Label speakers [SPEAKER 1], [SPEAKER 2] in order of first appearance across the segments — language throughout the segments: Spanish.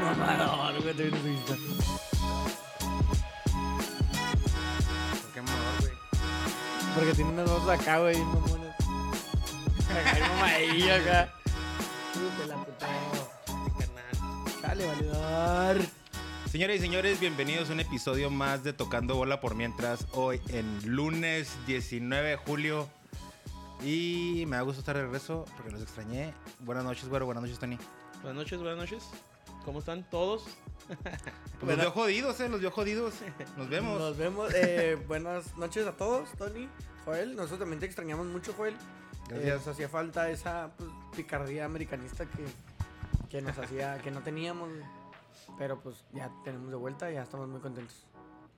[SPEAKER 1] No, nunca te vi en Instagram.
[SPEAKER 2] ¿Por qué mamá, güey?
[SPEAKER 1] Porque tiene unas voces acá, güey, bien mamonas. Acá, bien mamadillo acá. Uy, te la puta.
[SPEAKER 2] Sí, carnal.
[SPEAKER 1] Dale, valedor.
[SPEAKER 2] Señoras y señores, bienvenidos a un episodio más de Tocando Bola por Mientras. Hoy en lunes 19 de julio. Y me da gusto estar de regreso porque los extrañé. Buenas noches, güero. Buenas noches, Tony.
[SPEAKER 3] Buenas noches, buenas noches. ¿Cómo están todos?
[SPEAKER 2] Pues
[SPEAKER 1] Buena-
[SPEAKER 2] Los veo jodidos, eh. Los veo jodidos. Nos vemos.
[SPEAKER 1] Nos vemos. Eh, buenas noches a todos, Tony, Joel. Nosotros también te extrañamos mucho, Joel. Eh,
[SPEAKER 2] Gracias.
[SPEAKER 1] nos hacía falta esa pues, picardía americanista que, que nos hacía, que no teníamos. Pero pues ya tenemos de vuelta, ya estamos muy contentos.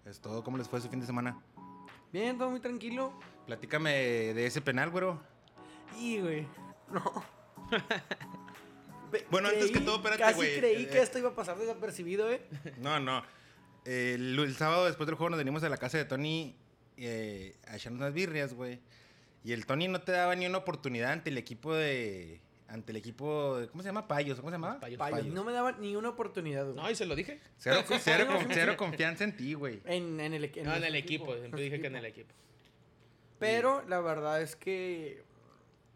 [SPEAKER 2] Es todo. ¿Cómo les fue su fin de semana?
[SPEAKER 1] Bien, todo muy tranquilo.
[SPEAKER 2] Platícame de ese penal, güero.
[SPEAKER 1] Y, güey, no. Ve-
[SPEAKER 2] Bueno, antes que todo, espérate,
[SPEAKER 1] Casi
[SPEAKER 2] güey.
[SPEAKER 1] creí
[SPEAKER 2] Eh,
[SPEAKER 1] que esto iba a pasar desapercibido, eh.
[SPEAKER 2] No, no. El, el sábado después del juego nos venimos a la casa de Tony eh, a echarnos unas birrias, güey. Y el Tony no te daba ni una oportunidad ante el equipo de. Ante el equipo. de- ¿Cómo se llama? Payos. ¿Cómo se llamaba?
[SPEAKER 3] Payos.
[SPEAKER 1] Payos, No me daban ni una oportunidad, güey.
[SPEAKER 3] No, y se lo dije.
[SPEAKER 2] Cero, cero con- cero confianza en ti, güey.
[SPEAKER 1] en, en el, equi-
[SPEAKER 3] No, en el
[SPEAKER 1] nuestro
[SPEAKER 3] equipo. Siempre dije que en el
[SPEAKER 1] nuestro
[SPEAKER 3] equipo.
[SPEAKER 1] equipo. Pero la verdad es que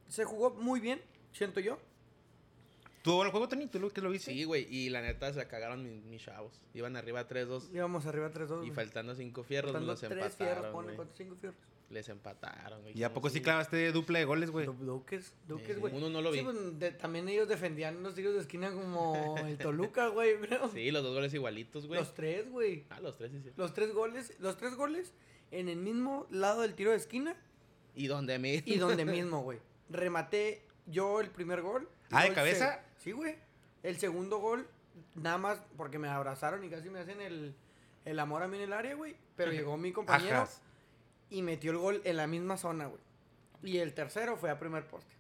[SPEAKER 1] se jugó muy bien, siento yo.
[SPEAKER 2] ¿Tú el juego, Tony? ¿Tú lo, que lo viste?
[SPEAKER 3] Sí, güey. Y la neta se cagaron mis, mis chavos. Iban arriba 3-2
[SPEAKER 1] Íbamos arriba 3-2.
[SPEAKER 3] y
[SPEAKER 1] güey.
[SPEAKER 3] faltando 5 fierros
[SPEAKER 1] Faltando
[SPEAKER 3] los
[SPEAKER 1] tres fierros,
[SPEAKER 3] empataron.
[SPEAKER 1] pone
[SPEAKER 3] güey.
[SPEAKER 1] cuatro, cinco fierros.
[SPEAKER 3] Les empataron, güey.
[SPEAKER 2] ¿Y a
[SPEAKER 3] Como
[SPEAKER 2] poco sí
[SPEAKER 3] si-
[SPEAKER 2] clavaste dupla de goles, güey?
[SPEAKER 1] Du- Duques,
[SPEAKER 3] Sí,
[SPEAKER 1] Duques,
[SPEAKER 3] sí.
[SPEAKER 1] güey.
[SPEAKER 3] Uno no lo
[SPEAKER 1] Sí,
[SPEAKER 3] vi.
[SPEAKER 1] pues, de- también ellos defendían los tiros de esquina como el Toluca, güey, creo.
[SPEAKER 3] Sí, los dos goles igualitos, güey.
[SPEAKER 1] los tres, güey.
[SPEAKER 3] Ah, los tres sí, sí.
[SPEAKER 1] Los tres goles, los tres goles en el mismo lado del tiro de esquina
[SPEAKER 3] Y donde me.
[SPEAKER 1] y donde mismo, güey. Rematé yo el primer gol.
[SPEAKER 2] Ah, ¿de
[SPEAKER 1] Yo el
[SPEAKER 2] cabeza?
[SPEAKER 1] seg- Sí, güey. El segundo gol, nada más porque me abrazaron y casi me hacen el, el amor a mí en el área, güey. Pero llegó mi compañero
[SPEAKER 2] Ajas.
[SPEAKER 1] y metió el gol en la misma zona, güey. Y el tercero fue a primer poste.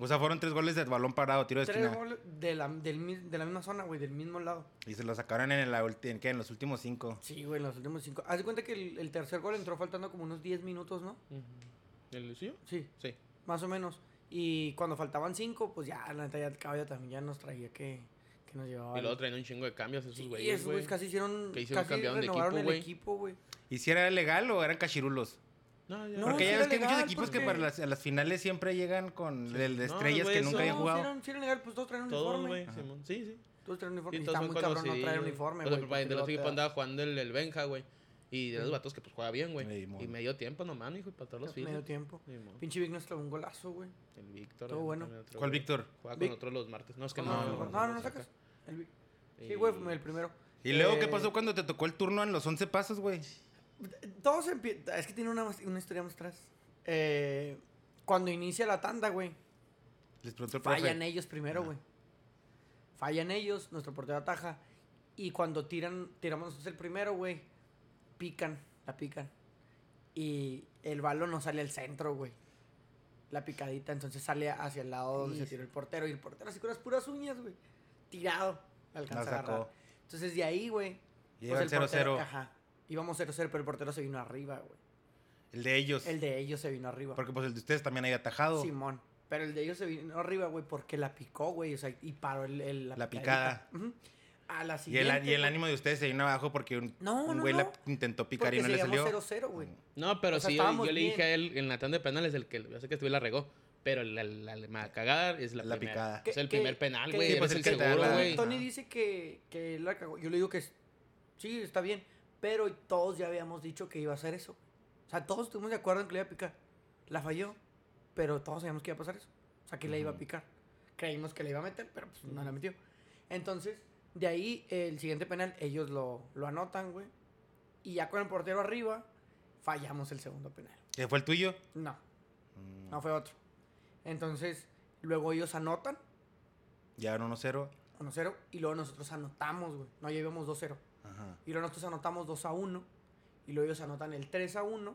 [SPEAKER 2] O sea, fueron tres goles de balón parado, tiro de
[SPEAKER 1] Tres
[SPEAKER 2] esquina.
[SPEAKER 1] goles de la, del mi- de la misma zona, güey, del mismo lado.
[SPEAKER 2] Y se lo sacaron en, la ulti- en, ¿qué? en los últimos cinco.
[SPEAKER 1] Sí, güey, en los últimos cinco. Haz de cuenta que el, el tercer gol entró faltando como unos 10 minutos, ¿no?
[SPEAKER 3] Ujú. ¿El sí?
[SPEAKER 1] Sí.
[SPEAKER 3] Sí.
[SPEAKER 1] Más o menos. Y cuando faltaban cinco, pues ya la neta ya el caballo también ya nos traía que, que nos llevaba.
[SPEAKER 3] Y
[SPEAKER 1] al-
[SPEAKER 3] luego traen un chingo de cambios esos
[SPEAKER 1] Sí,
[SPEAKER 3] güeyes.
[SPEAKER 1] esos güeyes
[SPEAKER 3] güey.
[SPEAKER 1] casi hicieron,
[SPEAKER 3] Que hicieron,
[SPEAKER 1] casi
[SPEAKER 3] cambiaron de
[SPEAKER 1] renovaron
[SPEAKER 3] equipo,
[SPEAKER 1] el
[SPEAKER 3] güey.
[SPEAKER 1] equipo, güey.
[SPEAKER 2] ¿Y si era legal o eran cachirulos?
[SPEAKER 3] No,
[SPEAKER 1] No, sí
[SPEAKER 2] porque ya
[SPEAKER 1] era
[SPEAKER 2] ves que hay muchos
[SPEAKER 1] legal,
[SPEAKER 2] equipos que
[SPEAKER 1] porque-
[SPEAKER 2] para las, a las finales siempre llegan con el de
[SPEAKER 3] No,
[SPEAKER 2] estrellas
[SPEAKER 3] güey,
[SPEAKER 2] que
[SPEAKER 3] eso-
[SPEAKER 2] nunca habían
[SPEAKER 1] No,
[SPEAKER 2] jugado.
[SPEAKER 1] sí eran, sí eran legal, pues todos traen
[SPEAKER 3] Todos,
[SPEAKER 1] uniforme.
[SPEAKER 3] güey. Simón. Sí, sí.
[SPEAKER 1] Todos traen uniforme.
[SPEAKER 3] Y
[SPEAKER 1] Y
[SPEAKER 3] todos
[SPEAKER 1] está
[SPEAKER 3] son
[SPEAKER 1] muy cabrón no
[SPEAKER 3] conocidos,
[SPEAKER 1] traer
[SPEAKER 3] güey.
[SPEAKER 1] uniforme,
[SPEAKER 3] Los
[SPEAKER 1] güey.
[SPEAKER 3] del-
[SPEAKER 1] porque
[SPEAKER 3] de los
[SPEAKER 1] luego te
[SPEAKER 3] equipos
[SPEAKER 1] da-
[SPEAKER 3] andaba jugando el, el Benja, güey. Y de los vatos que pues juega bien, güey.
[SPEAKER 2] Ey, mon.
[SPEAKER 3] Y medio tiempo nomás, hijo, y para todos los fines.
[SPEAKER 1] Medio tiempo. Pinche Vic nos trabó un golazo, güey.
[SPEAKER 3] El Víctor.
[SPEAKER 1] Todo
[SPEAKER 3] el
[SPEAKER 1] bueno.
[SPEAKER 3] también otro
[SPEAKER 2] ¿Cuál
[SPEAKER 3] güey.
[SPEAKER 2] Víctor?
[SPEAKER 3] Juega
[SPEAKER 1] Vic-
[SPEAKER 3] con otro los martes. No, es que
[SPEAKER 1] No,
[SPEAKER 3] no.
[SPEAKER 1] no, no, no, no
[SPEAKER 3] saca.
[SPEAKER 1] sacas. El Vic. Sí, güey, pues,
[SPEAKER 3] Y-
[SPEAKER 1] el primero.
[SPEAKER 2] ¿Y luego qué
[SPEAKER 1] Eh,
[SPEAKER 2] pasó cuando te tocó el turno en los 11 pasos, güey?
[SPEAKER 1] Todos empiezan. Es que tiene una, una historia más atrás. Eh, cuando inicia la tanda, güey.
[SPEAKER 2] Les preguntó el profe.
[SPEAKER 1] Fallan ellos primero,
[SPEAKER 2] Ajá.
[SPEAKER 1] güey. Fallan ellos, nuestro portero ataja. Y cuando tiran, tiramos nosotros el primero, güey, pican, la pican. Y el balón no sale al centro, güey. La picadita, entonces sale hacia el lado donde se
[SPEAKER 2] Sí.
[SPEAKER 1] tiró el portero. Y el portero así con las puras uñas, güey. Tirado. La alcanza
[SPEAKER 2] La
[SPEAKER 1] a
[SPEAKER 2] sacó.
[SPEAKER 1] agarrar. Entonces de ahí, güey. pues
[SPEAKER 2] Y iban
[SPEAKER 1] el portero-
[SPEAKER 2] 0-0.
[SPEAKER 1] Ajá. Íbamos 0-0, pero el portero se vino arriba, güey.
[SPEAKER 2] El de ellos.
[SPEAKER 1] El de ellos se vino arriba.
[SPEAKER 2] Porque pues el de ustedes también hay atajado.
[SPEAKER 1] Simón. Pero el de ellos se vino arriba, güey, porque la picó, güey. O sea, y paró el, el-
[SPEAKER 2] La
[SPEAKER 1] picadita. Ujú. A la
[SPEAKER 2] y,
[SPEAKER 1] siguiente.
[SPEAKER 2] el, y el
[SPEAKER 1] güey,
[SPEAKER 2] ánimo de ustedes se vino abajo porque un,
[SPEAKER 1] No,
[SPEAKER 2] un
[SPEAKER 1] no,
[SPEAKER 2] güey
[SPEAKER 1] no.
[SPEAKER 2] la intentó picar
[SPEAKER 1] porque
[SPEAKER 2] y no le
[SPEAKER 1] seguíamos
[SPEAKER 2] salió.
[SPEAKER 1] 0-0, güey.
[SPEAKER 3] No, pero
[SPEAKER 1] O sea,
[SPEAKER 3] sí, yo,
[SPEAKER 1] estábamos
[SPEAKER 3] yo le dije
[SPEAKER 1] bien.
[SPEAKER 3] a él en la tanda de penales, el que yo sé que estuve la regó. Pero la, la, la- la cagada es la,
[SPEAKER 2] La
[SPEAKER 3] primera.
[SPEAKER 2] picada.
[SPEAKER 3] Es el
[SPEAKER 1] Que-
[SPEAKER 3] primer
[SPEAKER 1] que-
[SPEAKER 3] penal,
[SPEAKER 1] que-
[SPEAKER 3] güey.
[SPEAKER 1] Sí,
[SPEAKER 3] eres
[SPEAKER 2] pues, el
[SPEAKER 3] el
[SPEAKER 2] que te da
[SPEAKER 3] seguro,
[SPEAKER 2] la-
[SPEAKER 3] güey.
[SPEAKER 1] Tony
[SPEAKER 2] Ajá.
[SPEAKER 1] dice que, que él la cagó. Yo le digo que es- sí, está bien. Pero todos ya habíamos dicho que iba a hacer eso. O sea, todos estuvimos de acuerdo en que le iba a picar. La falló. Pero todos sabíamos que iba a pasar eso. O sea, que le iba a
[SPEAKER 2] Ujú.
[SPEAKER 1] picar. Creímos que le iba a meter, pero pues no la metió. Entonces, de ahí, el siguiente penal, ellos lo, lo anotan, güey. Y ya con el portero arriba, fallamos el segundo penal.
[SPEAKER 2] ¿Qué fue el tuyo?
[SPEAKER 1] No,
[SPEAKER 2] Mm,
[SPEAKER 1] no fue otro. Entonces, luego ellos anotan.
[SPEAKER 2] Llegaron 1-0.
[SPEAKER 1] 1-0 y luego nosotros anotamos, güey. No, ya íbamos 2-0.
[SPEAKER 2] Ajá.
[SPEAKER 1] Y luego nosotros anotamos 2-1 y luego ellos anotan el 3-1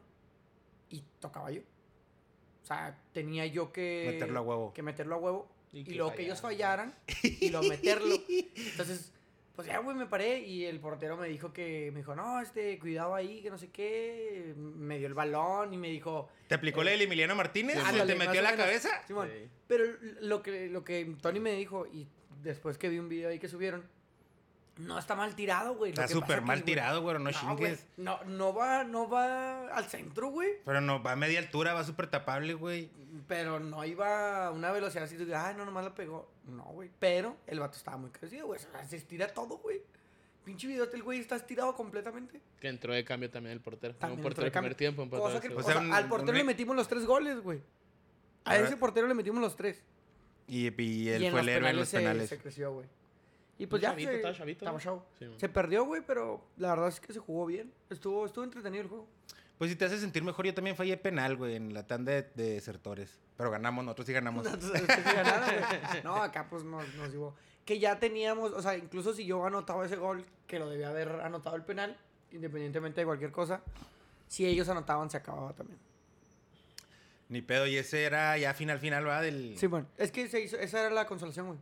[SPEAKER 1] y tocaba yo. O sea, tenía yo que...
[SPEAKER 2] Meterlo a huevo.
[SPEAKER 1] Que meterlo a huevo.
[SPEAKER 3] Y
[SPEAKER 1] Y,
[SPEAKER 3] que
[SPEAKER 1] luego que ellos
[SPEAKER 3] fallaran.
[SPEAKER 1] fallaran y luego meterlo. Entonces, Pues ya, güey, me paré y el portero me dijo que, me dijo, no, este, cuidado ahí, que no sé qué. Me dio el balón y me dijo,
[SPEAKER 2] ¿Te aplicó la del Emiliano Martínez? Ah,
[SPEAKER 3] Sí,
[SPEAKER 2] ¿Se
[SPEAKER 1] Eh, Ándale,
[SPEAKER 2] ¿Te
[SPEAKER 1] más
[SPEAKER 2] metió
[SPEAKER 1] o
[SPEAKER 2] la
[SPEAKER 1] menos.
[SPEAKER 2] cabeza?
[SPEAKER 1] Simón.
[SPEAKER 3] Sí.
[SPEAKER 1] Pero lo que, lo que Tony me dijo, y después que vi un video ahí que subieron, no está mal tirado, güey. Lo
[SPEAKER 2] Está
[SPEAKER 1] que pasa
[SPEAKER 2] súper
[SPEAKER 1] que,
[SPEAKER 2] mal
[SPEAKER 1] güey,
[SPEAKER 2] tirado, güey, no
[SPEAKER 1] No, güey,
[SPEAKER 2] chingues.
[SPEAKER 1] no, no va, no va al centro, güey.
[SPEAKER 2] Pero no, va a media altura, va súper tapable, güey.
[SPEAKER 1] Pero no iba a una velocidad así de, ah, no, nomás la pegó. No, güey. Pero el vato estaba muy crecido, güey. O sea, se estira todo, güey. Pinche videote, el güey está estirado completamente.
[SPEAKER 3] Que entró de cambio también el portero. Fue
[SPEAKER 1] También
[SPEAKER 3] un
[SPEAKER 1] entró
[SPEAKER 3] portero
[SPEAKER 1] de
[SPEAKER 3] de primer
[SPEAKER 1] cambio.
[SPEAKER 3] tiempo. un portero
[SPEAKER 1] Cosa que-
[SPEAKER 3] de
[SPEAKER 1] o
[SPEAKER 3] segundo.
[SPEAKER 2] sea,
[SPEAKER 1] sea,
[SPEAKER 2] un-
[SPEAKER 1] al portero
[SPEAKER 2] un
[SPEAKER 1] le
[SPEAKER 2] re-
[SPEAKER 1] metimos los tres goles, güey. A,
[SPEAKER 2] A
[SPEAKER 1] ese
[SPEAKER 2] ver.
[SPEAKER 1] portero le metimos los tres.
[SPEAKER 2] Y, y él
[SPEAKER 1] en
[SPEAKER 2] fue
[SPEAKER 1] los
[SPEAKER 2] el héroe en los
[SPEAKER 1] se-
[SPEAKER 2] penales.
[SPEAKER 1] Se, creció, güey. Y pues
[SPEAKER 3] Un
[SPEAKER 1] ya.
[SPEAKER 3] chavito,
[SPEAKER 1] se-
[SPEAKER 3] estaba chavito,
[SPEAKER 1] estaba
[SPEAKER 3] ¿no?
[SPEAKER 1] chavo.
[SPEAKER 3] Sí, man.
[SPEAKER 1] se perdió, güey, pero la verdad es que se jugó bien. Estuvo, estuvo entretenido el juego.
[SPEAKER 2] Pues si te hace sentir mejor, yo también fallé penal, güey, en la tanda de, de desertores. Pero ganamos, nosotros sí ganamos.
[SPEAKER 1] Entonces, ustedes ganaron, güey. no, acá pues nos, nos llevó. Que ya teníamos, o sea, incluso si yo anotaba ese gol, que lo debía haber anotado el penal, independientemente de cualquier cosa, si ellos anotaban se acababa también.
[SPEAKER 2] Ni pedo, y ese era ya final, final, va del...
[SPEAKER 1] Sí, bueno, es que se hizo, esa era la consolación, güey.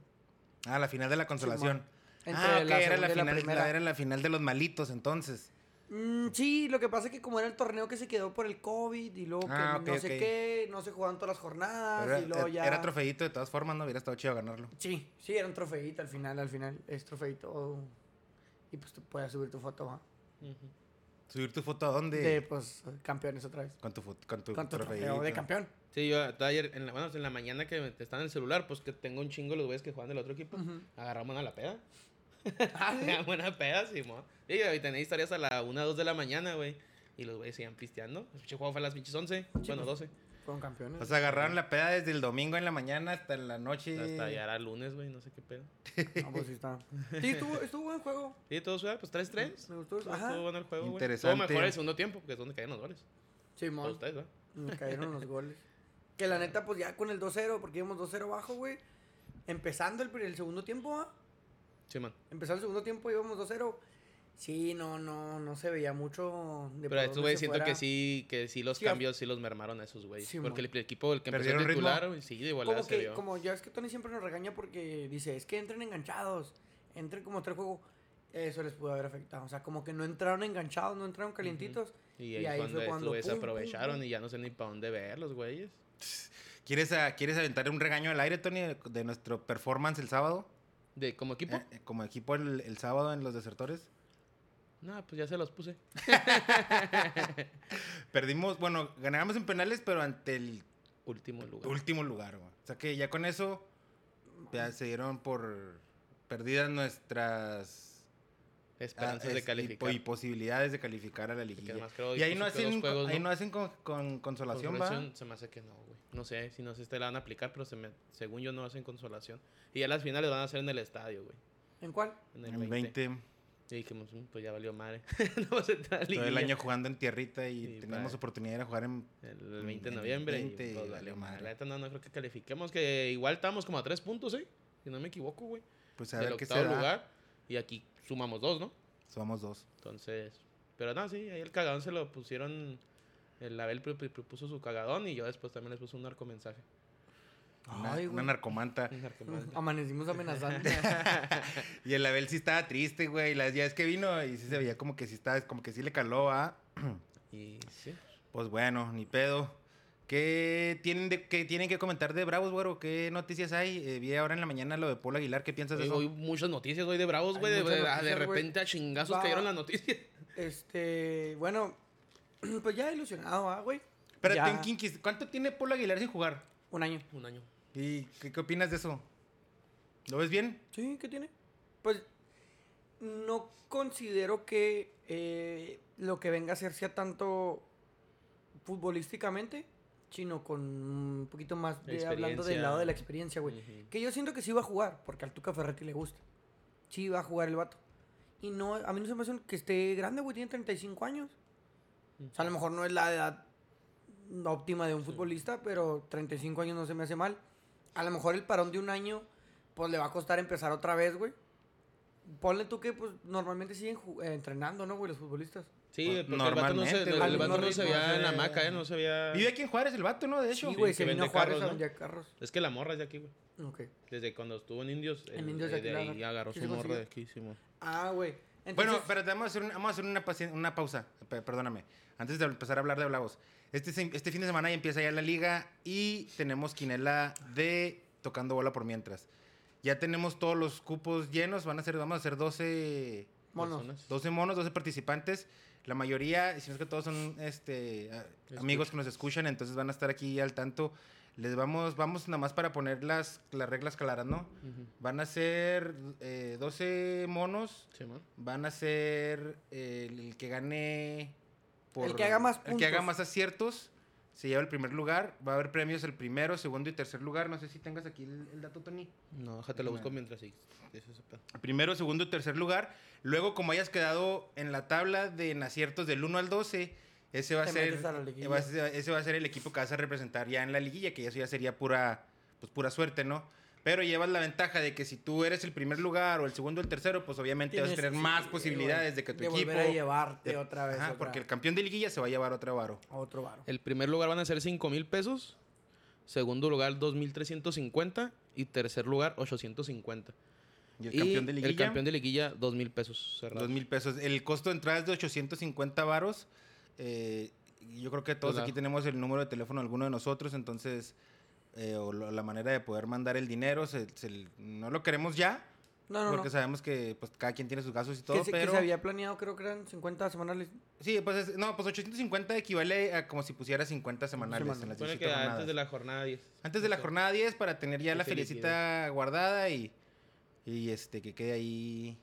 [SPEAKER 2] Ah, la final de la consolación.
[SPEAKER 1] Entre
[SPEAKER 2] ah, ok,
[SPEAKER 1] la segunda
[SPEAKER 2] era, la
[SPEAKER 1] y la
[SPEAKER 2] final,
[SPEAKER 1] primera.
[SPEAKER 2] la- era la final de los malitos, entonces.
[SPEAKER 1] Mm, sí, lo que pasa es que como era el torneo que se quedó por el COVID y luego que
[SPEAKER 2] Ah, ok,
[SPEAKER 1] no sé
[SPEAKER 2] ok.
[SPEAKER 1] qué, no se jugaban todas las jornadas
[SPEAKER 2] Pero
[SPEAKER 1] y Ah, luego
[SPEAKER 2] era, er,
[SPEAKER 1] ya...
[SPEAKER 2] era trofeíto, de todas formas, no hubiera estado chido ganarlo.
[SPEAKER 1] Sí, sí, era un trofeíto al final, al final es trofeíto. oh, Y pues tú puedes subir tu foto, ¿va?
[SPEAKER 3] Ujú.
[SPEAKER 2] Subir tu foto a dónde?
[SPEAKER 1] De, pues, campeones otra vez.
[SPEAKER 2] Con tu, fut- con tu
[SPEAKER 1] Con tu trofeo
[SPEAKER 2] trofeíto.
[SPEAKER 1] de campeón.
[SPEAKER 3] Sí, yo hasta ayer, en la, bueno, en la mañana que está en el celular, pues que tengo un chingo de los güeyes que juegan del otro equipo.
[SPEAKER 1] Ujú.
[SPEAKER 3] Agarramos a la peda.
[SPEAKER 1] Ah, sí.
[SPEAKER 3] Agarramos una peda, Simón. Sí, y tenía historias a la 1, 2 de la mañana, güey. Y los güeyes seguían pisteando. El pinche juego fue a las pinches 11, bueno, 12.
[SPEAKER 1] Fueron campeones.
[SPEAKER 2] O sea, agarraron la peda desde el domingo en la mañana hasta la noche.
[SPEAKER 3] Hasta ya era lunes, güey, no sé qué pedo.
[SPEAKER 1] No, pues sí está. Sí, estuvo, estuvo buen juego.
[SPEAKER 3] Sí, todo suave, pues 3-3.
[SPEAKER 1] Me gustó.
[SPEAKER 3] Estuvo
[SPEAKER 1] Ajá.
[SPEAKER 3] estuvo bueno el juego, güey. Estuvo
[SPEAKER 2] Interesante.
[SPEAKER 3] mejor el segundo tiempo, que es donde caían los goles. Todos
[SPEAKER 1] Simón.
[SPEAKER 3] ustedes, ¿verdad?
[SPEAKER 1] Me cayeron los goles. Que la neta, pues ya con el 2-0, porque íbamos 2-0 bajo, güey. Empezando el, pri- el segundo tiempo, ¿ah?
[SPEAKER 3] Simón.
[SPEAKER 1] Empezando el segundo tiempo íbamos 2-0. Sí, no, no, no se veía mucho. De
[SPEAKER 3] Pero
[SPEAKER 1] por
[SPEAKER 3] estos
[SPEAKER 1] dónde
[SPEAKER 3] güeyes
[SPEAKER 1] se
[SPEAKER 3] siento que
[SPEAKER 1] fuera.
[SPEAKER 3] sí, que sí los
[SPEAKER 1] Sí, a-
[SPEAKER 3] cambios sí los mermaron a esos güeyes.
[SPEAKER 1] Simón.
[SPEAKER 3] porque el equipo, el que empezó a
[SPEAKER 2] ¿Perdieron ritmo?
[SPEAKER 3] titular, güey, sí, de igualdad
[SPEAKER 1] Como
[SPEAKER 3] se
[SPEAKER 1] que,
[SPEAKER 3] vio.
[SPEAKER 1] como ya es que Tony siempre nos regaña porque dice, es que entren enganchados, entren como tres juego. Eso les pudo haber afectado. O sea, como que no entraron enganchados, no entraron calientitos.
[SPEAKER 3] Y ahí, cuando estos güeyes
[SPEAKER 1] pum, pum,
[SPEAKER 3] aprovecharon
[SPEAKER 1] pum.
[SPEAKER 3] y ya no sé ni para dónde ver los güeyes.
[SPEAKER 2] ¿Quieres, a- ¿Quieres aventar un regaño al aire, Tony, de- de nuestro performance el sábado?
[SPEAKER 3] De, como equipo.
[SPEAKER 2] Eh, eh, como equipo el, el sábado en los desertores.
[SPEAKER 3] No, pues ya se los puse.
[SPEAKER 2] Perdimos, bueno, ganamos en penales, pero ante el
[SPEAKER 3] Último lugar.
[SPEAKER 2] último lugar, güey. O sea que ya con eso ya se dieron por perdidas nuestras
[SPEAKER 3] Esperanzas
[SPEAKER 2] ah,
[SPEAKER 3] de
[SPEAKER 2] es- y po-
[SPEAKER 3] calificar.
[SPEAKER 2] y, posibilidades de calificar a la liguilla.
[SPEAKER 3] además creo
[SPEAKER 2] Y ahí
[SPEAKER 3] que
[SPEAKER 2] no
[SPEAKER 3] son dos
[SPEAKER 2] hacen,
[SPEAKER 3] juegos,
[SPEAKER 2] ahí
[SPEAKER 3] ¿no?
[SPEAKER 2] no hacen con, con consolación,
[SPEAKER 3] consolación
[SPEAKER 2] ¿va?
[SPEAKER 3] se me hace que no, güey. No sé si no sé si te la van a aplicar, pero se me, según yo no hacen consolación. Y ya las finales van a ser en el estadio, güey.
[SPEAKER 1] ¿En cuál?
[SPEAKER 3] En el
[SPEAKER 2] En
[SPEAKER 3] 20.
[SPEAKER 2] 20.
[SPEAKER 3] Y dijimos, "Mm, pues ya valió madre. no vamos a entrar a la
[SPEAKER 2] Todo el
[SPEAKER 3] liguilla.
[SPEAKER 2] año jugando en tierrita y
[SPEAKER 3] Sí,
[SPEAKER 2] teníamos
[SPEAKER 3] padre.
[SPEAKER 2] oportunidad de ir a jugar en...
[SPEAKER 3] El 20 de
[SPEAKER 2] en el
[SPEAKER 3] noviembre.
[SPEAKER 2] 20
[SPEAKER 3] y, pues,
[SPEAKER 2] y
[SPEAKER 3] valió
[SPEAKER 2] valió
[SPEAKER 3] madre.
[SPEAKER 2] madre.
[SPEAKER 3] La neta no, no creo que califiquemos, que igual estamos como a tres puntos, ¿eh? Si no me equivoco, güey.
[SPEAKER 2] Pues a
[SPEAKER 3] Del
[SPEAKER 2] ver qué se
[SPEAKER 3] octavo
[SPEAKER 2] da.
[SPEAKER 3] lugar. Y aquí sumamos dos, ¿no?
[SPEAKER 2] Somos dos.
[SPEAKER 3] Entonces, pero no, sí, ahí el cagadón se lo pusieron. El Abel pr- pr- propuso su cagadón y yo después también les puse un narcomensaje.
[SPEAKER 2] Una,
[SPEAKER 1] Ay,
[SPEAKER 2] una
[SPEAKER 1] güey.
[SPEAKER 2] narcomanta.
[SPEAKER 3] Un
[SPEAKER 1] Ah.
[SPEAKER 3] narcomanta.
[SPEAKER 1] Amanecimos amenazando.
[SPEAKER 2] Y el Abel sí estaba triste, güey. Las días que vino y sí se veía como que sí estaba, como que sí le caló, ¿ah?
[SPEAKER 3] Y sí.
[SPEAKER 2] Pues bueno, ni pedo. ¿Qué tienen, de, qué tienen que comentar de Bravos, güero? ¿Qué noticias hay? Eh, vi ahora en la mañana lo de Polo Aguilar. ¿Qué piensas de
[SPEAKER 3] Hoy,
[SPEAKER 2] eso?
[SPEAKER 3] hoy muchas noticias hoy de Bravos,
[SPEAKER 1] Hay
[SPEAKER 3] güey. De,
[SPEAKER 1] muchas
[SPEAKER 3] de- de
[SPEAKER 1] noticias, güey.
[SPEAKER 3] repente a chingazos
[SPEAKER 1] Va.
[SPEAKER 3] cayeron las noticias.
[SPEAKER 1] este, bueno, pues ya ilusionado, ¿ah, güey?
[SPEAKER 2] Espérate,
[SPEAKER 1] Ya
[SPEAKER 2] un quinquis, ¿Cuánto tiene Polo Aguilar sin jugar?
[SPEAKER 1] Un año.
[SPEAKER 3] Un año.
[SPEAKER 2] ¿Y qué, qué opinas de eso? ¿Lo ves bien?
[SPEAKER 1] Sí, ¿qué tiene? Pues no considero que eh, lo que venga a ser sea tanto futbolísticamente, sino con un poquito más de, hablando del
[SPEAKER 3] Experiencia.
[SPEAKER 1] lado de la experiencia, güey.
[SPEAKER 3] Ujú.
[SPEAKER 1] Que yo siento que sí va a jugar, porque al Tuca Ferretti le gusta. Sí va a jugar el vato. Y no, a mí no se me hace un- que esté grande, güey, tiene 35 años. O sea, a lo mejor no es la edad óptima de un futbolista, pero 35 años no se me hace mal. A lo mejor el parón de un año, pues le va a costar empezar otra vez, güey. Ponle tú que, pues, normalmente siguen ju- eh, entrenando, ¿no, güey, los futbolistas?
[SPEAKER 3] Sí,
[SPEAKER 2] Pues,
[SPEAKER 3] porque el vato no se,
[SPEAKER 2] normalmente,
[SPEAKER 3] el,
[SPEAKER 1] güey.
[SPEAKER 3] vato no
[SPEAKER 1] Algunos
[SPEAKER 3] se
[SPEAKER 1] ritmos,
[SPEAKER 3] veía en
[SPEAKER 1] eh.
[SPEAKER 3] hamaca, ¿eh? No se veía...
[SPEAKER 2] Vive aquí en Juárez el vato, ¿no? De hecho.
[SPEAKER 1] Sí, güey,
[SPEAKER 3] que
[SPEAKER 1] se vino a
[SPEAKER 3] vende
[SPEAKER 1] Juárez
[SPEAKER 3] carros,
[SPEAKER 1] a
[SPEAKER 3] ¿no?
[SPEAKER 1] vender carros.
[SPEAKER 3] Es que la morra es de aquí, güey.
[SPEAKER 1] Ok.
[SPEAKER 3] Desde cuando estuvo en Indios.
[SPEAKER 1] En
[SPEAKER 3] el-
[SPEAKER 1] Indios de
[SPEAKER 3] eh,
[SPEAKER 1] aquí la
[SPEAKER 3] ahí
[SPEAKER 1] agarró.
[SPEAKER 3] agarró
[SPEAKER 1] Sí
[SPEAKER 3] su
[SPEAKER 1] se
[SPEAKER 3] morra
[SPEAKER 1] consiguió.
[SPEAKER 3] de aquí, sí, mo.
[SPEAKER 1] Ah, güey.
[SPEAKER 2] Bueno,
[SPEAKER 1] Entonces,
[SPEAKER 2] pero te vamos a hacer, un- vamos a hacer una, paci- una pausa, pe- perdóname, antes de empezar a hablar de Blavos. Este, se- este fin de semana ya empieza ya la liga y tenemos quinela de tocando bola por mientras. Ya tenemos todos los cupos llenos, van a ser, vamos a hacer 12,
[SPEAKER 1] Monos.
[SPEAKER 3] Personas.
[SPEAKER 2] 12 monos, 12 participantes. La mayoría, si no es que todos son este, a- amigos que nos escuchan, entonces van a estar aquí al tanto. Les vamos, vamos nada más para poner las, las reglas claras, ¿no?
[SPEAKER 3] Ujú.
[SPEAKER 2] Van a ser eh, 12 monos,
[SPEAKER 3] Sí, mo.
[SPEAKER 2] van a ser eh, el, el que gane
[SPEAKER 1] que haga más
[SPEAKER 2] el que haga
[SPEAKER 1] puntos.
[SPEAKER 2] más aciertos se lleva el primer lugar va a haber premios el primero segundo y tercer lugar no sé si tengas aquí el, el dato Tony
[SPEAKER 3] No, déjate lo
[SPEAKER 2] Déjame.
[SPEAKER 3] busco mientras sí. Eso es el pedo.
[SPEAKER 2] primero segundo y tercer lugar luego como hayas quedado en la tabla de en aciertos del 1 al 12 ese va a
[SPEAKER 1] Te
[SPEAKER 2] ser
[SPEAKER 1] metes a la
[SPEAKER 2] eh,
[SPEAKER 1] liguilla.
[SPEAKER 2] va a ser- ese va a ser el equipo que vas a representar ya en la liguilla que eso ya sería pura pues pura suerte no pero llevas la ventaja de que si tú eres el primer lugar o el segundo o el tercero pues obviamente vas a
[SPEAKER 1] tienes-
[SPEAKER 2] tener más
[SPEAKER 1] sí,
[SPEAKER 2] posibilidades
[SPEAKER 1] güey,
[SPEAKER 2] de que tu
[SPEAKER 1] de
[SPEAKER 2] equipo
[SPEAKER 1] volver a llevarte
[SPEAKER 2] de-
[SPEAKER 1] otra vez.
[SPEAKER 2] Eh, Ajá,
[SPEAKER 1] otra-
[SPEAKER 2] porque el campeón de liguilla se va a llevar otro varo.
[SPEAKER 1] a otro bar.
[SPEAKER 3] El primer lugar van a ser 5 mil pesos. Segundo lugar, 2.350. Y tercer lugar, 850.
[SPEAKER 2] Y el campeón de liguilla,
[SPEAKER 3] El campeón de liguilla, 2.000 pesos. cerrados.
[SPEAKER 2] dos mil pesos. El costo de entrada es de 850 varos. Eh, y yo creo que todos
[SPEAKER 3] Claro.
[SPEAKER 2] aquí tenemos el número de teléfono de alguno de nosotros, entonces, eh, o lo- la manera de poder mandar el dinero, se- se- no lo queremos ya,
[SPEAKER 1] No, no, no.
[SPEAKER 2] porque sabemos que pues, cada quien tiene sus gastos y todo,
[SPEAKER 1] que, se, que
[SPEAKER 2] pero...
[SPEAKER 1] se había planeado, creo que eran 50 semanales.
[SPEAKER 2] Sí, pues, es- no, pues 850 equivale a como si pusiera 50 semanales
[SPEAKER 1] Semana.
[SPEAKER 2] en las
[SPEAKER 3] Supone que
[SPEAKER 2] 18 jornadas.
[SPEAKER 3] antes de la jornada 10.
[SPEAKER 2] Antes de la
[SPEAKER 3] Sí.
[SPEAKER 2] jornada 10 para tener ya
[SPEAKER 3] Que
[SPEAKER 2] la
[SPEAKER 3] se
[SPEAKER 2] felicita guardada y, y este que quede ahí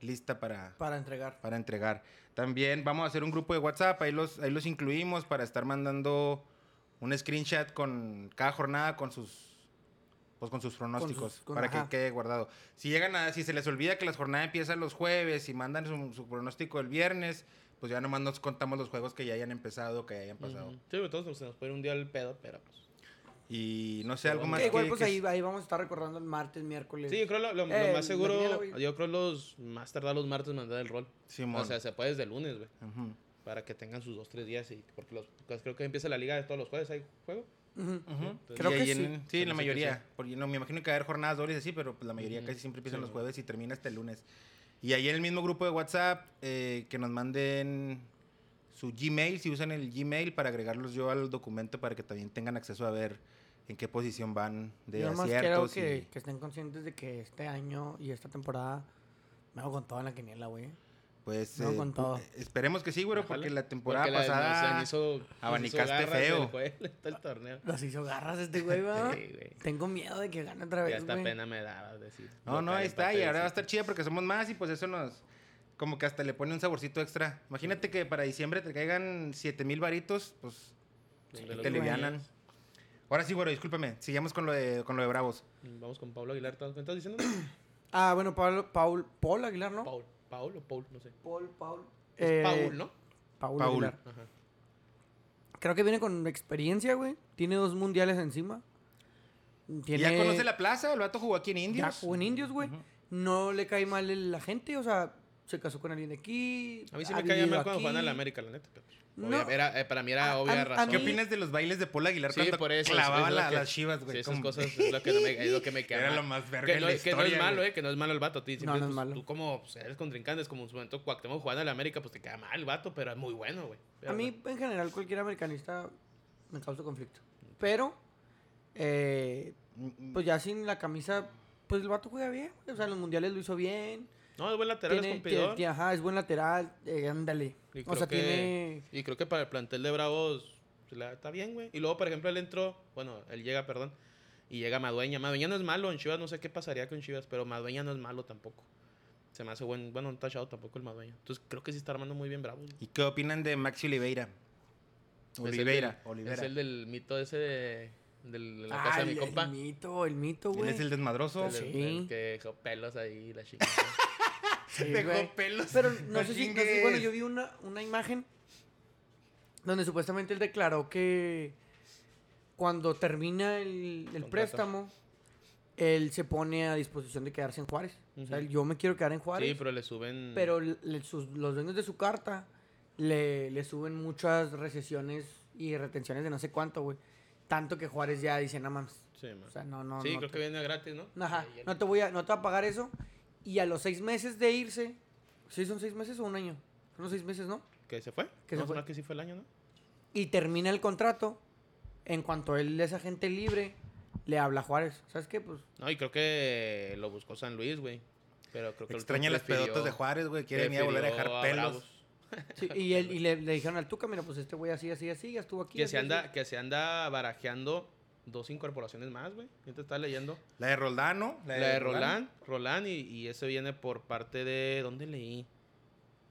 [SPEAKER 2] lista para,
[SPEAKER 1] Para entregar.
[SPEAKER 2] para entregar. También vamos a hacer un grupo de WhatsApp, ahí los, ahí los incluimos para estar mandando un screenshot con cada jornada con sus pues con sus pronósticos
[SPEAKER 1] sus- con-
[SPEAKER 2] para
[SPEAKER 1] ajá.
[SPEAKER 2] que quede guardado. Si llegan a, si se les olvida que la jornada empieza los jueves y mandan su, su pronóstico el viernes, pues ya nomás nos contamos los juegos que ya hayan empezado, que ya hayan pasado.
[SPEAKER 3] Ujú. Sí, güey, todos nos- se nos puede ir un día al pedo, pero pues.
[SPEAKER 2] Y no sé, algo
[SPEAKER 3] bueno.
[SPEAKER 2] más
[SPEAKER 1] Que igual,
[SPEAKER 2] que-
[SPEAKER 1] pues
[SPEAKER 2] que-
[SPEAKER 1] ahí, ahí vamos a estar recordando el martes, miércoles.
[SPEAKER 3] Sí, yo creo lo, lo- lo
[SPEAKER 1] Eh,
[SPEAKER 3] más
[SPEAKER 1] mañana,
[SPEAKER 3] seguro.
[SPEAKER 1] güey.
[SPEAKER 3] Yo creo los más tardar los martes mandar el rol.
[SPEAKER 2] Simón.
[SPEAKER 3] O sea, se puede desde el lunes, güey.
[SPEAKER 2] Ujú.
[SPEAKER 3] Para que tengan sus dos, tres días. Y, porque los, pues, creo que empieza la liga de todos los jueves. ¿Hay juego?
[SPEAKER 1] Ujú.
[SPEAKER 2] Ujú.
[SPEAKER 3] Entonces,
[SPEAKER 1] Creo
[SPEAKER 2] Y
[SPEAKER 1] que
[SPEAKER 2] ahí
[SPEAKER 1] sí.
[SPEAKER 2] en-
[SPEAKER 3] Se
[SPEAKER 2] Sí,
[SPEAKER 3] me
[SPEAKER 2] la
[SPEAKER 3] hace que sí.
[SPEAKER 2] mayoría. Porque no, me imagino que va a haber jornadas dobles así, pero pues, la mayoría
[SPEAKER 3] Ujú.
[SPEAKER 2] casi siempre empiezan
[SPEAKER 3] Sí,
[SPEAKER 2] los
[SPEAKER 3] güey.
[SPEAKER 2] jueves y termina hasta el lunes. Y ahí en el mismo grupo de WhatsApp, eh, que nos manden su Gmail, si usan el Gmail, para agregarlos yo al documento para que también tengan acceso a ver en qué posición van de
[SPEAKER 1] Yo más quiero
[SPEAKER 2] aciertos.
[SPEAKER 1] que,
[SPEAKER 2] y-
[SPEAKER 1] que estén conscientes de que este año y esta temporada me hago con toda la quiniela, güey.
[SPEAKER 2] pues
[SPEAKER 1] No, con todo.
[SPEAKER 2] esperemos que sí, güero, porque
[SPEAKER 3] Ojalá.
[SPEAKER 2] la temporada
[SPEAKER 3] Porque la-
[SPEAKER 2] pasada...
[SPEAKER 3] nos- se hizo- nos hizo
[SPEAKER 2] abanicaste
[SPEAKER 3] garras el
[SPEAKER 2] feo.
[SPEAKER 3] juego, todo el torneo.
[SPEAKER 1] Los hizo garras este güey, ¿va?
[SPEAKER 3] Sí, güey.
[SPEAKER 1] Tengo miedo de que gane otra vez,
[SPEAKER 3] Ya hasta
[SPEAKER 1] güey.
[SPEAKER 3] pena me daba decir.
[SPEAKER 2] No, no, ahí está. Y
[SPEAKER 3] Empate,
[SPEAKER 2] ahora va a
[SPEAKER 3] decir.
[SPEAKER 2] estar chida porque somos más y pues eso nos... Como que hasta le pone un saborcito extra. Imagínate que para diciembre te caigan 7 mil varitos, pues...
[SPEAKER 3] Donde
[SPEAKER 2] te
[SPEAKER 3] lo
[SPEAKER 2] livianan. Ahora sí, güero, discúlpame. Sigamos con lo de, con lo de Bravos.
[SPEAKER 3] ponías. Vamos con Pablo Aguilar. ¿Te das cuenta diciendo?
[SPEAKER 1] Ah, bueno, Paul, Paul, Paul Aguilar, ¿no?
[SPEAKER 3] Paul. Paul o Paul, no sé.
[SPEAKER 1] Paul, Paul. Eh,
[SPEAKER 3] Es Paul, ¿no?
[SPEAKER 1] Paul,
[SPEAKER 2] Paul.
[SPEAKER 1] Aguilar.
[SPEAKER 3] Ajá.
[SPEAKER 1] Creo que viene con experiencia, güey. Tiene dos mundiales encima.
[SPEAKER 2] ¿Y
[SPEAKER 1] Tiene...
[SPEAKER 2] ya conoce la plaza? El vato jugó aquí en
[SPEAKER 1] Ya
[SPEAKER 2] Indios.
[SPEAKER 1] jugó en Indios, güey. No le cae mal el- la gente, o sea, se casó con alguien de aquí.
[SPEAKER 3] A mí sí
[SPEAKER 1] ha
[SPEAKER 3] me caía
[SPEAKER 1] vivido
[SPEAKER 3] mal cuando jugaban
[SPEAKER 1] aquí.
[SPEAKER 3] a la América, la neta. pero, pues,
[SPEAKER 1] No. Ah,
[SPEAKER 3] obvia- era, eh, para mí
[SPEAKER 1] A-
[SPEAKER 3] era
[SPEAKER 1] a-
[SPEAKER 3] obvia
[SPEAKER 1] a
[SPEAKER 3] razón.
[SPEAKER 2] ¿Qué
[SPEAKER 1] mí-
[SPEAKER 2] opinas de los bailes de Paul Aguilar
[SPEAKER 3] Sí,
[SPEAKER 2] cuando
[SPEAKER 3] por eso.
[SPEAKER 2] clavaba
[SPEAKER 3] es lo
[SPEAKER 2] la-
[SPEAKER 3] que-
[SPEAKER 2] las chivas, güey?
[SPEAKER 3] sí, esas
[SPEAKER 2] Como-
[SPEAKER 3] cosas es lo que no me, es lo que me queda
[SPEAKER 2] Era
[SPEAKER 3] mal.
[SPEAKER 2] lo más verga
[SPEAKER 3] Que
[SPEAKER 2] en
[SPEAKER 3] no,
[SPEAKER 2] la
[SPEAKER 3] que no es
[SPEAKER 2] historia,
[SPEAKER 3] malo,
[SPEAKER 2] güey.
[SPEAKER 3] eh, que no es malo el vato. a ti siempre,
[SPEAKER 1] no es
[SPEAKER 3] pues,
[SPEAKER 1] malo.
[SPEAKER 3] Tú como pues, eres contrincante, es como en su momento Cuauhtémoc jugando a la América, pues te queda mal el vato, pero es muy bueno, güey.
[SPEAKER 1] A mí, en general, cualquier americanista me causa conflicto. Pero, eh,
[SPEAKER 2] Mm,
[SPEAKER 1] pues ya sin la camisa, pues el vato juega bien. O sea, en los mundiales lo hizo bien.
[SPEAKER 3] No, es buen lateral, es
[SPEAKER 1] Tiene,
[SPEAKER 3] competidor.
[SPEAKER 1] tiene- tiene- ajá, es buen lateral. eh, ándale.
[SPEAKER 3] Y creo
[SPEAKER 1] O sea,
[SPEAKER 3] que-
[SPEAKER 1] tiene...
[SPEAKER 3] Y creo que para el plantel de Bravos se la- está bien, güey. Y luego, por ejemplo, él entró, bueno, él llega, perdón, y llega Madueña. Madueña no es malo, en Chivas no sé qué pasaría con Chivas, pero Madueña no es malo tampoco. Se me hace buen, bueno, un tachado tampoco el Madueña. Entonces creo que sí está armando muy bien Bravos. güey.
[SPEAKER 2] ¿Y qué opinan de Maxi Oliveira?
[SPEAKER 3] Es el
[SPEAKER 2] Oliveira.
[SPEAKER 3] del-
[SPEAKER 2] Oliveira.
[SPEAKER 3] Es el del mito ese de, del- de la casa
[SPEAKER 1] Ah,
[SPEAKER 3] de mi
[SPEAKER 1] el-
[SPEAKER 3] compa.
[SPEAKER 1] El mito, el mito,
[SPEAKER 2] Él
[SPEAKER 1] güey.
[SPEAKER 2] es el desmadroso.
[SPEAKER 3] El,
[SPEAKER 1] Sí.
[SPEAKER 3] Pues el que dejó pelos ahí, la chingada.
[SPEAKER 1] Sí,
[SPEAKER 2] Dejó
[SPEAKER 1] güey.
[SPEAKER 2] pelos.
[SPEAKER 1] Pero no
[SPEAKER 2] No
[SPEAKER 1] sé si, no sé-
[SPEAKER 2] chingues.
[SPEAKER 1] bueno, yo vi una, una imagen donde supuestamente él declaró que cuando termina el, el
[SPEAKER 3] Contrato.
[SPEAKER 1] préstamo, él se pone a disposición de quedarse en Juárez. O sea,
[SPEAKER 3] Ujú. mm.
[SPEAKER 1] él, yo me quiero quedar en Juárez,
[SPEAKER 3] sí, pero le suben.
[SPEAKER 1] pero le- sus- los dueños de su carta le, le suben muchas recesiones y retenciones de no sé cuánto, güey. Tanto que Juárez ya dice, no mames.
[SPEAKER 3] Sí, man.
[SPEAKER 1] O sea, no, no.
[SPEAKER 3] sí
[SPEAKER 1] no
[SPEAKER 3] creo
[SPEAKER 1] te-
[SPEAKER 3] que viene gratis, ¿no?
[SPEAKER 1] Ajá,
[SPEAKER 3] Ahí, ahí.
[SPEAKER 1] no te, voy a, no te voy a pagar eso. Y a los seis meses de irse, ¿sí son seis meses o un año? Son los seis meses, ¿no?
[SPEAKER 3] ¿Que se fue?
[SPEAKER 1] Que
[SPEAKER 3] no,
[SPEAKER 1] se fue.
[SPEAKER 3] no, que sí fue el año, ¿no?
[SPEAKER 1] Y termina el contrato. En cuanto él es agente libre, le habla a Juárez. ¿Sabes qué? Pues
[SPEAKER 3] No, y creo que lo buscó San Luis, güey. Pero creo que
[SPEAKER 2] Extraña las pedotas de Juárez, güey. Quiere venir a volver a dejar pelos.
[SPEAKER 1] Sí, y él, y le, le dijeron al Tuca, mira, pues este güey así, así, así, ya estuvo aquí.
[SPEAKER 3] Que
[SPEAKER 1] así,
[SPEAKER 3] se, anda,
[SPEAKER 1] así".
[SPEAKER 3] que se anda barajeando dos incorporaciones más, güey. ¿Quién te está leyendo?
[SPEAKER 2] La de Roldano.
[SPEAKER 3] La de Roland. Roland y, y ese viene por parte de... ¿Dónde leí?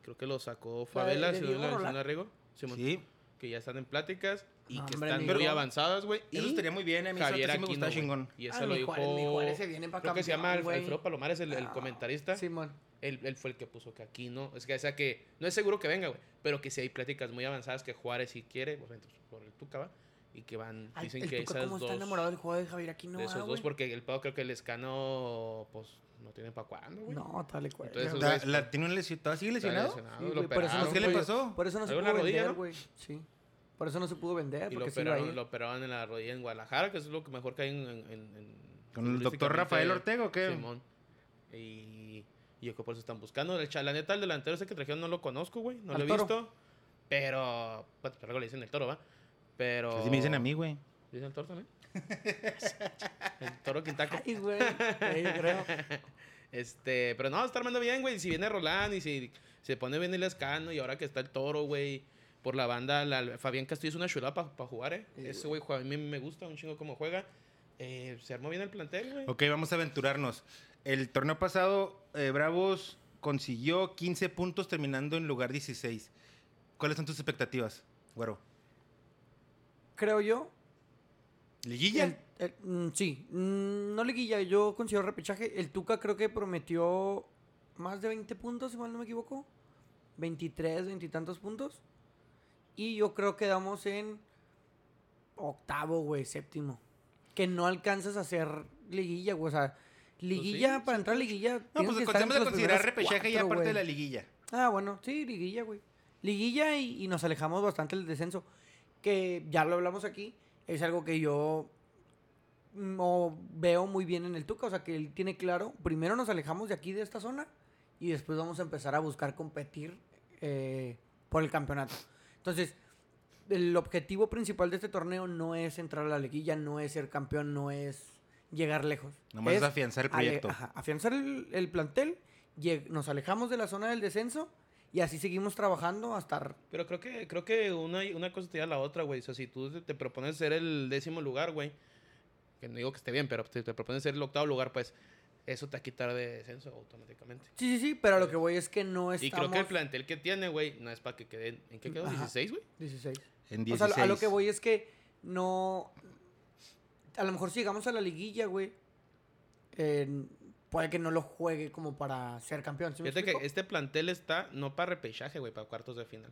[SPEAKER 3] Creo que lo sacó Favela,
[SPEAKER 1] de
[SPEAKER 3] si no
[SPEAKER 1] Diego
[SPEAKER 3] la mencionó
[SPEAKER 1] Roland.
[SPEAKER 3] Arrigo. Simón.
[SPEAKER 2] Sí.
[SPEAKER 3] Que ya están en pláticas y
[SPEAKER 1] No,
[SPEAKER 3] que
[SPEAKER 1] hombre,
[SPEAKER 3] están
[SPEAKER 1] mi
[SPEAKER 3] muy
[SPEAKER 1] bro.
[SPEAKER 3] avanzadas, güey.
[SPEAKER 2] Pues, Eso
[SPEAKER 3] Y
[SPEAKER 2] estaría muy bien. A mí esa
[SPEAKER 3] Javier
[SPEAKER 2] nota sí me
[SPEAKER 3] Aquino,
[SPEAKER 2] gustaba
[SPEAKER 3] güey.
[SPEAKER 2] chingón.
[SPEAKER 3] Y esa
[SPEAKER 1] Ah,
[SPEAKER 3] lo
[SPEAKER 1] mi
[SPEAKER 3] dijo...
[SPEAKER 1] Juárez- mi Juárez se viene pa'
[SPEAKER 3] Creo que se llama
[SPEAKER 1] campeón,
[SPEAKER 3] Al-
[SPEAKER 1] güey.
[SPEAKER 3] Alfredo Palomares, el, el
[SPEAKER 1] Ah,
[SPEAKER 3] comentarista.
[SPEAKER 1] Simón.
[SPEAKER 3] Él, él fue el que puso que aquí no. Es que, o sea, que no es seguro que venga, güey. Pero que si hay pláticas muy avanzadas que Juárez sí quiere, por ejemplo, por el Tuca, va, Y que van,
[SPEAKER 1] Al-
[SPEAKER 3] dicen
[SPEAKER 1] el
[SPEAKER 3] que
[SPEAKER 1] Tuca,
[SPEAKER 3] esas
[SPEAKER 1] ¿cómo
[SPEAKER 3] dos.
[SPEAKER 1] está enamorado del jugador de Javier Aquino?
[SPEAKER 3] de esos
[SPEAKER 1] ah,
[SPEAKER 3] dos,
[SPEAKER 1] güey?
[SPEAKER 3] porque el pedo creo que el escano, pues, no tiene para cuándo, güey.
[SPEAKER 1] No, tal cual.
[SPEAKER 3] Entonces,
[SPEAKER 1] Sí,
[SPEAKER 3] esos
[SPEAKER 2] La-
[SPEAKER 3] Ah, güeyes-
[SPEAKER 2] la- ¿Tiene un lesionado? ¿Todavía sigue
[SPEAKER 3] Está
[SPEAKER 2] lesionado?
[SPEAKER 3] lesionado,
[SPEAKER 1] güey, por eso
[SPEAKER 3] lo
[SPEAKER 1] no
[SPEAKER 3] operaron,
[SPEAKER 1] se
[SPEAKER 2] ¿Qué le
[SPEAKER 1] pudo-
[SPEAKER 2] pasó?
[SPEAKER 1] Por eso no se
[SPEAKER 3] ¿Alguna
[SPEAKER 1] pudo
[SPEAKER 3] rodilla,
[SPEAKER 1] vender,
[SPEAKER 3] no?
[SPEAKER 1] güey. Sí. Por eso no se pudo vender,
[SPEAKER 3] y lo
[SPEAKER 1] Ah, porque se iba a
[SPEAKER 3] operaron,
[SPEAKER 1] ir.
[SPEAKER 3] lo operaron en la rodilla en Guadalajara, que es lo que mejor que hay en. en- en- en-
[SPEAKER 2] ¿Con el doctor Rafael Ortega o qué?
[SPEAKER 3] Simón. Y, y yo creo que por eso están buscando. El chalaneta, el delantero ese que trajeron, no lo conozco, güey. No
[SPEAKER 1] Al
[SPEAKER 3] lo he
[SPEAKER 1] Toro.
[SPEAKER 3] visto. Pero. Bueno, pero algo le dicen el toro, ¿va? Pero.
[SPEAKER 2] Así me dicen a mí, güey.
[SPEAKER 3] ¿Dicen el toro también? el toro Quintaco.
[SPEAKER 1] Ay, güey. ahí creo.
[SPEAKER 3] Este, pero no, está armando bien, güey. Y Si viene Roland y si se pone bien el escano y ahora que está el toro, güey. Por la banda, la- Fabián Castillo es una chulada para jugar, ¿eh?
[SPEAKER 1] Sí,
[SPEAKER 3] Ese güey juega- a mí me gusta un chingo cómo juega. Eh, se armó bien el plantel, güey.
[SPEAKER 2] Ok, vamos a aventurarnos. El torneo pasado, eh, Bravos consiguió 15 puntos terminando en lugar 16. ¿Cuáles son tus expectativas, güero?
[SPEAKER 1] Creo yo.
[SPEAKER 2] ¿Liguilla?
[SPEAKER 1] el- el- mm, sí. Mm, No liguilla, yo considero repechaje. El Tuca creo que prometió más de 20 puntos, igual no me equivoco. 23, 20 y tantos puntos. Y yo creo que damos en octavo, güey, séptimo. Que no alcanzas a hacer liguilla, güey. O sea,
[SPEAKER 2] Pues
[SPEAKER 1] liguilla,
[SPEAKER 3] sí,
[SPEAKER 1] para entrar a liguilla.
[SPEAKER 2] No,
[SPEAKER 1] tienes
[SPEAKER 2] pues
[SPEAKER 1] que estar
[SPEAKER 2] tenemos
[SPEAKER 1] entre
[SPEAKER 2] que
[SPEAKER 1] los
[SPEAKER 2] considerar
[SPEAKER 1] primeros
[SPEAKER 2] repechaje ya
[SPEAKER 1] cuatro,
[SPEAKER 2] aparte de la
[SPEAKER 1] güey.
[SPEAKER 2] liguilla.
[SPEAKER 1] Ah, bueno, sí, liguilla, güey. Liguilla y, y nos alejamos bastante del descenso. Que ya lo hablamos aquí, es algo que yo no veo muy bien en el Tuca. O sea, que él tiene claro, primero nos alejamos de aquí, de esta zona, y después vamos a empezar a buscar competir eh, por el campeonato. Entonces, el objetivo principal de este torneo no es entrar a la liguilla, no es ser campeón, no es llegar lejos.
[SPEAKER 2] Nomás es
[SPEAKER 1] Es
[SPEAKER 2] afianzar el
[SPEAKER 1] ale-
[SPEAKER 2] proyecto.
[SPEAKER 1] ajá, afianzar el, el plantel, lleg- nos alejamos de la zona del descenso y así seguimos trabajando hasta...
[SPEAKER 3] Pero creo que, creo que una, una cosa te lleva a la otra, güey. O sea, si tú te- te propones ser el décimo lugar, güey, que no digo que esté bien, pero si te propones ser el octavo lugar, pues eso te va a quitar de descenso automáticamente.
[SPEAKER 1] Sí, sí, sí, pero a lo que voy es que no
[SPEAKER 3] Y
[SPEAKER 1] estamos...
[SPEAKER 3] creo que el plantel que tiene, güey, no es para que queden. ¿En qué quedó?
[SPEAKER 1] Ajá.
[SPEAKER 3] ¿16, güey?
[SPEAKER 1] 16.
[SPEAKER 2] En
[SPEAKER 1] O
[SPEAKER 2] 16.
[SPEAKER 1] sea, a lo- a lo que voy es que no... A lo mejor si llegamos a la liguilla, güey, eh, puede que no lo juegue como para ser campeón. ¿sí me
[SPEAKER 3] Fíjate
[SPEAKER 1] explico?
[SPEAKER 3] que este plantel está no para repechaje, güey, para cuartos de final.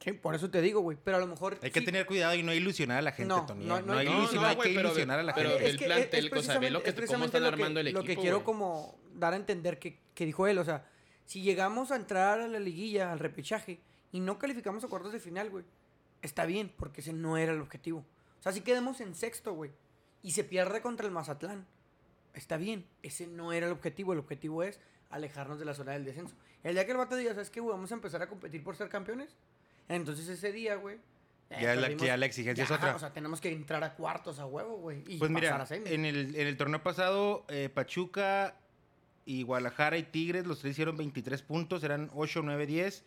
[SPEAKER 1] Sí, por eso te digo, güey, pero a lo mejor...
[SPEAKER 2] Hay que
[SPEAKER 1] sí-
[SPEAKER 2] tener cuidado y no ilusionar a la gente,
[SPEAKER 1] No,
[SPEAKER 2] Tony. ¿eh?
[SPEAKER 1] no,
[SPEAKER 2] No,
[SPEAKER 1] no,
[SPEAKER 2] no hay
[SPEAKER 1] no,
[SPEAKER 2] ilusión-
[SPEAKER 3] no,
[SPEAKER 2] hay
[SPEAKER 3] güey,
[SPEAKER 2] que
[SPEAKER 3] pero-
[SPEAKER 2] ilusionar a la
[SPEAKER 3] pero-
[SPEAKER 2] gente.
[SPEAKER 3] el plantel, o sea, ve
[SPEAKER 1] precisamente- es
[SPEAKER 3] lo que- cómo están
[SPEAKER 1] precisamente lo
[SPEAKER 3] armando el
[SPEAKER 1] Lo que
[SPEAKER 3] equipo,
[SPEAKER 1] quiero
[SPEAKER 3] güey.
[SPEAKER 1] como dar a entender que, que dijo él, o sea, si llegamos a entrar a la liguilla, al repechaje, y no calificamos a cuartos de final, güey, está bien, porque ese no era el objetivo. O sea, si quedamos en sexto, güey, y se pierde contra el Mazatlán, está bien, ese no era el objetivo, el objetivo es alejarnos de la zona del descenso. El día que el vato diga, ¿sabes qué, güey? Vamos a empezar a competir por ser campeones. Entonces ese día, güey... eh,
[SPEAKER 2] Ya la-
[SPEAKER 1] perdimos-
[SPEAKER 2] ya la exigencia es
[SPEAKER 1] Ya,
[SPEAKER 2] otra.
[SPEAKER 1] O sea, tenemos que entrar a cuartos a huevo, güey. Y
[SPEAKER 2] Pues
[SPEAKER 1] pasar
[SPEAKER 2] mira,
[SPEAKER 1] a semis.
[SPEAKER 2] en el, en el torneo pasado, eh, Pachuca y Guadalajara y Tigres, los tres hicieron 23 puntos, eran 8, 9, 10.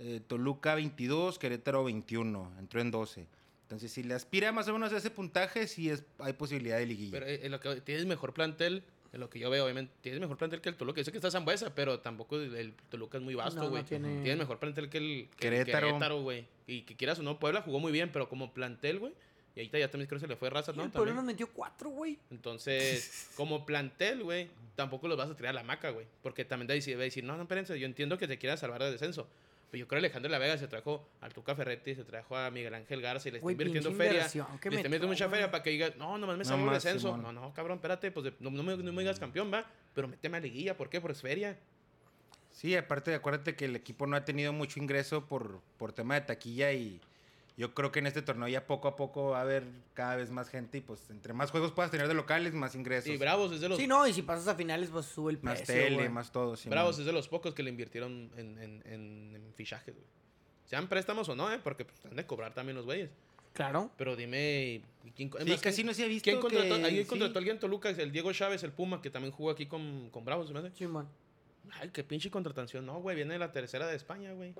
[SPEAKER 2] Eh, Toluca 22, Querétaro 21, entró en 12. Entonces, si le aspira más o menos a ese puntaje, sí es, hay posibilidad de liguilla.
[SPEAKER 3] Pero eh, en lo que tienes mejor plantel, en lo que yo veo, obviamente, tienes mejor plantel que el Toluca. Yo sé que está Zambuesa, pero tampoco el, el Toluca es muy vasto,
[SPEAKER 1] No, no
[SPEAKER 3] güey.
[SPEAKER 1] tiene-
[SPEAKER 3] Tienes mejor plantel que el que el
[SPEAKER 2] Querétaro.
[SPEAKER 3] Querétaro, güey. Y que quieras o no, Puebla jugó muy bien, pero como plantel, güey. Y ahorita ya también creo que se le fue raza,
[SPEAKER 1] Y
[SPEAKER 3] ¿no?
[SPEAKER 1] el pueblo
[SPEAKER 3] También.
[SPEAKER 1] nos metió cuatro, güey.
[SPEAKER 3] Entonces, como plantel, güey, tampoco los vas a tirar a la maca, güey. Porque también te va a decir- va a decir, no, no, espérense, yo entiendo que te quieras salvar del descenso. Pero yo creo que Alejandro de la Vega se trajo al Tuca Ferretti, se trajo a Miguel Ángel Garza y le está
[SPEAKER 1] Güey,
[SPEAKER 3] invirtiendo
[SPEAKER 1] pinche
[SPEAKER 3] feria.
[SPEAKER 1] inversión que
[SPEAKER 3] Le está
[SPEAKER 1] metió,
[SPEAKER 3] metiendo mucha
[SPEAKER 1] güey.
[SPEAKER 3] feria para que digas, no, nomás me salvo del
[SPEAKER 2] Nomás,
[SPEAKER 3] descenso.
[SPEAKER 2] Simón.
[SPEAKER 3] No, no, cabrón, espérate, pues de- no, no me, no me digas campeón, va. Pero méteme a liguilla, ¿por qué? Por es feria.
[SPEAKER 2] Sí, aparte, acuérdate que el equipo no ha tenido mucho ingreso por, por tema de taquilla y yo creo que en este torneo ya poco a poco va a haber cada vez más gente y pues entre más juegos puedas tener de locales, más ingresos.
[SPEAKER 3] Y Bravos es de los,
[SPEAKER 1] Sí, no, y si pasas a finales, pues sube el
[SPEAKER 2] Más
[SPEAKER 1] precio,
[SPEAKER 2] tele,
[SPEAKER 1] güey.
[SPEAKER 2] más todo. sí,
[SPEAKER 3] Bravos
[SPEAKER 2] man.
[SPEAKER 3] es de los pocos que le invirtieron en, en, en- en fichajes, güey. Sean préstamos o no, ¿eh? Porque pues, han de cobrar también los güeyes.
[SPEAKER 1] Claro.
[SPEAKER 3] Pero dime... ¿quién, co- es
[SPEAKER 2] Sí,
[SPEAKER 3] más,
[SPEAKER 2] casi
[SPEAKER 3] ¿quién-
[SPEAKER 2] no se ha visto
[SPEAKER 3] ¿Quién
[SPEAKER 2] que-
[SPEAKER 3] contrató? Ahí
[SPEAKER 2] sí.
[SPEAKER 3] contrató alguien en Toluca, el Diego Chávez, el Puma, que también jugó aquí con, con Bravos, ¿se me hace?
[SPEAKER 1] Simón.
[SPEAKER 3] Ay, qué pinche contratación. No, güey, viene de la tercera de España, güey.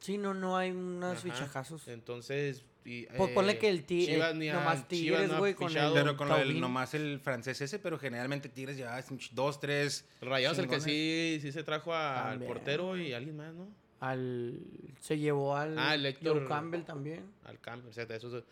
[SPEAKER 1] Sí, no, no hay unos
[SPEAKER 3] Ajá.
[SPEAKER 1] fichajazos.
[SPEAKER 3] Entonces... Y, eh,
[SPEAKER 1] Pues ponle que el ti-
[SPEAKER 3] Chivas
[SPEAKER 1] el-
[SPEAKER 3] ni ha-
[SPEAKER 1] nomás
[SPEAKER 3] Chivas
[SPEAKER 1] Tigres,
[SPEAKER 3] no ha
[SPEAKER 1] güey, con el-
[SPEAKER 3] fichado.
[SPEAKER 2] Pero con lo del
[SPEAKER 1] Taubín.
[SPEAKER 2] nomás el francés ese, pero generalmente Tigres llevaba dos, tres.
[SPEAKER 3] Rayados el que
[SPEAKER 2] chingones.
[SPEAKER 3] sí, sí se trajo a- al
[SPEAKER 1] También.
[SPEAKER 3] portero y alguien más, ¿no?
[SPEAKER 1] Al, se llevó al
[SPEAKER 3] Ah, el Héctor-
[SPEAKER 1] Joe Campbell también.
[SPEAKER 3] Al cambio, o sea, de esos...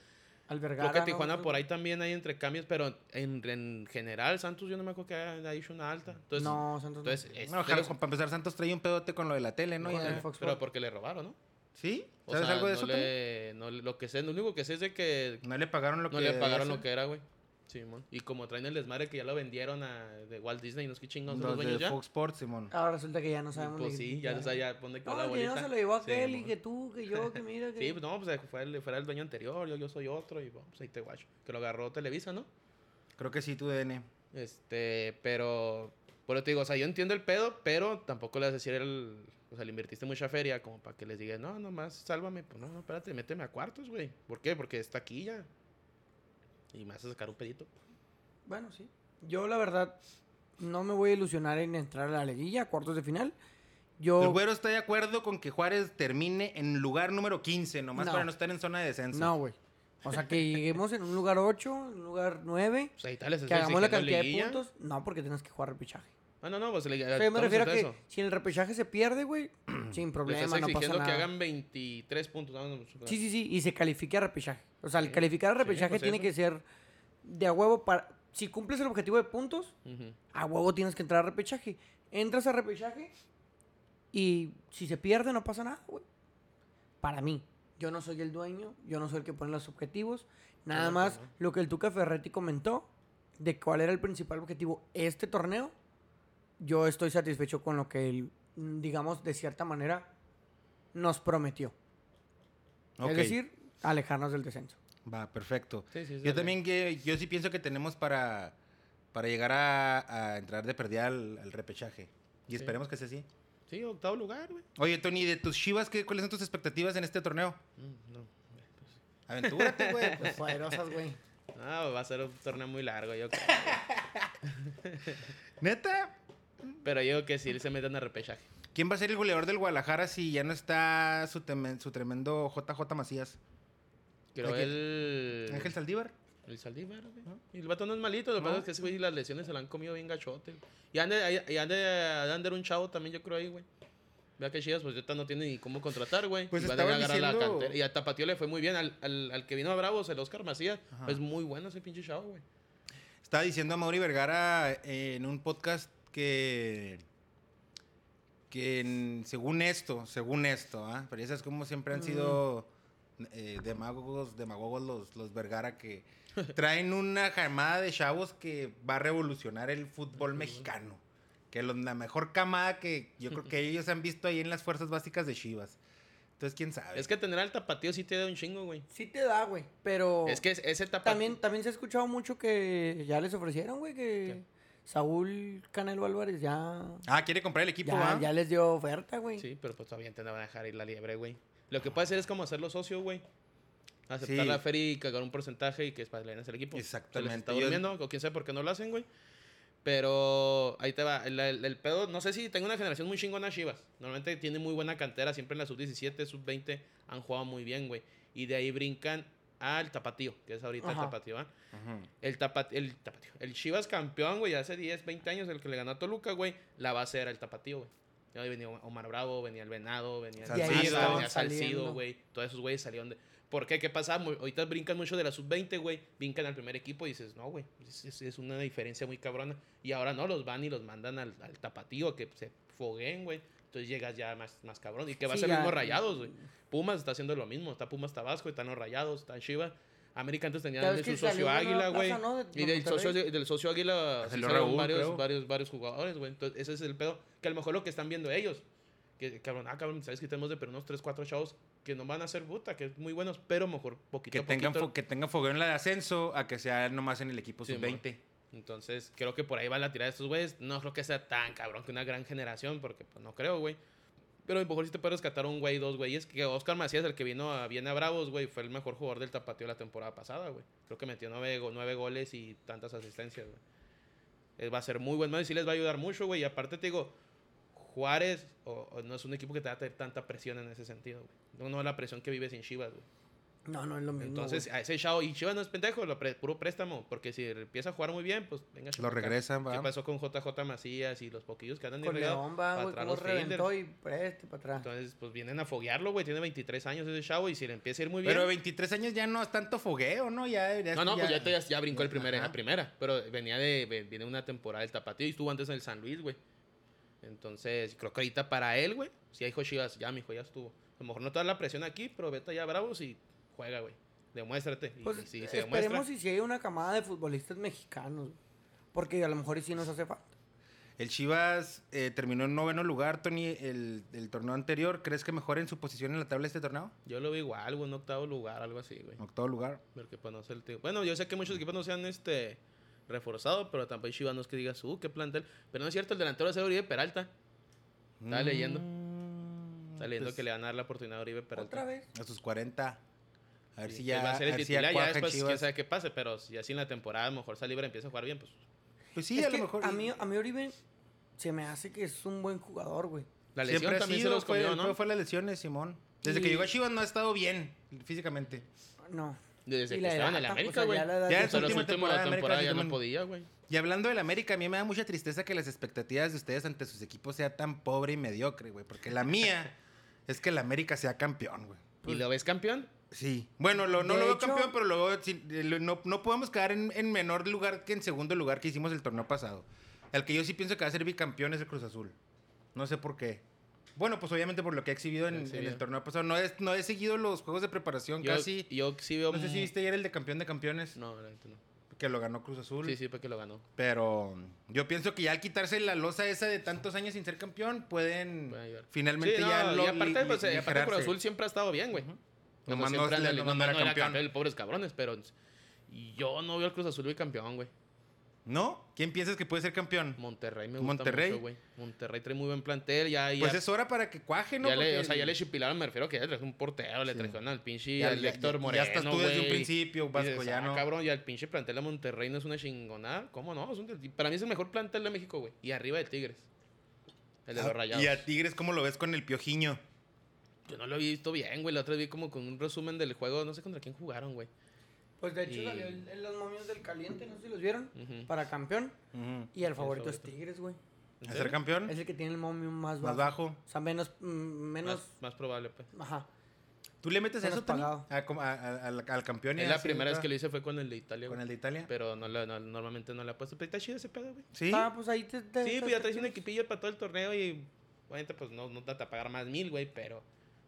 [SPEAKER 1] Al Vergara.
[SPEAKER 3] Creo que
[SPEAKER 1] ¿no?
[SPEAKER 3] Tijuana por ahí también hay entre cambios, pero en, en general Santos yo no me acuerdo que haya haya hecho una alta. Entonces,
[SPEAKER 1] no, Santos. no.
[SPEAKER 3] entonces es
[SPEAKER 2] No,
[SPEAKER 3] de
[SPEAKER 2] ojalá,
[SPEAKER 3] los-
[SPEAKER 2] para empezar, Santos traía un pedote con lo de la tele, ¿no?
[SPEAKER 1] Con
[SPEAKER 2] Ya.
[SPEAKER 1] el Fox
[SPEAKER 3] pero
[SPEAKER 1] Sports.
[SPEAKER 3] porque le robaron, ¿no?
[SPEAKER 2] ¿Sí?
[SPEAKER 3] O
[SPEAKER 2] ¿Sabes
[SPEAKER 3] sea,
[SPEAKER 2] algo de
[SPEAKER 3] no
[SPEAKER 2] eso también?
[SPEAKER 3] le, no le- lo que sé, lo único que sé es de que
[SPEAKER 2] No le pagaron lo
[SPEAKER 3] no
[SPEAKER 2] que
[SPEAKER 3] le pagaron
[SPEAKER 2] debía
[SPEAKER 3] lo que era, güey. Simón. Y como traen el desmadre que ya lo vendieron a de Walt Disney, no sé qué
[SPEAKER 2] ser.
[SPEAKER 3] chingados son los
[SPEAKER 2] Los de
[SPEAKER 3] dueños ya.
[SPEAKER 2] Fox Sports, Simón.
[SPEAKER 1] Ahora resulta que ya no sabemos.
[SPEAKER 3] pues
[SPEAKER 1] de-
[SPEAKER 3] sí, ya, o sea, ya pone que
[SPEAKER 1] No,
[SPEAKER 3] la
[SPEAKER 1] el dinero
[SPEAKER 3] bolita.
[SPEAKER 1] se lo llevó aquel y
[SPEAKER 3] Simón.
[SPEAKER 1] que tú, que yo, que mira. Que...
[SPEAKER 3] Sí, pues no, pues fue el, fue el dueño anterior, yo, yo soy otro y bueno, pues ahí te guacho. Que lo agarró Televisa, ¿no?
[SPEAKER 2] Creo que sí, tu DN.
[SPEAKER 3] Este, pero. Por eso te digo, o sea, yo entiendo el pedo, pero tampoco le vas a decir el. O sea, le invertiste mucha feria como para que les digas, no, nomás sálvame. Pues no, no, espérate, méteme a cuartos, güey. ¿Por qué? Porque está aquí ya. Y me vas a sacar un pedito.
[SPEAKER 1] Bueno, sí. Yo, la verdad, no me voy a ilusionar en entrar a la liguilla, cuartos de final. Yo.
[SPEAKER 2] El güero está de acuerdo con que Juárez termine en lugar número 15, nomás
[SPEAKER 1] No.
[SPEAKER 2] para no estar en zona de descenso.
[SPEAKER 1] No, güey. O sea, que lleguemos en un lugar 8, en un lugar 9,
[SPEAKER 3] O sea, ahí está, les
[SPEAKER 1] que
[SPEAKER 3] estás
[SPEAKER 1] hagamos la
[SPEAKER 3] exigiendo
[SPEAKER 1] cantidad
[SPEAKER 3] liguilla.
[SPEAKER 1] de puntos. No, porque tienes que jugar repechaje.
[SPEAKER 3] Ah, no, no, pues le,
[SPEAKER 1] O sea, yo me refiero a que si en el repechaje se pierde, güey, sin
[SPEAKER 3] Le
[SPEAKER 1] problema,
[SPEAKER 3] estás
[SPEAKER 1] no pasa
[SPEAKER 3] exigiendo
[SPEAKER 1] nada.
[SPEAKER 3] que hagan 23 puntos. No, no,
[SPEAKER 1] Sí, sí, sí, y se califique a repechaje. O sea, el
[SPEAKER 3] Sí,
[SPEAKER 1] calificar a
[SPEAKER 3] sí,
[SPEAKER 1] repechaje
[SPEAKER 3] pues
[SPEAKER 1] tiene
[SPEAKER 3] eso.
[SPEAKER 1] que ser de a huevo para... Si cumples el objetivo de puntos,
[SPEAKER 3] Ujú.
[SPEAKER 1] a huevo tienes que entrar a repechaje. Entras a repechaje y si se pierde no pasa nada, güey. Para mí. Yo no soy el dueño, yo no soy el que pone los objetivos. Nada
[SPEAKER 3] Claro que
[SPEAKER 1] más
[SPEAKER 3] no.
[SPEAKER 1] lo que el Tuca Ferretti comentó de cuál era el principal objetivo este torneo. Yo estoy satisfecho con lo que él, mm, digamos, de cierta manera nos prometió.
[SPEAKER 2] Ok.
[SPEAKER 1] Es decir, alejarnos del descenso.
[SPEAKER 2] Va, perfecto.
[SPEAKER 3] Sí, sí, sí,
[SPEAKER 2] Yo
[SPEAKER 3] dale.
[SPEAKER 2] también que yo sí pienso que tenemos para, para llegar a, a entrar de perdida al, al repechaje. Y
[SPEAKER 3] Sí.
[SPEAKER 2] esperemos que sea así.
[SPEAKER 3] Sí, octavo lugar, güey.
[SPEAKER 2] Oye, Tony, de tus Chivas, qué, ¿cuáles son tus expectativas en este torneo?
[SPEAKER 3] Mm, no.
[SPEAKER 2] Aventúrate, güey. pues.
[SPEAKER 1] poderosas, güey.
[SPEAKER 3] Ah, va a ser un torneo muy largo, yo creo.
[SPEAKER 2] Neta,
[SPEAKER 3] Pero yo creo que sí se meten a repechaje.
[SPEAKER 2] ¿quién va a ser el goleador del Guadalajara si ya no está su, temen- su tremendo JJ Macías?
[SPEAKER 3] Creo
[SPEAKER 2] Ángel-
[SPEAKER 3] el.
[SPEAKER 2] Ángel Saldívar.
[SPEAKER 3] El Saldívar, güey. Y el vato no es malito, lo que pasa es que ese güey las lesiones se la han comido bien gachote. Y han de, y han de, ha de andar un chavo también, yo creo ahí, güey. Vea que chivas, pues ahorita no tiene ni cómo contratar, güey.
[SPEAKER 2] Pues
[SPEAKER 3] y va a tener que
[SPEAKER 2] estaban
[SPEAKER 3] agarrar la
[SPEAKER 2] diciendo-
[SPEAKER 3] cantera. Y a Tapatío le fue muy bien. Al, al, al que vino a Bravos, el Oscar Macías,
[SPEAKER 2] Ajá.
[SPEAKER 3] pues muy bueno ese pinche chavo, güey.
[SPEAKER 2] Estaba diciendo a Mauri Vergara eh, en un podcast que. que en- según esto, según esto, ¿ah? pero ya sabes cómo siempre han sido eh, demagogos, demagogos los, los Vergara que traen una jamada de chavos que va a revolucionar el fútbol mexicano. Que los- la mejor camada que yo creo que ellos han visto ahí en las fuerzas básicas de Chivas. Entonces, quién sabe.
[SPEAKER 3] Es que tener al Tapatío sí te da un chingo, güey.
[SPEAKER 1] Sí te da, güey,
[SPEAKER 2] Oh.
[SPEAKER 1] pero...
[SPEAKER 3] Es que es- ese Tapatío.
[SPEAKER 1] También, también se ha escuchado mucho que ya les ofrecieron, güey, que Saúl Canelo Álvarez ya,
[SPEAKER 2] Ah, quiere comprar el equipo,
[SPEAKER 1] ya,
[SPEAKER 2] ¿ah?
[SPEAKER 1] ya les dio oferta, güey.
[SPEAKER 3] Sí, pero pues todavía te van a dejar ir la liebre, güey. Lo que puede hacer es como hacerlo socio, güey. Aceptar
[SPEAKER 2] Sí.
[SPEAKER 3] la feria y cagar un porcentaje y que es para el equipo. Se les
[SPEAKER 2] Exactamente.
[SPEAKER 3] está
[SPEAKER 2] Yo-
[SPEAKER 3] durmiendo, o quién sabe por qué no lo hacen, güey. Pero ahí te va. El, el- el pedo, no sé si tengo una generación muy chingona Chivas. Normalmente tiene muy buena cantera, siempre en la sub-17, sub-20 han jugado muy bien, güey. Y de ahí brincan al tapatío, que es ahorita
[SPEAKER 1] Ajá.
[SPEAKER 3] el tapatío, ¿ah?
[SPEAKER 2] Ujú.
[SPEAKER 3] El, tapat, el tapatío. El Chivas campeón, güey, hace 10, 20 años, el que le ganó a Toluca, güey, la base era el tapatío, güey. Y Ahí venía Omar Bravo, venía el Venado, venía el
[SPEAKER 2] De ahí
[SPEAKER 3] Salcido,
[SPEAKER 2] estaban
[SPEAKER 3] venía Salcido,
[SPEAKER 1] saliendo.
[SPEAKER 3] güey. Todos esos güeyes salieron de... ¿Por qué? ¿Qué pasa? Mu- Ahorita brincan mucho de la sub-20, güey. Brincan al primer equipo y dices, no, güey, es, es- es una diferencia muy cabrona. Y ahora no, los van y los mandan al, al tapatío a que se fogueen, güey. Entonces llegas ya más, más cabrón. Y que va
[SPEAKER 1] Sí,
[SPEAKER 3] a ser
[SPEAKER 1] ya.
[SPEAKER 3] mismo rayados, güey. Pumas está haciendo lo mismo. Está Pumas Tabasco, están los rayados, están Chivas. América antes tenía
[SPEAKER 1] Ya
[SPEAKER 3] de
[SPEAKER 1] ves que
[SPEAKER 3] su socio
[SPEAKER 1] salió una
[SPEAKER 3] Águila, güey.
[SPEAKER 1] plaza, ¿no? De-
[SPEAKER 3] Y
[SPEAKER 1] de
[SPEAKER 3] del socio,
[SPEAKER 1] Monterrey.
[SPEAKER 3] del socio Águila
[SPEAKER 2] Ah,
[SPEAKER 3] sí
[SPEAKER 2] salió
[SPEAKER 3] salieron
[SPEAKER 2] Raúl,
[SPEAKER 3] varios,
[SPEAKER 2] creo.
[SPEAKER 3] varios, varios jugadores, güey. Entonces, ese es el pedo. Que a lo mejor lo que están viendo ellos. Que, cabrón, ah, cabrón, sabes que tenemos de pero unos 3, 4 chavos que no van a ser puta, que es muy buenos, pero mejor poquito
[SPEAKER 2] Que
[SPEAKER 3] a
[SPEAKER 2] tengan,
[SPEAKER 3] poquito.
[SPEAKER 2] fo- que tengan fogueo en la de ascenso a que sea nomás en el equipo
[SPEAKER 3] Sí,
[SPEAKER 2] sub-20.
[SPEAKER 3] Entonces, creo que por ahí va la tirada de estos güeyes. No creo que sea tan cabrón que una gran generación, porque pues no creo, güey. Pero a lo mejor sí te puede rescatar un güey, dos güeyes. Que Oscar Macías, el que vino a, viene a Bravos, güey, fue el mejor jugador del tapateo la temporada pasada, güey. Creo que metió nueve, go- nueve goles y tantas asistencias, güey. Él va a ser muy bueno y sí les va a ayudar mucho, güey. Y aparte te digo, Juárez o- o no es un equipo que te va a tener tanta presión en ese sentido, güey. No, no es la presión que vives en Chivas, güey.
[SPEAKER 1] No, no es lo mismo.
[SPEAKER 3] Entonces,
[SPEAKER 1] güey.
[SPEAKER 3] a ese chavo, y Chivas no es pendejo, lo pre- puro préstamo, porque si empieza a jugar muy bien, pues venga.
[SPEAKER 2] Lo
[SPEAKER 3] chamaca.
[SPEAKER 2] regresan,
[SPEAKER 3] ¿Qué
[SPEAKER 2] va.
[SPEAKER 3] pasó con JJ Macías y los poquillos que andan
[SPEAKER 1] con
[SPEAKER 3] regados?
[SPEAKER 1] León va,
[SPEAKER 3] Para
[SPEAKER 1] güey,
[SPEAKER 3] atrás
[SPEAKER 1] cómo
[SPEAKER 3] los Fielders.
[SPEAKER 1] reventó y preste para atrás.
[SPEAKER 3] Entonces, pues vienen a foguearlo, güey. Tiene 23 años ese chavo y si le empieza a ir muy bien.
[SPEAKER 2] Pero 23 años ya no es tanto fogueo, ¿no? Ya deberías-
[SPEAKER 3] no, no, pues ya, te- ya brincó el primer,
[SPEAKER 2] Ajá.
[SPEAKER 3] la primera. Pero venía de. ve- Viene una temporada del Tapatío y estuvo antes en el San Luis, güey. Entonces, creo que ahorita para él, güey. Si dijo Chivas, ya, mijo, ya estuvo. A lo mejor no te da la presión aquí, pero vete allá, bravos y juega, güey. Demuéstrate. Y,
[SPEAKER 1] Pues
[SPEAKER 3] y si se demuestra.
[SPEAKER 1] esperemos y si hay una camada de futbolistas mexicanos. güey. Porque a lo mejor y sí nos hace falta.
[SPEAKER 2] El Chivas eh, terminó en noveno lugar, Tony, el, el torneo anterior. ¿Crees que mejoren su posición en la tabla de este torneo?
[SPEAKER 3] Yo lo veo igual, güey, en octavo lugar, algo así, güey.
[SPEAKER 2] En octavo lugar.
[SPEAKER 3] Porque pues no sé el tío. Bueno, yo sé que muchos equipos no se han este, reforzado, pero tampoco hay chivanos que digas, uh, qué plantel. Pero no es cierto, el delantero es Oribe Peralta.
[SPEAKER 2] Mm.
[SPEAKER 3] Estaba leyendo. Está leyendo que le van a dar la oportunidad a Oribe Peralta.
[SPEAKER 1] Mm, pues, Otra vez.
[SPEAKER 2] Pues, A sus 40. A ver
[SPEAKER 3] Sí,
[SPEAKER 2] si
[SPEAKER 3] él
[SPEAKER 2] ya.
[SPEAKER 3] va a ser
[SPEAKER 2] a
[SPEAKER 3] el
[SPEAKER 2] ver si ya
[SPEAKER 3] titular, ya
[SPEAKER 2] cuaja en
[SPEAKER 3] después quién
[SPEAKER 2] Chivas.
[SPEAKER 3] sabe qué pase, pero si así en la temporada a lo mejor Salibre empieza a jugar bien, pues
[SPEAKER 2] Pues sí,
[SPEAKER 1] Es
[SPEAKER 2] a lo
[SPEAKER 1] que
[SPEAKER 2] mejor.
[SPEAKER 1] A mí, a mí Oribe se me hace que es un buen jugador, güey.
[SPEAKER 3] la lesión
[SPEAKER 2] Siempre ha
[SPEAKER 3] también
[SPEAKER 2] sido,
[SPEAKER 3] se los
[SPEAKER 2] fue,
[SPEAKER 3] comió,
[SPEAKER 2] el
[SPEAKER 3] ¿no?
[SPEAKER 2] peor fue las lesiones, Simón. Desde
[SPEAKER 1] Y-
[SPEAKER 2] que llegó a Chivas no ha estado bien físicamente.
[SPEAKER 1] No.
[SPEAKER 3] Desde
[SPEAKER 1] Y
[SPEAKER 3] que
[SPEAKER 1] la
[SPEAKER 3] estaban
[SPEAKER 1] edad,
[SPEAKER 3] en la
[SPEAKER 1] pues,
[SPEAKER 3] América,
[SPEAKER 1] o sea,
[SPEAKER 3] güey.
[SPEAKER 1] ya la edad
[SPEAKER 2] Ya
[SPEAKER 1] ya
[SPEAKER 2] en
[SPEAKER 3] O sea,
[SPEAKER 2] su
[SPEAKER 3] la
[SPEAKER 2] última
[SPEAKER 3] última
[SPEAKER 2] temporada de América
[SPEAKER 3] temporada,
[SPEAKER 2] sí
[SPEAKER 3] ya no
[SPEAKER 2] toman-
[SPEAKER 3] podía, güey.
[SPEAKER 2] Y hablando del América, a mí me da mucha tristeza que las expectativas de ustedes ante sus equipos sea tan pobre y mediocre, güey. Porque la mía es que el América sea campeón, güey.
[SPEAKER 3] ¿Y lo ves campeón?
[SPEAKER 2] Sí. Bueno, lo- no
[SPEAKER 1] De
[SPEAKER 2] lo veo
[SPEAKER 1] hecho-
[SPEAKER 2] campeón, pero lo veo sin- eh, lo- no, no podemos quedar en, en menor lugar que en segundo lugar que hicimos el torneo pasado. El que yo sí pienso que va a ser bicampeón es el Cruz Azul. No sé por qué. Bueno, pues obviamente por lo que ha exhibido en,
[SPEAKER 3] Lo
[SPEAKER 2] en
[SPEAKER 3] exhibido.
[SPEAKER 2] el torneo pasado. No he, no he seguido los juegos de preparación
[SPEAKER 3] Yo,
[SPEAKER 2] casi.
[SPEAKER 3] yo sí veo...
[SPEAKER 2] No sé si viste ayer el de campeón de campeones,
[SPEAKER 3] No, la neta no.
[SPEAKER 2] que lo ganó Cruz Azul.
[SPEAKER 3] Sí, sí, porque lo ganó.
[SPEAKER 2] Pero yo pienso que ya al quitarse la losa esa de tantos años sin ser campeón, pueden
[SPEAKER 3] Pueden ayudar.
[SPEAKER 2] finalmente ya
[SPEAKER 3] no,
[SPEAKER 2] lo
[SPEAKER 3] y aparte,
[SPEAKER 2] li-
[SPEAKER 3] pues,
[SPEAKER 2] li-
[SPEAKER 3] eh, aparte Cruz
[SPEAKER 2] ligerarse.
[SPEAKER 3] Azul siempre ha estado bien, güey. O sea,
[SPEAKER 2] Nomás no
[SPEAKER 3] siempre
[SPEAKER 2] se le-
[SPEAKER 3] anda-
[SPEAKER 2] nomás no era campeón.
[SPEAKER 3] pobres cabrones, pero yo no veo al Cruz Azul bicampeón, güey.
[SPEAKER 2] ¿No? ¿Quién piensas que puede ser campeón?
[SPEAKER 3] Monterrey me gusta
[SPEAKER 2] Monterrey.
[SPEAKER 3] mucho, güey. Monterrey trae muy buen plantel, ya, ya,
[SPEAKER 2] Pues es hora para que cuaje, ¿no?
[SPEAKER 3] ya le,
[SPEAKER 2] Porque
[SPEAKER 3] o sea, ya le chipilaron, me refiero que ya le trajeron un portero, le
[SPEAKER 2] Sí.
[SPEAKER 3] trajeron al pinche
[SPEAKER 2] Ya-
[SPEAKER 3] al
[SPEAKER 2] ya-
[SPEAKER 3] Héctor
[SPEAKER 2] ya- ya
[SPEAKER 3] Moreno,
[SPEAKER 2] estás tú desde un
[SPEAKER 3] güey.
[SPEAKER 2] principio,
[SPEAKER 3] Y
[SPEAKER 2] Vasco,
[SPEAKER 3] dices,
[SPEAKER 2] ya
[SPEAKER 3] ah,
[SPEAKER 2] no.
[SPEAKER 3] cabrón, y al pinche plantel de Monterrey no es una chingonada. ¿Cómo no? Es un- para mí es el mejor plantel de México, güey. Y arriba de Tigres. El de los
[SPEAKER 2] Ah,
[SPEAKER 3] Rayados.
[SPEAKER 2] ¿Y a Tigres cómo lo ves con el piojiño?
[SPEAKER 3] Yo no lo había visto bien, güey. La otra vez vi como con un resumen del juego. No sé contra quién jugaron, güey.
[SPEAKER 1] Pues de hecho
[SPEAKER 3] Y-
[SPEAKER 1] salió el- el- los momios del caliente, no sé si los vieron,
[SPEAKER 3] Ujú.
[SPEAKER 1] para campeón. Y el favorito es
[SPEAKER 3] favorito.
[SPEAKER 1] Tigres, güey.
[SPEAKER 3] ¿En
[SPEAKER 2] ¿A
[SPEAKER 3] serio?
[SPEAKER 2] ser campeón?
[SPEAKER 1] Es el que tiene el momio más bajo.
[SPEAKER 2] Más bajo.
[SPEAKER 1] O sea, menos. mm, menos
[SPEAKER 3] Más, más probable, pues.
[SPEAKER 1] Ajá.
[SPEAKER 2] ¿Tú le metes
[SPEAKER 1] Menos
[SPEAKER 2] eso Tony?
[SPEAKER 1] pagado.
[SPEAKER 2] A com- a- a- al, al campeón? y
[SPEAKER 3] Es la
[SPEAKER 2] así,
[SPEAKER 3] primera vez
[SPEAKER 2] ¿verdad?
[SPEAKER 3] que lo hice fue con el de Italia,
[SPEAKER 2] ¿Con
[SPEAKER 3] güey.
[SPEAKER 2] el de Italia?
[SPEAKER 3] Pero no, la- no- normalmente no la he puesto. Pero está chido ese pedo, güey.
[SPEAKER 2] Sí.
[SPEAKER 1] Ah, pues ahí te. te-
[SPEAKER 3] Sí,
[SPEAKER 1] te-
[SPEAKER 3] pues ya
[SPEAKER 1] te-
[SPEAKER 3] traes un equipillo para todo el torneo y... Obviamente, pues no, no te va a pagar más mil, güey, pero...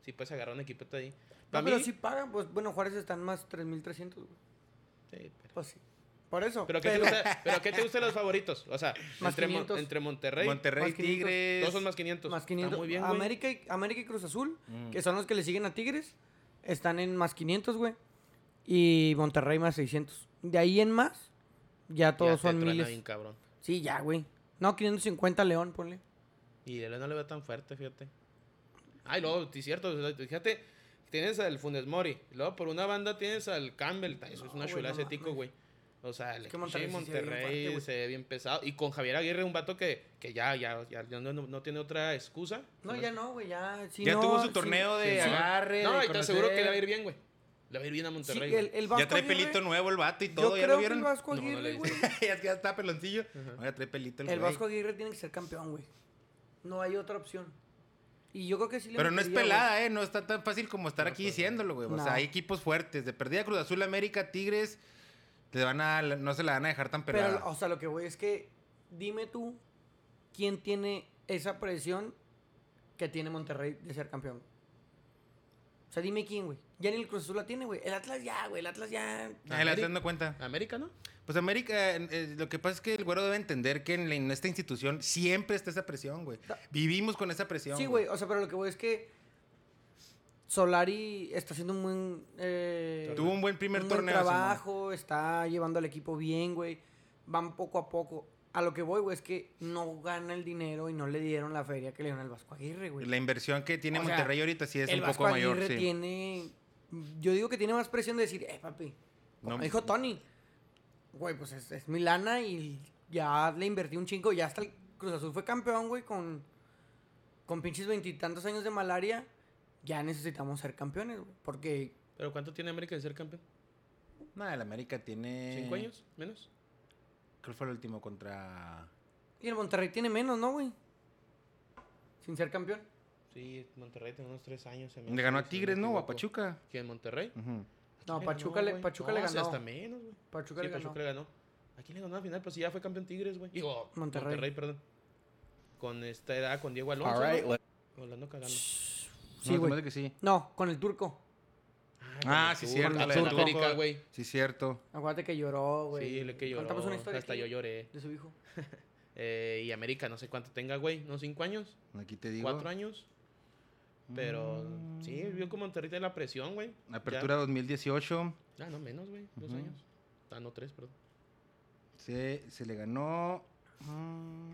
[SPEAKER 3] Sí puedes agarrar un equipito ahí.
[SPEAKER 1] No,
[SPEAKER 3] Para
[SPEAKER 1] pero
[SPEAKER 3] mí...
[SPEAKER 1] sí
[SPEAKER 3] Sí,
[SPEAKER 1] pagan, pues bueno, Juárez están más 3.300, güey.
[SPEAKER 3] pero...
[SPEAKER 1] Pues sí. Por eso.
[SPEAKER 3] ¿Pero qué, te gusta, ¿Pero qué te gustan los favoritos? O sea,
[SPEAKER 1] Más
[SPEAKER 3] entre, Mon-
[SPEAKER 1] 500.
[SPEAKER 3] entre Monterrey...
[SPEAKER 2] Monterrey,
[SPEAKER 1] más 500.
[SPEAKER 2] Tigres.
[SPEAKER 3] Todos son más 500.
[SPEAKER 1] Más
[SPEAKER 3] Está
[SPEAKER 1] 500.
[SPEAKER 3] muy bien, güey.
[SPEAKER 1] América, y, América y Cruz Azul,
[SPEAKER 2] Mm.
[SPEAKER 1] que son los que le siguen a Tigres, están en más 500, güey. Y Monterrey más 600. De ahí en más, ya todos
[SPEAKER 3] Ya te
[SPEAKER 1] son
[SPEAKER 3] truena
[SPEAKER 1] miles.
[SPEAKER 3] bien, cabrón.
[SPEAKER 1] Sí, ya, güey. No, 550 León, ponle.
[SPEAKER 3] Y él no le veo tan fuerte, fíjate. Ay, luego, sí, cierto. o sea, Fíjate, tienes al Funes Mori. y Luego, por una banda, tienes al Campbell. Eso es
[SPEAKER 1] No,
[SPEAKER 3] una
[SPEAKER 1] güey,
[SPEAKER 3] chulada
[SPEAKER 1] no
[SPEAKER 3] ese tico,
[SPEAKER 1] mames.
[SPEAKER 3] güey. O sea, el
[SPEAKER 1] que
[SPEAKER 3] Monterrey,
[SPEAKER 1] Monterrey sí se ve bien
[SPEAKER 3] Monterrey
[SPEAKER 1] fuerte, güey.
[SPEAKER 3] se ve bien pesado. Y con Javier Aguirre, un vato que, que ya, ya, ya, ya no, no- no tiene otra excusa.
[SPEAKER 1] No, ya no, güey, ya. sí,
[SPEAKER 2] ya
[SPEAKER 1] no,
[SPEAKER 2] tuvo
[SPEAKER 1] sí.
[SPEAKER 2] su torneo de
[SPEAKER 3] sí.
[SPEAKER 2] agarre.
[SPEAKER 3] No,
[SPEAKER 2] de
[SPEAKER 3] y te aseguro que le va a
[SPEAKER 2] conocer.
[SPEAKER 3] ir bien, güey. Le va a ir bien a
[SPEAKER 1] Sí,
[SPEAKER 3] Monterrey.
[SPEAKER 1] el,
[SPEAKER 3] güey.
[SPEAKER 1] el Vasco
[SPEAKER 2] Ya trae
[SPEAKER 1] Aguirre,
[SPEAKER 2] pelito nuevo el vato y
[SPEAKER 1] Yo
[SPEAKER 2] todo, ¿ya
[SPEAKER 1] creo
[SPEAKER 2] lo
[SPEAKER 1] que
[SPEAKER 2] vieron?
[SPEAKER 1] el Vasco
[SPEAKER 3] No, no lo
[SPEAKER 1] Aguirre,
[SPEAKER 3] he
[SPEAKER 1] güey.
[SPEAKER 3] visto.
[SPEAKER 2] ya ya está peloncillo. Ahora trae pelito el,
[SPEAKER 1] El
[SPEAKER 2] güey.
[SPEAKER 1] Vasco Aguirre tiene que ser campeón, güey. No hay otra opción. Y yo creo que sí le
[SPEAKER 2] Pero no es
[SPEAKER 1] metería, güey.
[SPEAKER 2] pelada, ¿eh? No está tan fácil como estar
[SPEAKER 3] No,
[SPEAKER 2] aquí
[SPEAKER 3] pues, no.
[SPEAKER 2] diciéndolo, güey. O
[SPEAKER 1] No.
[SPEAKER 2] sea, hay equipos fuertes. De perdida Cruz Azul, América, Tigres. Te van a, no se la van a dejar tan
[SPEAKER 1] Pero,
[SPEAKER 2] pelada.
[SPEAKER 1] o sea, lo que voy es que dime tú quién tiene esa presión que tiene Monterrey de ser campeón. O sea, dime quién, güey. Ya ni el Cruz Azul la tiene, güey. El Atlas ya, güey. El Atlas ya.
[SPEAKER 2] Ah, el Atlas no cuenta.
[SPEAKER 3] América, ¿no?
[SPEAKER 2] Pues América, eh, eh, lo que pasa es que el güero debe entender que en, la- en esta institución siempre está esa presión, güey.
[SPEAKER 1] Da-
[SPEAKER 2] Vivimos con esa presión.
[SPEAKER 1] Sí, güey. O sea, pero lo que voy es que Solari está haciendo un buen. eh,
[SPEAKER 2] Tuvo un buen primer
[SPEAKER 1] un buen
[SPEAKER 2] torneo. Simón.
[SPEAKER 1] trabajo, está llevando al equipo bien, güey. Van poco a poco. A lo que voy, güey, es que no gana el dinero y no le dieron la feria que le dieron al Vasco Aguirre, güey.
[SPEAKER 2] La inversión que tiene
[SPEAKER 1] O sea,
[SPEAKER 2] Monterrey ahorita sí es
[SPEAKER 1] el
[SPEAKER 2] un
[SPEAKER 1] Vasco
[SPEAKER 2] poco mayor.
[SPEAKER 1] Aguirre
[SPEAKER 2] sí.
[SPEAKER 1] tiene. Yo digo que tiene más presión de decir, eh, papi. Como
[SPEAKER 2] No-
[SPEAKER 1] dijo Tony. Güey, pues es, es mi lana y ya le invertí un chingo. Ya hasta el Cruz Azul fue campeón, güey, con. Con pinches veintitantos años de malaria. Ya necesitamos ser campeones, güey. Porque.
[SPEAKER 3] ¿Pero cuánto tiene América de ser campeón?
[SPEAKER 2] No, el América tiene.
[SPEAKER 3] ¿Cinco años? ¿Menos?
[SPEAKER 2] Creo que fue el último contra.
[SPEAKER 1] Y el Monterrey tiene menos, ¿no, güey? Sin ser campeón.
[SPEAKER 3] Sí, Monterrey tiene unos tres años. se me
[SPEAKER 2] Le
[SPEAKER 3] hace,
[SPEAKER 2] ganó
[SPEAKER 3] si
[SPEAKER 2] a
[SPEAKER 3] no
[SPEAKER 2] Tigres,
[SPEAKER 3] me
[SPEAKER 2] ¿no? O a
[SPEAKER 3] equivoco.
[SPEAKER 2] Pachuca.
[SPEAKER 3] ¿Quién, Monterrey?
[SPEAKER 2] Ujú.
[SPEAKER 1] No,
[SPEAKER 3] ¿Quién
[SPEAKER 1] Pachuca le-
[SPEAKER 3] güey?
[SPEAKER 1] Pachuca
[SPEAKER 3] No,
[SPEAKER 1] le
[SPEAKER 3] o sea,
[SPEAKER 1] ganó.
[SPEAKER 3] hasta menos, güey.
[SPEAKER 1] Pachuca
[SPEAKER 3] Sí,
[SPEAKER 1] le ganó.
[SPEAKER 3] Pachuca le ganó. ¿A quién le ganó al final? Pues sí, ya fue campeón Tigres, güey. Digo,
[SPEAKER 1] Monterrey.
[SPEAKER 3] Monterrey. perdón. Con esta edad, con Diego Alonso.
[SPEAKER 4] All right,
[SPEAKER 3] ¿no?
[SPEAKER 4] let-
[SPEAKER 3] Orlando cagando.
[SPEAKER 1] Sí,
[SPEAKER 2] No, se me
[SPEAKER 1] güey.
[SPEAKER 2] hace que sí.
[SPEAKER 1] No, con el turco.
[SPEAKER 2] Ah, sí, cierto.
[SPEAKER 3] La
[SPEAKER 2] la
[SPEAKER 3] de
[SPEAKER 2] del
[SPEAKER 3] América,
[SPEAKER 2] Turco.
[SPEAKER 3] güey.
[SPEAKER 2] Sí, cierto.
[SPEAKER 1] Acuérdate que lloró, güey.
[SPEAKER 3] Sí, le que lloró.
[SPEAKER 1] Contamos una historia.
[SPEAKER 3] Hasta
[SPEAKER 1] aquí
[SPEAKER 3] yo lloré.
[SPEAKER 1] De su hijo.
[SPEAKER 3] Eh, y América, no sé cuánto tenga, güey. ¿No? ¿Cinco años?
[SPEAKER 2] Aquí te digo. Mm.
[SPEAKER 3] ¿Cuatro años? Pero
[SPEAKER 1] Mm.
[SPEAKER 3] sí, vio como Monterrey de la presión, güey. Ya-
[SPEAKER 2] Apertura 2018.
[SPEAKER 3] Ah, no, menos, güey. Dos
[SPEAKER 2] Ujú.
[SPEAKER 3] años. Ah, no, tres, perdón.
[SPEAKER 2] Se, se le ganó. mm,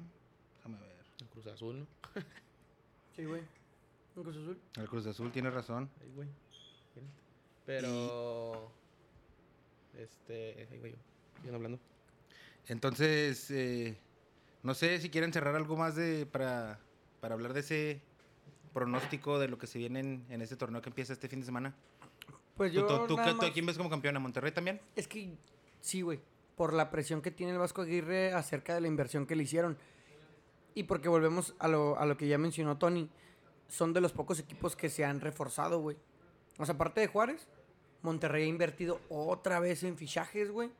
[SPEAKER 2] Déjame ver.
[SPEAKER 3] El Cruz Azul, ¿no?
[SPEAKER 1] Sí, güey. Un Cruz Azul.
[SPEAKER 2] El Cruz Azul tiene razón.
[SPEAKER 3] Ay, güey. Mira. Pero. Este. Ay, güey. Yo no hablando.
[SPEAKER 2] Entonces, eh, no sé si quieren cerrar algo más de para, para hablar de ese pronóstico de lo que se viene en, en este torneo que empieza este fin de semana.
[SPEAKER 1] Pues
[SPEAKER 2] ¿Tú,
[SPEAKER 1] yo.
[SPEAKER 2] tú- tú-
[SPEAKER 1] nada
[SPEAKER 2] tú a
[SPEAKER 1] más-
[SPEAKER 2] quién ves como campeón? ¿A Monterrey también?
[SPEAKER 1] Es que sí, güey. Por la presión que tiene el Vasco Aguirre acerca de la inversión que le hicieron. Y porque volvemos a lo, a lo que ya mencionó Tony. Son de los pocos equipos que se han reforzado, güey. O sea, aparte de Juárez, Monterrey ha invertido otra vez en fichajes, güey.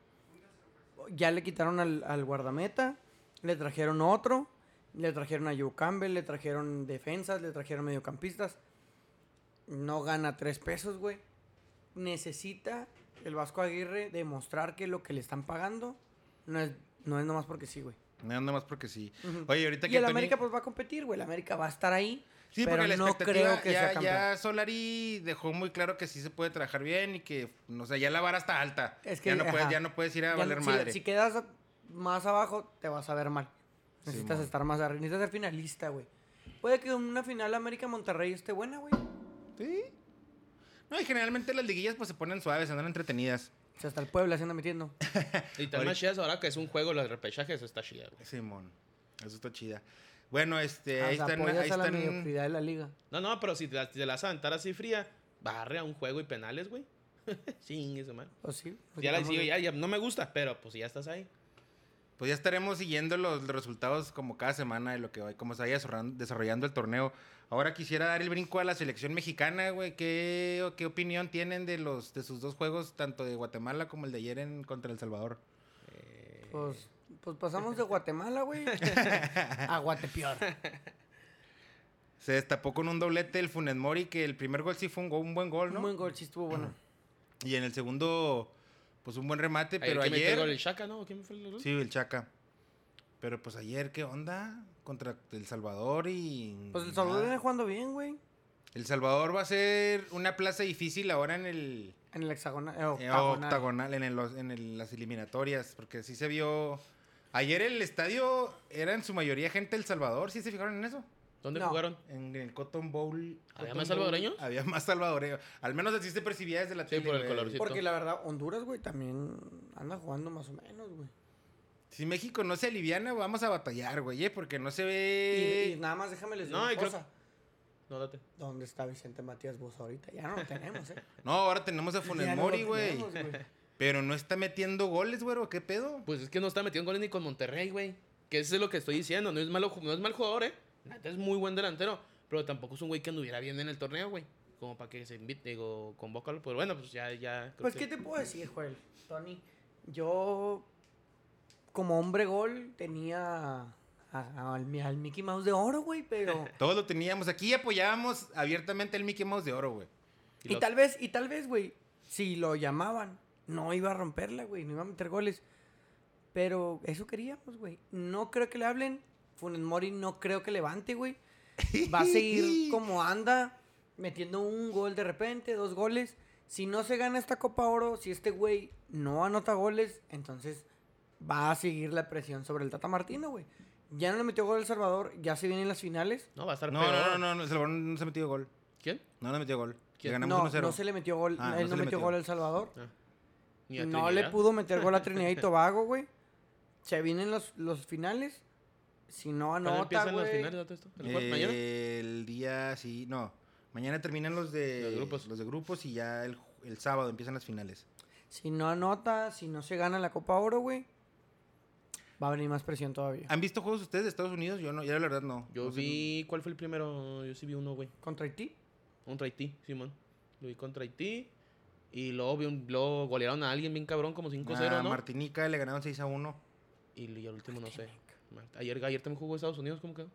[SPEAKER 1] Ya le quitaron al, al guardameta, le trajeron otro, le trajeron a Joe Campbell, le trajeron defensas, le trajeron mediocampistas. No gana tres pesos, güey necesita el Vasco Aguirre demostrar que lo que le están pagando no es, no es nomás porque sí, güey.
[SPEAKER 2] No, nada más porque sí.
[SPEAKER 1] Ujú.
[SPEAKER 2] Oye, ahorita
[SPEAKER 1] Y
[SPEAKER 2] que
[SPEAKER 1] el
[SPEAKER 2] Anthony-
[SPEAKER 1] América pues va a competir, güey. El América va a estar ahí.
[SPEAKER 2] Sí,
[SPEAKER 1] pero
[SPEAKER 2] porque la
[SPEAKER 1] no
[SPEAKER 2] expectativa
[SPEAKER 1] creo que
[SPEAKER 2] ya,
[SPEAKER 1] sea campeón.
[SPEAKER 2] ya Solari dejó muy claro que sí se puede trabajar bien y que, o sea, ya la vara está alta.
[SPEAKER 1] Es que,
[SPEAKER 2] ya, no puedes,
[SPEAKER 1] ajá.
[SPEAKER 2] ya no puedes ir a
[SPEAKER 1] Ya
[SPEAKER 2] valer
[SPEAKER 1] no- si-
[SPEAKER 2] madre.
[SPEAKER 1] Si, quedas a- más abajo, te vas a ver mal. Necesitas
[SPEAKER 2] Simón.
[SPEAKER 1] estar más arriba. Necesitas ser finalista, güey. Puede que una final América-Monterrey esté buena, güey.
[SPEAKER 2] Sí. No, y generalmente las liguillas pues se ponen suaves, andan entretenidas.
[SPEAKER 1] O sea, hasta el Puebla se anda metiendo.
[SPEAKER 3] Y también más chidas ahora que es un juego, los repechajes está chida, güey.
[SPEAKER 2] Simón, eso está chida. Bueno, este,
[SPEAKER 1] Ah, O
[SPEAKER 2] ahí
[SPEAKER 1] sea,
[SPEAKER 2] están,
[SPEAKER 1] apoyas
[SPEAKER 2] ahí
[SPEAKER 1] a la
[SPEAKER 2] están-
[SPEAKER 1] mediocridad de la liga.
[SPEAKER 3] No, no, pero si te la, te la vas a aventar así fría, barre a un juego y penales, güey. Sin eso, man.
[SPEAKER 1] ¿O sí? Pues
[SPEAKER 3] Ya la
[SPEAKER 1] digamos,
[SPEAKER 3] digo, ya, ya no me gusta, pero pues ya estás ahí.
[SPEAKER 2] Pues ya estaremos siguiendo los resultados como cada semana de lo que va- cómo se vaya desarrollando- desarrollando el torneo. Ahora quisiera dar el brinco a la selección mexicana, güey. ¿Qué, o qué opinión tienen de los de sus dos juegos, tanto de Guatemala como el de ayer en contra El Salvador?
[SPEAKER 3] Eh,
[SPEAKER 1] Pues, pues pasamos de Guatemala, güey, a Guatepeor.
[SPEAKER 2] Se destapó con un doblete el Funes Mori, que el primer gol sí fue un, go- un buen gol, ¿no?
[SPEAKER 1] Un buen gol, sí estuvo bueno.
[SPEAKER 2] Y en el segundo, pues un buen remate, pero
[SPEAKER 3] ¿quién metió el
[SPEAKER 2] ayer...
[SPEAKER 3] gol? el Chaca, ¿no? ¿Quién fue el gol?
[SPEAKER 2] Sí, el Chaca. Pero pues ayer, ¿qué onda? Contra El Salvador y...
[SPEAKER 1] Pues el Salvador
[SPEAKER 2] nada.
[SPEAKER 1] viene jugando bien, güey.
[SPEAKER 2] El Salvador va a ser una plaza difícil ahora en el
[SPEAKER 1] En el hexagonal. eh,
[SPEAKER 2] eh,
[SPEAKER 1] octagonal.
[SPEAKER 2] octagonal, en, el- los- en el- las eliminatorias, porque sí se vio... Ayer el estadio era en su mayoría gente del Salvador, ¿sí se fijaron en eso?
[SPEAKER 3] ¿Dónde
[SPEAKER 1] No.
[SPEAKER 3] jugaron?
[SPEAKER 2] En el Cotton Bowl.
[SPEAKER 3] ¿Había
[SPEAKER 2] Cotton
[SPEAKER 3] más
[SPEAKER 2] Bowl,
[SPEAKER 3] salvadoreños?
[SPEAKER 2] Había más salvadoreños. Al menos así se percibía desde la
[SPEAKER 3] Sí,
[SPEAKER 2] tele,
[SPEAKER 3] por el
[SPEAKER 2] güey.
[SPEAKER 3] colorcito.
[SPEAKER 1] Porque la verdad, Honduras, güey, también anda jugando más o menos, güey.
[SPEAKER 2] Si México no se aliviana, vamos a batallar, güey, eh, porque no se ve...
[SPEAKER 1] Y, y nada más déjame les digo
[SPEAKER 3] no,
[SPEAKER 1] una
[SPEAKER 3] y creo-
[SPEAKER 1] cosa.
[SPEAKER 3] No, date.
[SPEAKER 1] ¿Dónde está Vicente Matías Bus ahorita? Ya no lo tenemos, ¿eh?
[SPEAKER 2] No, ahora tenemos a
[SPEAKER 1] Ya
[SPEAKER 2] Funes
[SPEAKER 1] no lo
[SPEAKER 2] Mori, güey.
[SPEAKER 1] tenemos, eh. güey.
[SPEAKER 2] Pero no está metiendo goles, güero, ¿qué pedo?
[SPEAKER 3] Pues es que no está metiendo goles ni con Monterrey, güey. Que eso es lo que estoy diciendo. No es, malo, ju- no es mal jugador, ¿eh? La neta es muy buen delantero. Pero tampoco es un güey que anduviera bien en el torneo, güey. Como para que se invite, digo, convócalo. Pero bueno, pues ya, ya. creo
[SPEAKER 1] Pues,
[SPEAKER 3] que-
[SPEAKER 1] ¿qué te puedo decir, Joel? Tony, yo como hombre gol tenía a- a- al, mi- al Mickey Mouse de oro, güey, pero...
[SPEAKER 2] Todos lo teníamos aquí y apoyábamos abiertamente el Mickey Mouse de Oro, güey.
[SPEAKER 1] Y,
[SPEAKER 3] lo-
[SPEAKER 1] tal vez, y tal vez, güey, si lo llamaban, no iba a romperla, güey, no iba a meter goles. Pero eso queríamos, güey. No creo que le hablen. Funes Mori no creo que levante, güey. Va a seguir como anda, metiendo un gol de repente, dos goles. Si no se gana esta Copa Oro, si este güey no anota goles, entonces va a seguir la presión sobre el Tata Martino, güey. Ya no le metió gol El Salvador, ya se vienen las finales.
[SPEAKER 3] No, va a estar
[SPEAKER 2] No,
[SPEAKER 3] peor.
[SPEAKER 2] no, no, no, no, El Salvador no se ha metido gol.
[SPEAKER 3] ¿Quién?
[SPEAKER 2] No le metió gol. Le
[SPEAKER 3] ¿Quién?
[SPEAKER 1] No,
[SPEAKER 2] ganamos 1-0.
[SPEAKER 1] no se le metió gol,
[SPEAKER 2] Ah,
[SPEAKER 1] él
[SPEAKER 2] no se
[SPEAKER 1] no
[SPEAKER 2] le
[SPEAKER 1] metió
[SPEAKER 2] metió.
[SPEAKER 1] gol a El Salvador.
[SPEAKER 3] Ah. Ni a
[SPEAKER 1] No le
[SPEAKER 3] Trinidad.
[SPEAKER 1] pudo meter gol a Trinidad y Tobago, güey. Se vienen los, los finales. Si no
[SPEAKER 3] ¿Cuándo
[SPEAKER 1] anota,
[SPEAKER 3] empiezan los
[SPEAKER 1] güey.
[SPEAKER 3] finales? Otto, esto? ¿El jueves? ¿Mañana?
[SPEAKER 2] Eh, El día, sí, no. Mañana terminan los de
[SPEAKER 3] Los grupos.
[SPEAKER 2] los de grupos y ya el, ju- el sábado empiezan las finales.
[SPEAKER 1] Si no anota, si no se gana la Copa Oro, güey. Va a venir más presión todavía.
[SPEAKER 2] ¿Han visto juegos ustedes de Estados Unidos? Yo no, yo la verdad no.
[SPEAKER 3] Yo
[SPEAKER 2] No sé-
[SPEAKER 3] vi. ¿Cuál fue el primero? Yo sí vi uno, güey.
[SPEAKER 1] Contra Haití.
[SPEAKER 3] Contra Haití, Simón. Lo vi contra Haití. Y luego, vi un, luego golearon a alguien bien cabrón, como 5-0,
[SPEAKER 2] a
[SPEAKER 3] ¿no?
[SPEAKER 2] Ah, Martinica le ganaron 6 a 1.
[SPEAKER 3] Y, y el último, no sé. Mart- Ayer, ayer también jugó Estados Unidos, ¿cómo quedó?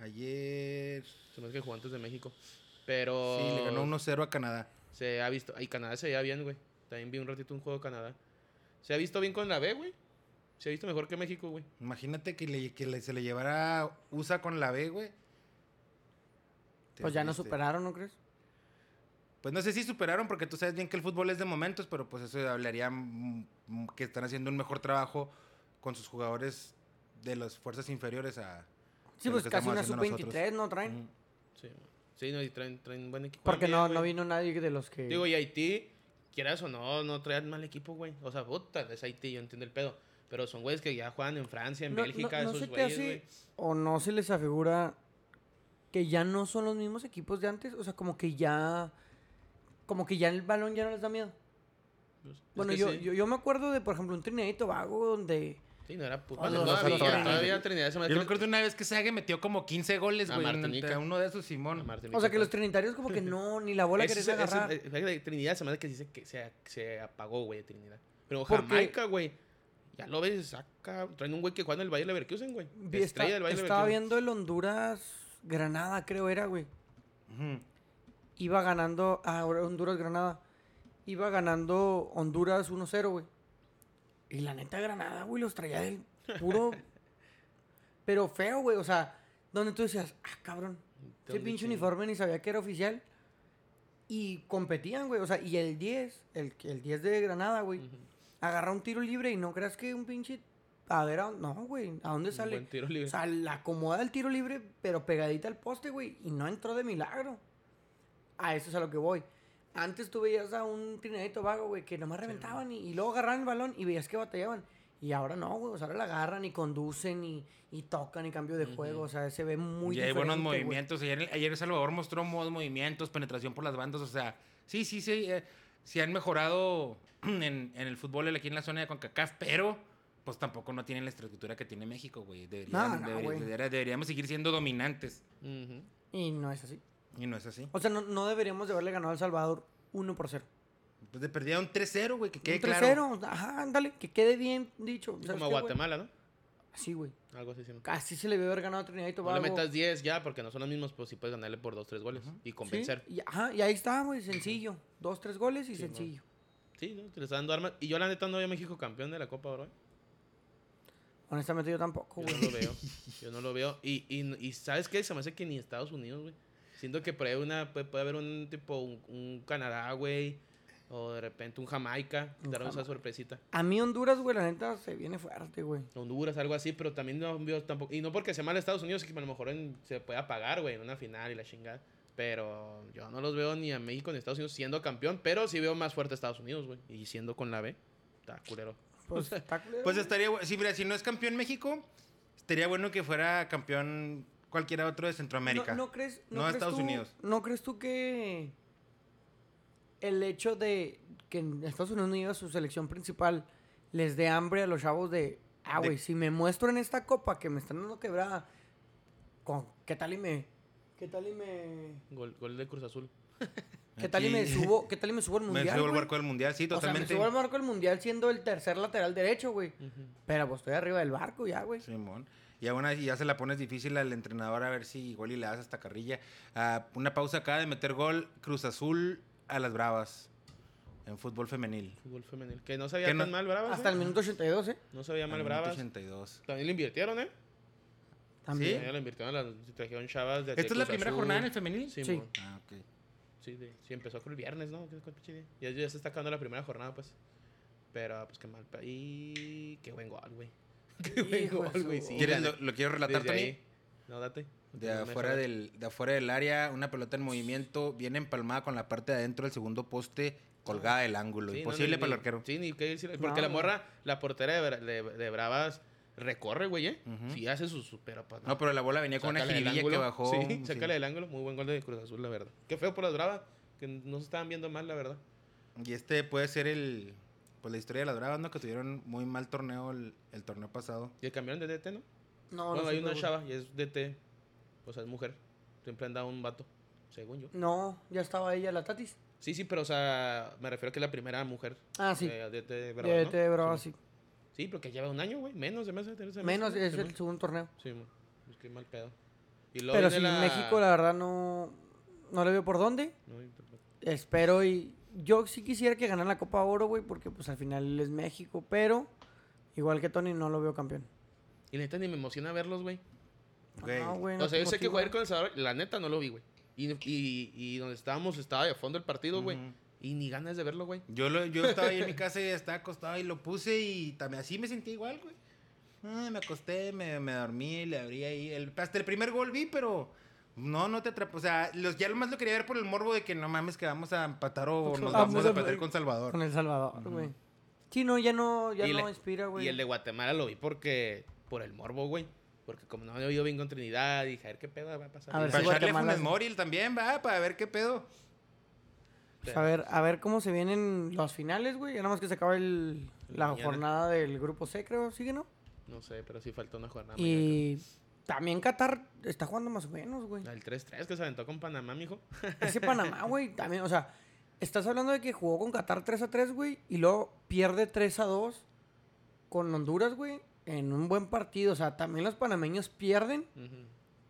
[SPEAKER 2] Ayer.
[SPEAKER 3] Se me hace que jugó antes de México. Pero.
[SPEAKER 2] Sí, le ganó 1-0 a Canadá.
[SPEAKER 3] Se ha visto. Y Canadá se veía bien, güey. También vi un ratito un juego de Canadá. Se ha visto bien con la B, güey. Se ha visto mejor que México, güey.
[SPEAKER 2] Imagínate que, le- que le- se le llevara USA con la B, güey. Te
[SPEAKER 1] Pues ya no
[SPEAKER 2] fuiste.
[SPEAKER 1] superaron, ¿no crees?
[SPEAKER 2] Pues no sé si superaron, porque tú sabes bien que el fútbol es de momentos, pero pues eso hablaría mm, mm, que están haciendo un mejor trabajo con sus jugadores de las fuerzas inferiores a.
[SPEAKER 1] Sí,
[SPEAKER 2] Pero
[SPEAKER 1] pues
[SPEAKER 2] que
[SPEAKER 1] casi
[SPEAKER 2] estamos
[SPEAKER 1] una
[SPEAKER 2] haciendo
[SPEAKER 1] sub-23 no traen.
[SPEAKER 2] Ujú.
[SPEAKER 3] Sí, güey. Sí, no, y traen, traen buen equipo.
[SPEAKER 1] Porque no,
[SPEAKER 3] también,
[SPEAKER 1] no
[SPEAKER 3] güey.
[SPEAKER 1] vino nadie de los que.
[SPEAKER 3] Digo, y Haití, quieras o no, no traen mal equipo, güey. O sea, puta, es Haití, yo entiendo el pedo. Pero son güeyes que ya juegan en Francia, en
[SPEAKER 1] No- no-
[SPEAKER 3] Bélgica,
[SPEAKER 1] no se te
[SPEAKER 3] esos güeyes,
[SPEAKER 1] hace-
[SPEAKER 3] güey.
[SPEAKER 1] o no se les afigura que ya no son los mismos equipos de antes. O sea, como que ya. Como que ya el balón ya no les da miedo.
[SPEAKER 3] Pues, es
[SPEAKER 1] Bueno,
[SPEAKER 3] que
[SPEAKER 1] yo,
[SPEAKER 3] sí.
[SPEAKER 1] yo, yo me acuerdo de, por ejemplo, un Trinidad y Tobago donde.
[SPEAKER 3] Sí, no era puta.
[SPEAKER 1] Ah, no,
[SPEAKER 3] Bueno,
[SPEAKER 1] los
[SPEAKER 3] todavía,
[SPEAKER 1] atoran.
[SPEAKER 3] todavía Trinidad se me
[SPEAKER 2] Yo recuerdo una vez que Sage metió como 15 goles,
[SPEAKER 3] A
[SPEAKER 2] güey.
[SPEAKER 3] Martinica.
[SPEAKER 2] A uno de esos, Simón.
[SPEAKER 1] O sea, que los trinitarios como que no, ni la bola
[SPEAKER 3] Ese-
[SPEAKER 1] querés
[SPEAKER 3] ese-
[SPEAKER 1] agarrar.
[SPEAKER 3] eh, fíjate que Trinidad se me hace que sí se, que se, se apagó, güey, de Trinidad. Pero
[SPEAKER 1] Porque-
[SPEAKER 3] Jamaica, güey. Ya lo ves, saca. Traen un güey que juega en el Valle Leverkusen, güey.
[SPEAKER 1] Vi- está-
[SPEAKER 3] Estrella del Valle
[SPEAKER 1] estaba
[SPEAKER 3] Leverkusen.
[SPEAKER 1] viendo el Honduras Granada, creo era, güey.
[SPEAKER 2] Ujú.
[SPEAKER 1] Iba ganando ah, ahora Honduras Granada. Iba ganando Honduras 1-0, güey. Y la neta Granada, güey, los traía del puro pero feo, güey, o sea, donde tú decías, "Ah, cabrón, ese
[SPEAKER 3] ¿Dónde
[SPEAKER 1] pinche
[SPEAKER 3] chingo?
[SPEAKER 1] uniforme ni sabía que era oficial." Y competían, güey, o sea, y el 10, el, el 10 de Granada, güey,
[SPEAKER 3] Ujú.
[SPEAKER 1] agarra un tiro libre y no creas que un pinche a ver, ¿a dónde- no, güey, ¿a dónde
[SPEAKER 3] Un
[SPEAKER 1] sale?
[SPEAKER 3] buen tiro libre.
[SPEAKER 1] O sea, la acomoda el tiro libre, pero pegadita al poste, güey. Y no entró de milagro. A eso es a lo que voy. Antes tú veías a un Trinidad y Tobago, güey, que nomás reventaban y, y luego agarraban el balón y veías que batallaban. Y ahora no, güey. O sea, ahora la agarran y conducen y, y tocan y cambio de juego. O sea, se ve muy
[SPEAKER 2] y hay buenos
[SPEAKER 1] diferente, güey.
[SPEAKER 2] movimientos. Ayer, ayer El Salvador mostró buenos movimientos, penetración por las bandas. O sea, sí, sí, sí. eh, sí han mejorado en, en el fútbol aquí en la zona de CONCACAF, pero pues tampoco no tienen la estructura que tiene México, güey. Deberían-
[SPEAKER 1] no,
[SPEAKER 2] debería-
[SPEAKER 1] güey.
[SPEAKER 2] debería- deberíamos seguir siendo dominantes.
[SPEAKER 3] Ujú.
[SPEAKER 1] Y no es así.
[SPEAKER 2] Y no es así.
[SPEAKER 1] O sea, no, no deberíamos de haberle ganado a El Salvador 1 por 0.
[SPEAKER 2] Pues de perdida un 3-0, güey, que quede
[SPEAKER 1] Un
[SPEAKER 2] claro.
[SPEAKER 1] 3-0. Ajá, ándale. Que quede bien dicho. ¿Sabes
[SPEAKER 3] Como
[SPEAKER 1] qué, güey?
[SPEAKER 3] Guatemala, ¿no?
[SPEAKER 1] Sí, güey.
[SPEAKER 3] Algo así, sí. ¿no?
[SPEAKER 1] Casi se le debe haber ganado a Trinidad y
[SPEAKER 3] No
[SPEAKER 1] Tobago.
[SPEAKER 3] le metas 10 ya, porque no son los mismos, pues si puedes ganarle por 2, 3 goles y
[SPEAKER 1] Sí,
[SPEAKER 3] convencer.
[SPEAKER 1] y, ajá, y ahí está, güey, sencillo. Dos, tres goles y sencillo.
[SPEAKER 3] Sí, ¿no? Te le están dando armas. Y yo, la neta, no veo a México campeón de la Copa Oro. ¿eh?
[SPEAKER 1] Honestamente yo tampoco,
[SPEAKER 3] Yo
[SPEAKER 1] güey.
[SPEAKER 3] no lo veo. Yo no lo veo. Y, y, y ¿sabes qué? Se me hace que ni Estados Unidos, güey. Siento que por ahí una, puede, puede haber un tipo, un, un Canadá, güey. O de repente un Jamaica.
[SPEAKER 1] Un
[SPEAKER 3] Dar esa
[SPEAKER 1] Jamaica.
[SPEAKER 3] sorpresita.
[SPEAKER 1] A mí Honduras, güey, la neta se viene fuerte, güey.
[SPEAKER 3] Honduras, algo así, pero también no veo tampoco. Y no porque sea mal Estados Unidos, que a lo mejor en- se puede apagar, güey, en una final y la chingada. Pero yo no los veo ni a México ni a Estados Unidos siendo campeón, pero sí veo más fuerte a Estados Unidos, güey. Y siendo con la B, está culero.
[SPEAKER 1] Pues está culero,
[SPEAKER 2] Pues
[SPEAKER 1] güey.
[SPEAKER 2] estaría bueno. Sí, mira, si no es campeón México, estaría bueno que fuera campeón cualquiera otro de Centroamérica.
[SPEAKER 1] No, no crees, no
[SPEAKER 2] No a
[SPEAKER 1] crees
[SPEAKER 2] Estados
[SPEAKER 1] tú-
[SPEAKER 2] Unidos.
[SPEAKER 1] ¿No crees tú que el hecho de que en Estados Unidos no iba su selección principal les dé hambre a los chavos de, ah,
[SPEAKER 2] De-
[SPEAKER 1] güey, si me muestro en esta copa que me están dando quebrada, con, ¿qué tal y me... ¿Qué tal y me...
[SPEAKER 3] Gol, gol de Cruz Azul.
[SPEAKER 1] ¿Qué tal y me
[SPEAKER 2] Aquí-
[SPEAKER 1] subo? ¿Qué tal y me subo al
[SPEAKER 2] Me
[SPEAKER 1] mundial?
[SPEAKER 2] subo al
[SPEAKER 1] güey?
[SPEAKER 2] barco del mundial, sí,
[SPEAKER 1] O
[SPEAKER 2] totalmente.
[SPEAKER 1] sea, me subo al barco del mundial siendo el tercer lateral derecho, güey. Pero pues estoy arriba del barco ya, güey.
[SPEAKER 2] Simón. Y aún así ya se la pones difícil al entrenador a ver si igual y le das hasta carrilla. Ah, una pausa acá de meter gol Cruz Azul a las Bravas en fútbol femenil.
[SPEAKER 3] Fútbol femenil. Que no sabía
[SPEAKER 2] Que
[SPEAKER 3] tan
[SPEAKER 2] no-
[SPEAKER 3] mal Bravas.
[SPEAKER 1] Hasta
[SPEAKER 3] ¿eh?
[SPEAKER 1] el minuto 82, ¿eh?
[SPEAKER 3] No sabía mal
[SPEAKER 2] Al minuto
[SPEAKER 3] Bravas.
[SPEAKER 2] 82.
[SPEAKER 3] También le invirtieron, ¿eh?
[SPEAKER 1] También.
[SPEAKER 3] Ya le invirtieron, las, trajeron chavas de
[SPEAKER 2] ¿Esta es la
[SPEAKER 3] Cruz
[SPEAKER 2] primera
[SPEAKER 3] Azul.
[SPEAKER 2] jornada en el femenil?
[SPEAKER 3] Sí,
[SPEAKER 1] Sí.
[SPEAKER 3] mon.
[SPEAKER 2] Ah, ok.
[SPEAKER 3] Sí, de- sí, empezó con el viernes, ¿no? ¿Qué- cuál pinche día? Ya, ya se está acabando la primera jornada, pues. Pero, pues, qué mal. pe- Y qué buen gol, güey. Qué buen
[SPEAKER 1] Hijo de
[SPEAKER 3] gol,
[SPEAKER 1] su-
[SPEAKER 3] güey. Sí,
[SPEAKER 2] ¿Quieres
[SPEAKER 3] gané.
[SPEAKER 2] lo, lo quiero relatar,
[SPEAKER 3] Desde
[SPEAKER 2] Tony?
[SPEAKER 3] ahí. No, date.
[SPEAKER 2] De
[SPEAKER 3] No me
[SPEAKER 2] afuera,
[SPEAKER 3] dejas.
[SPEAKER 2] del, de afuera del área, una pelota en movimiento, bien empalmada con la parte de adentro del segundo poste, colgada del ángulo.
[SPEAKER 3] Sí, no,
[SPEAKER 2] Imposible
[SPEAKER 3] ni-
[SPEAKER 2] para el
[SPEAKER 3] ni-
[SPEAKER 2] arquero.
[SPEAKER 3] Sí, ni qué decir. Porque
[SPEAKER 1] No,
[SPEAKER 3] la
[SPEAKER 1] güey.
[SPEAKER 3] morra, la portera de, Bra- de- de Bravas, recorre, güey, ¿eh?
[SPEAKER 2] Ujú.
[SPEAKER 3] Sí, hace sus super. Pues,
[SPEAKER 2] No, pero la bola venía con una
[SPEAKER 3] Sácala del
[SPEAKER 2] jiribilla que
[SPEAKER 3] ángulo.
[SPEAKER 2] bajó.
[SPEAKER 3] Sí,
[SPEAKER 2] sí.
[SPEAKER 3] sácala del ángulo. Muy buen gol de Cruz Azul, la verdad. Qué feo por las Bravas. Que no se estaban viendo mal, la verdad.
[SPEAKER 2] Y este puede ser el. Pues la historia de las bravas, ¿no? Que tuvieron muy mal torneo el, el torneo pasado.
[SPEAKER 3] Y el campeón de DT, ¿no?
[SPEAKER 1] No,
[SPEAKER 3] bueno,
[SPEAKER 1] no
[SPEAKER 3] hay
[SPEAKER 1] supe,
[SPEAKER 3] una
[SPEAKER 1] güey.
[SPEAKER 3] chava y es DT. O sea, es mujer. Siempre han dado un vato, según yo.
[SPEAKER 1] No, ya estaba ella, la Tatis.
[SPEAKER 3] Sí, sí, pero o sea, me refiero a que es la primera mujer.
[SPEAKER 1] Ah, sí.
[SPEAKER 3] eh, DT de Bravas,
[SPEAKER 1] De
[SPEAKER 3] ¿no?
[SPEAKER 1] de Bravas,
[SPEAKER 3] Sí,
[SPEAKER 1] sí.
[SPEAKER 3] Sí, pero que lleva un año, güey. Menos de mes de tercer mes,
[SPEAKER 1] Menos
[SPEAKER 3] ¿no?
[SPEAKER 1] es
[SPEAKER 3] Sí,
[SPEAKER 1] el segundo torneo.
[SPEAKER 3] Sí, mo. es que mal pedo. Y luego
[SPEAKER 1] Pero sí,
[SPEAKER 3] viene
[SPEAKER 1] México, la verdad, no, no le veo por dónde.
[SPEAKER 3] No, y- pero-
[SPEAKER 1] Espero y. Yo sí quisiera que ganara la Copa Oro, güey, porque pues al final es México, pero igual que Tony, no lo veo campeón.
[SPEAKER 3] Y la neta ni me emociona verlos, güey.
[SPEAKER 2] Güey.
[SPEAKER 1] No, güey, no
[SPEAKER 3] O sea,
[SPEAKER 1] te
[SPEAKER 3] yo sé que
[SPEAKER 1] motiva.
[SPEAKER 3] jugar con El Salvador, la neta no lo vi, güey. Y, y, y donde estábamos estaba de fondo el partido, güey.
[SPEAKER 2] Ujú.
[SPEAKER 3] Y ni ganas de verlo, güey.
[SPEAKER 2] Yo, lo, yo estaba ahí en mi casa y estaba acostado y lo puse y también así me sentí igual, güey. Ah, me acosté, me, me dormí y le abrí ahí. El, hasta el primer gol vi, pero no, no te atrapó. O sea, los, ya lo más lo quería ver por el morbo de que no mames que vamos a empatar o nos
[SPEAKER 1] Pues, Vamos
[SPEAKER 2] vamos
[SPEAKER 1] a
[SPEAKER 2] a empatar
[SPEAKER 1] perder.
[SPEAKER 2] con Salvador.
[SPEAKER 1] Con El Salvador, güey. Sí, no, ya no, ya
[SPEAKER 3] Y
[SPEAKER 1] no
[SPEAKER 3] le-
[SPEAKER 1] inspira, güey.
[SPEAKER 3] Y el de Guatemala lo vi porque. Por el morbo, güey. Porque como no había oído bien con Trinidad, dije, a ver qué pedo va a pasar.
[SPEAKER 1] A ver,
[SPEAKER 2] Para
[SPEAKER 1] sí,
[SPEAKER 2] echarle a
[SPEAKER 1] Guatemala-
[SPEAKER 2] Funes Mori también, va, para ver qué pedo.
[SPEAKER 1] Pues, a ver, a ver cómo se vienen los finales, güey. Ya nada más que se acaba el, la
[SPEAKER 3] Mañana.
[SPEAKER 1] jornada del grupo C, creo, ¿sí que no?
[SPEAKER 3] No sé, pero sí faltó una jornada. Ah, mañana,
[SPEAKER 1] y también Qatar está jugando más o menos, güey.
[SPEAKER 3] creo. El 3-3 que se aventó con Panamá, mijo.
[SPEAKER 1] Ese Panamá, güey, también, o sea, estás hablando de que jugó con Qatar 3 a 3, güey, y luego pierde 3 a 2 con Honduras, güey, en un buen partido. O sea, también los panameños pierden,
[SPEAKER 3] Ujú.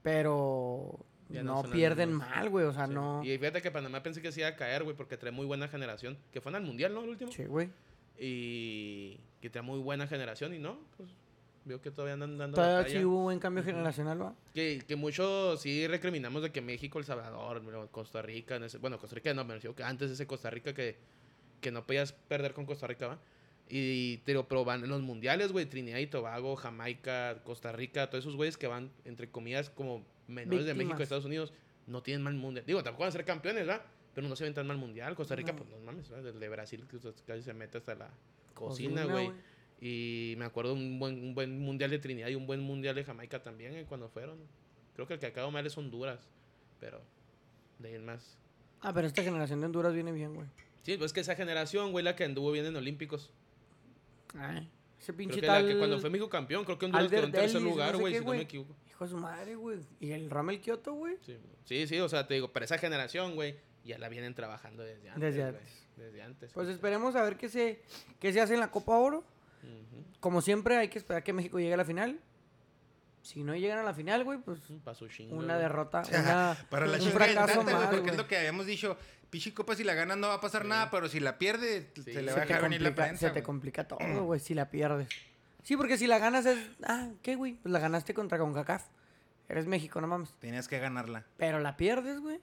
[SPEAKER 1] pero
[SPEAKER 3] Ya no
[SPEAKER 1] no,
[SPEAKER 3] son los
[SPEAKER 1] pierden
[SPEAKER 3] mismos.
[SPEAKER 1] mal, güey. O sea,
[SPEAKER 3] Sí.
[SPEAKER 1] Ah, no.
[SPEAKER 3] Y fíjate que Panamá pensé que se iba a caer, güey, porque trae muy buena generación. Que fue al mundial, ¿no? El último.
[SPEAKER 1] Sí, güey.
[SPEAKER 3] Y que trae muy buena generación. Y no, pues veo que todavía andan dando
[SPEAKER 1] Todavía
[SPEAKER 3] batalla.
[SPEAKER 1] sí hubo buen cambio
[SPEAKER 3] Ujú.
[SPEAKER 1] generacional, va.
[SPEAKER 3] Que, que mucho sí recriminamos de que México, El Salvador, bueno, Costa Rica, en ese- bueno, Costa Rica no, me refiero que antes ese Costa Rica que, que no podías perder con Costa Rica, ¿va? Y te lo proban en los mundiales, güey, Trinidad y Tobago, Jamaica, Costa Rica, todos esos güeyes que van, entre comillas, como menores de México
[SPEAKER 1] Víctimas.
[SPEAKER 3] a Estados Unidos, no tienen mal mundial. Digo, tampoco van a ser campeones, ¿va? Pero no se ven tan mal mundial. Costa Rica,
[SPEAKER 1] No.
[SPEAKER 3] pues no mames, ¿va? El de Brasil que casi se mete hasta la cocina, güey. Y me acuerdo un buen, un buen mundial de Trinidad y un buen mundial de Jamaica también eh, cuando fueron. Creo que el que acabo mal es Honduras, pero de ahí en más.
[SPEAKER 1] Ah, pero esta generación de Honduras viene bien, güey.
[SPEAKER 3] Sí, pues que esa generación, güey, la que anduvo bien en Olímpicos.
[SPEAKER 1] Ay, Ese
[SPEAKER 3] Creo
[SPEAKER 1] pinche
[SPEAKER 3] que la
[SPEAKER 1] tal...
[SPEAKER 3] que cuando fue México campeón, creo que Honduras quedó en
[SPEAKER 1] Albert
[SPEAKER 3] tercer
[SPEAKER 1] Ellis,
[SPEAKER 3] lugar,
[SPEAKER 1] no sé
[SPEAKER 3] güey,
[SPEAKER 1] qué,
[SPEAKER 3] si no me
[SPEAKER 1] güey.
[SPEAKER 3] equivoco.
[SPEAKER 1] Hijo de su madre, güey. Y el Ramel Kioto, güey.
[SPEAKER 3] Sí, sí, sí, o sea, te digo, pero esa generación, güey, ya la vienen trabajando desde antes.
[SPEAKER 1] Desde
[SPEAKER 3] Desde
[SPEAKER 1] antes.
[SPEAKER 3] antes. Desde antes.
[SPEAKER 1] Pues esperemos a ver qué se, qué se hace en la Copa Oro.
[SPEAKER 3] Ujú.
[SPEAKER 1] Como siempre, hay que esperar que México llegue a la final. Si no llegan a la final, güey, pues
[SPEAKER 3] Pasó chingo.
[SPEAKER 1] una
[SPEAKER 3] güey.
[SPEAKER 1] derrota, una,
[SPEAKER 2] Para la
[SPEAKER 1] un
[SPEAKER 2] chica del
[SPEAKER 1] fracaso
[SPEAKER 2] Tata, güey,
[SPEAKER 1] más,
[SPEAKER 2] porque es
[SPEAKER 1] güey.
[SPEAKER 2] lo que habíamos dicho. Pichi Copa, si la gana no va a pasar nada, pero si la pierde,
[SPEAKER 3] Sí.
[SPEAKER 2] se le
[SPEAKER 1] Se
[SPEAKER 2] va a
[SPEAKER 1] te
[SPEAKER 2] dejar venir la
[SPEAKER 1] complica-
[SPEAKER 2] prensa.
[SPEAKER 1] Se te
[SPEAKER 2] güey. Mm.
[SPEAKER 1] complica todo, güey, si la pierdes. Sí, porque si la ganas es... Ah, ¿qué, güey? Pues la ganaste contra CONCACAF. Eres México, no mames.
[SPEAKER 2] Tenías que ganarla.
[SPEAKER 1] Pero la pierdes, güey.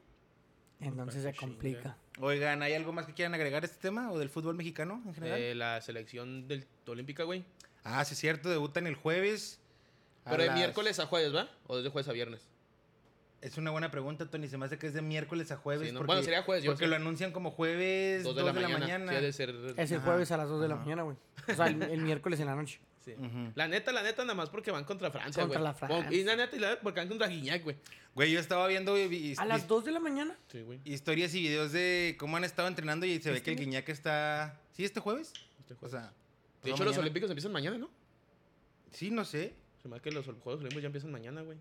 [SPEAKER 1] Entonces se
[SPEAKER 3] chinga.
[SPEAKER 1] complica.
[SPEAKER 2] Oigan, ¿hay algo más que quieran agregar a este tema o del fútbol mexicano en general?
[SPEAKER 3] Eh, la selección del olímpica, güey.
[SPEAKER 2] Ah, sí, es cierto, debutan el jueves. a
[SPEAKER 3] Pero de
[SPEAKER 2] las-
[SPEAKER 3] miércoles a jueves, ¿va? O desde jueves a viernes.
[SPEAKER 2] Es una buena pregunta, Tony. Se me hace que es de miércoles a jueves.
[SPEAKER 3] Sí, no,
[SPEAKER 2] porque,
[SPEAKER 3] bueno, sería jueves, yo
[SPEAKER 2] Porque
[SPEAKER 3] sé.
[SPEAKER 2] lo anuncian como jueves, 2 de, la, mañana.
[SPEAKER 3] Sí, ha de ser-
[SPEAKER 1] Es el
[SPEAKER 2] Ajá,
[SPEAKER 1] jueves a las 2 de la
[SPEAKER 2] ajá.
[SPEAKER 1] mañana, güey. O sea, el, el miércoles en la noche.
[SPEAKER 3] sí.
[SPEAKER 2] Ujú.
[SPEAKER 3] La neta, la neta, nada más porque van contra Francia, güey.
[SPEAKER 1] Contra la
[SPEAKER 3] Con-
[SPEAKER 1] Francia.
[SPEAKER 3] Y la neta, y la neta, porque van contra Guiñac, güey.
[SPEAKER 2] Güey, yo estaba viendo vi- vi-
[SPEAKER 1] ¿A
[SPEAKER 2] his-
[SPEAKER 1] las 2 de la mañana?
[SPEAKER 3] Sí, güey.
[SPEAKER 2] historias y videos de cómo han estado entrenando y se ve
[SPEAKER 1] ¿Este?
[SPEAKER 2] que el Guiñac está. ¿Sí, este jueves? O sea.
[SPEAKER 3] de
[SPEAKER 2] pasado
[SPEAKER 3] hecho, los
[SPEAKER 2] mañana.
[SPEAKER 3] Olímpicos empiezan mañana, ¿no?
[SPEAKER 2] Sí, no sé.
[SPEAKER 3] Se me hace que los ol- Juegos Olímpicos ya empiezan mañana, güey.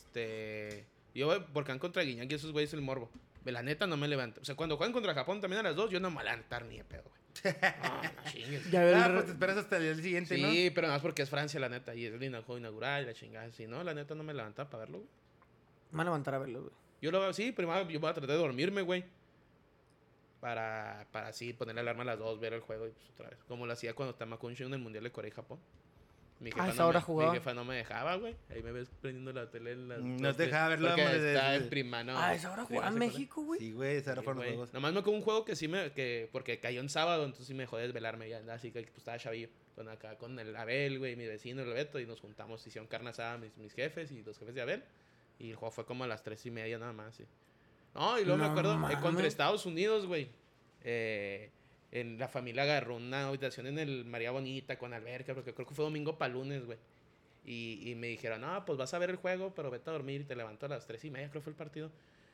[SPEAKER 3] Este. Yo, güey, porque van contra Guiñac y esos güeyes el morbo. De La neta, no me levanto. O sea, cuando juegan contra Japón también a las dos, yo no me voy a levantar ni de pedo, güey. No, no chingues.
[SPEAKER 1] Ya
[SPEAKER 2] Ah,
[SPEAKER 1] el-
[SPEAKER 2] pues te esperas hasta el día siguiente, ¿no?
[SPEAKER 3] Sí, pero nada más porque es Francia, la neta. Y es el ina- juego inaugural y la chingada. Si no, la neta, no me levantaba para verlo, güey.
[SPEAKER 1] Me van a levantar a verlo, güey.
[SPEAKER 3] Yo lo veo, sí, primero yo voy a tratar de dormirme, güey. para, para así poner la alarma a las dos, ver el juego y pues otra vez. Como lo hacía cuando Tamakunshi en el Mundial de Corea y Japón. Mi
[SPEAKER 1] Ah, esa
[SPEAKER 3] no
[SPEAKER 1] hora
[SPEAKER 3] me,
[SPEAKER 1] jugaba.
[SPEAKER 3] mi jefa no me dejaba, güey. Ahí me ves prendiendo la tele en las...
[SPEAKER 2] No
[SPEAKER 3] las
[SPEAKER 2] te
[SPEAKER 3] tres,
[SPEAKER 2] dejaba verlo,
[SPEAKER 3] porque
[SPEAKER 2] hombre,
[SPEAKER 3] estaba
[SPEAKER 2] desde-
[SPEAKER 3] en prima, ¿no?
[SPEAKER 1] Ah, esa hora
[SPEAKER 3] Sí, no
[SPEAKER 1] jugaba en
[SPEAKER 3] sé cuál es.
[SPEAKER 1] México, güey.
[SPEAKER 2] Sí, güey, esa hora
[SPEAKER 3] Sí,
[SPEAKER 2] fueron los
[SPEAKER 3] güey.
[SPEAKER 2] juegos.
[SPEAKER 3] Nomás me acuerdo un juego que sí me. Que, porque cayó en sábado, entonces sí me dejó desvelarme ya. Así que pues, estaba chavillo. Con acá con el Abel, güey, mi vecino, el Beto, y nos juntamos. Hicieron carne asada mis, mis jefes y los jefes de Abel. Y el juego fue como a las tres y media nada más, sí. No, y luego me
[SPEAKER 1] No
[SPEAKER 3] acuerdo eh,
[SPEAKER 1] mames.
[SPEAKER 3] contra Estados Unidos, güey. Eh, en la familia agarró una habitación en el María Bonita con alberca, porque creo que fue domingo para lunes, güey. Y, y me dijeron, no, pues vas a ver el juego, pero vete a dormir y te levanto a las tres y media, creo que fue el partido.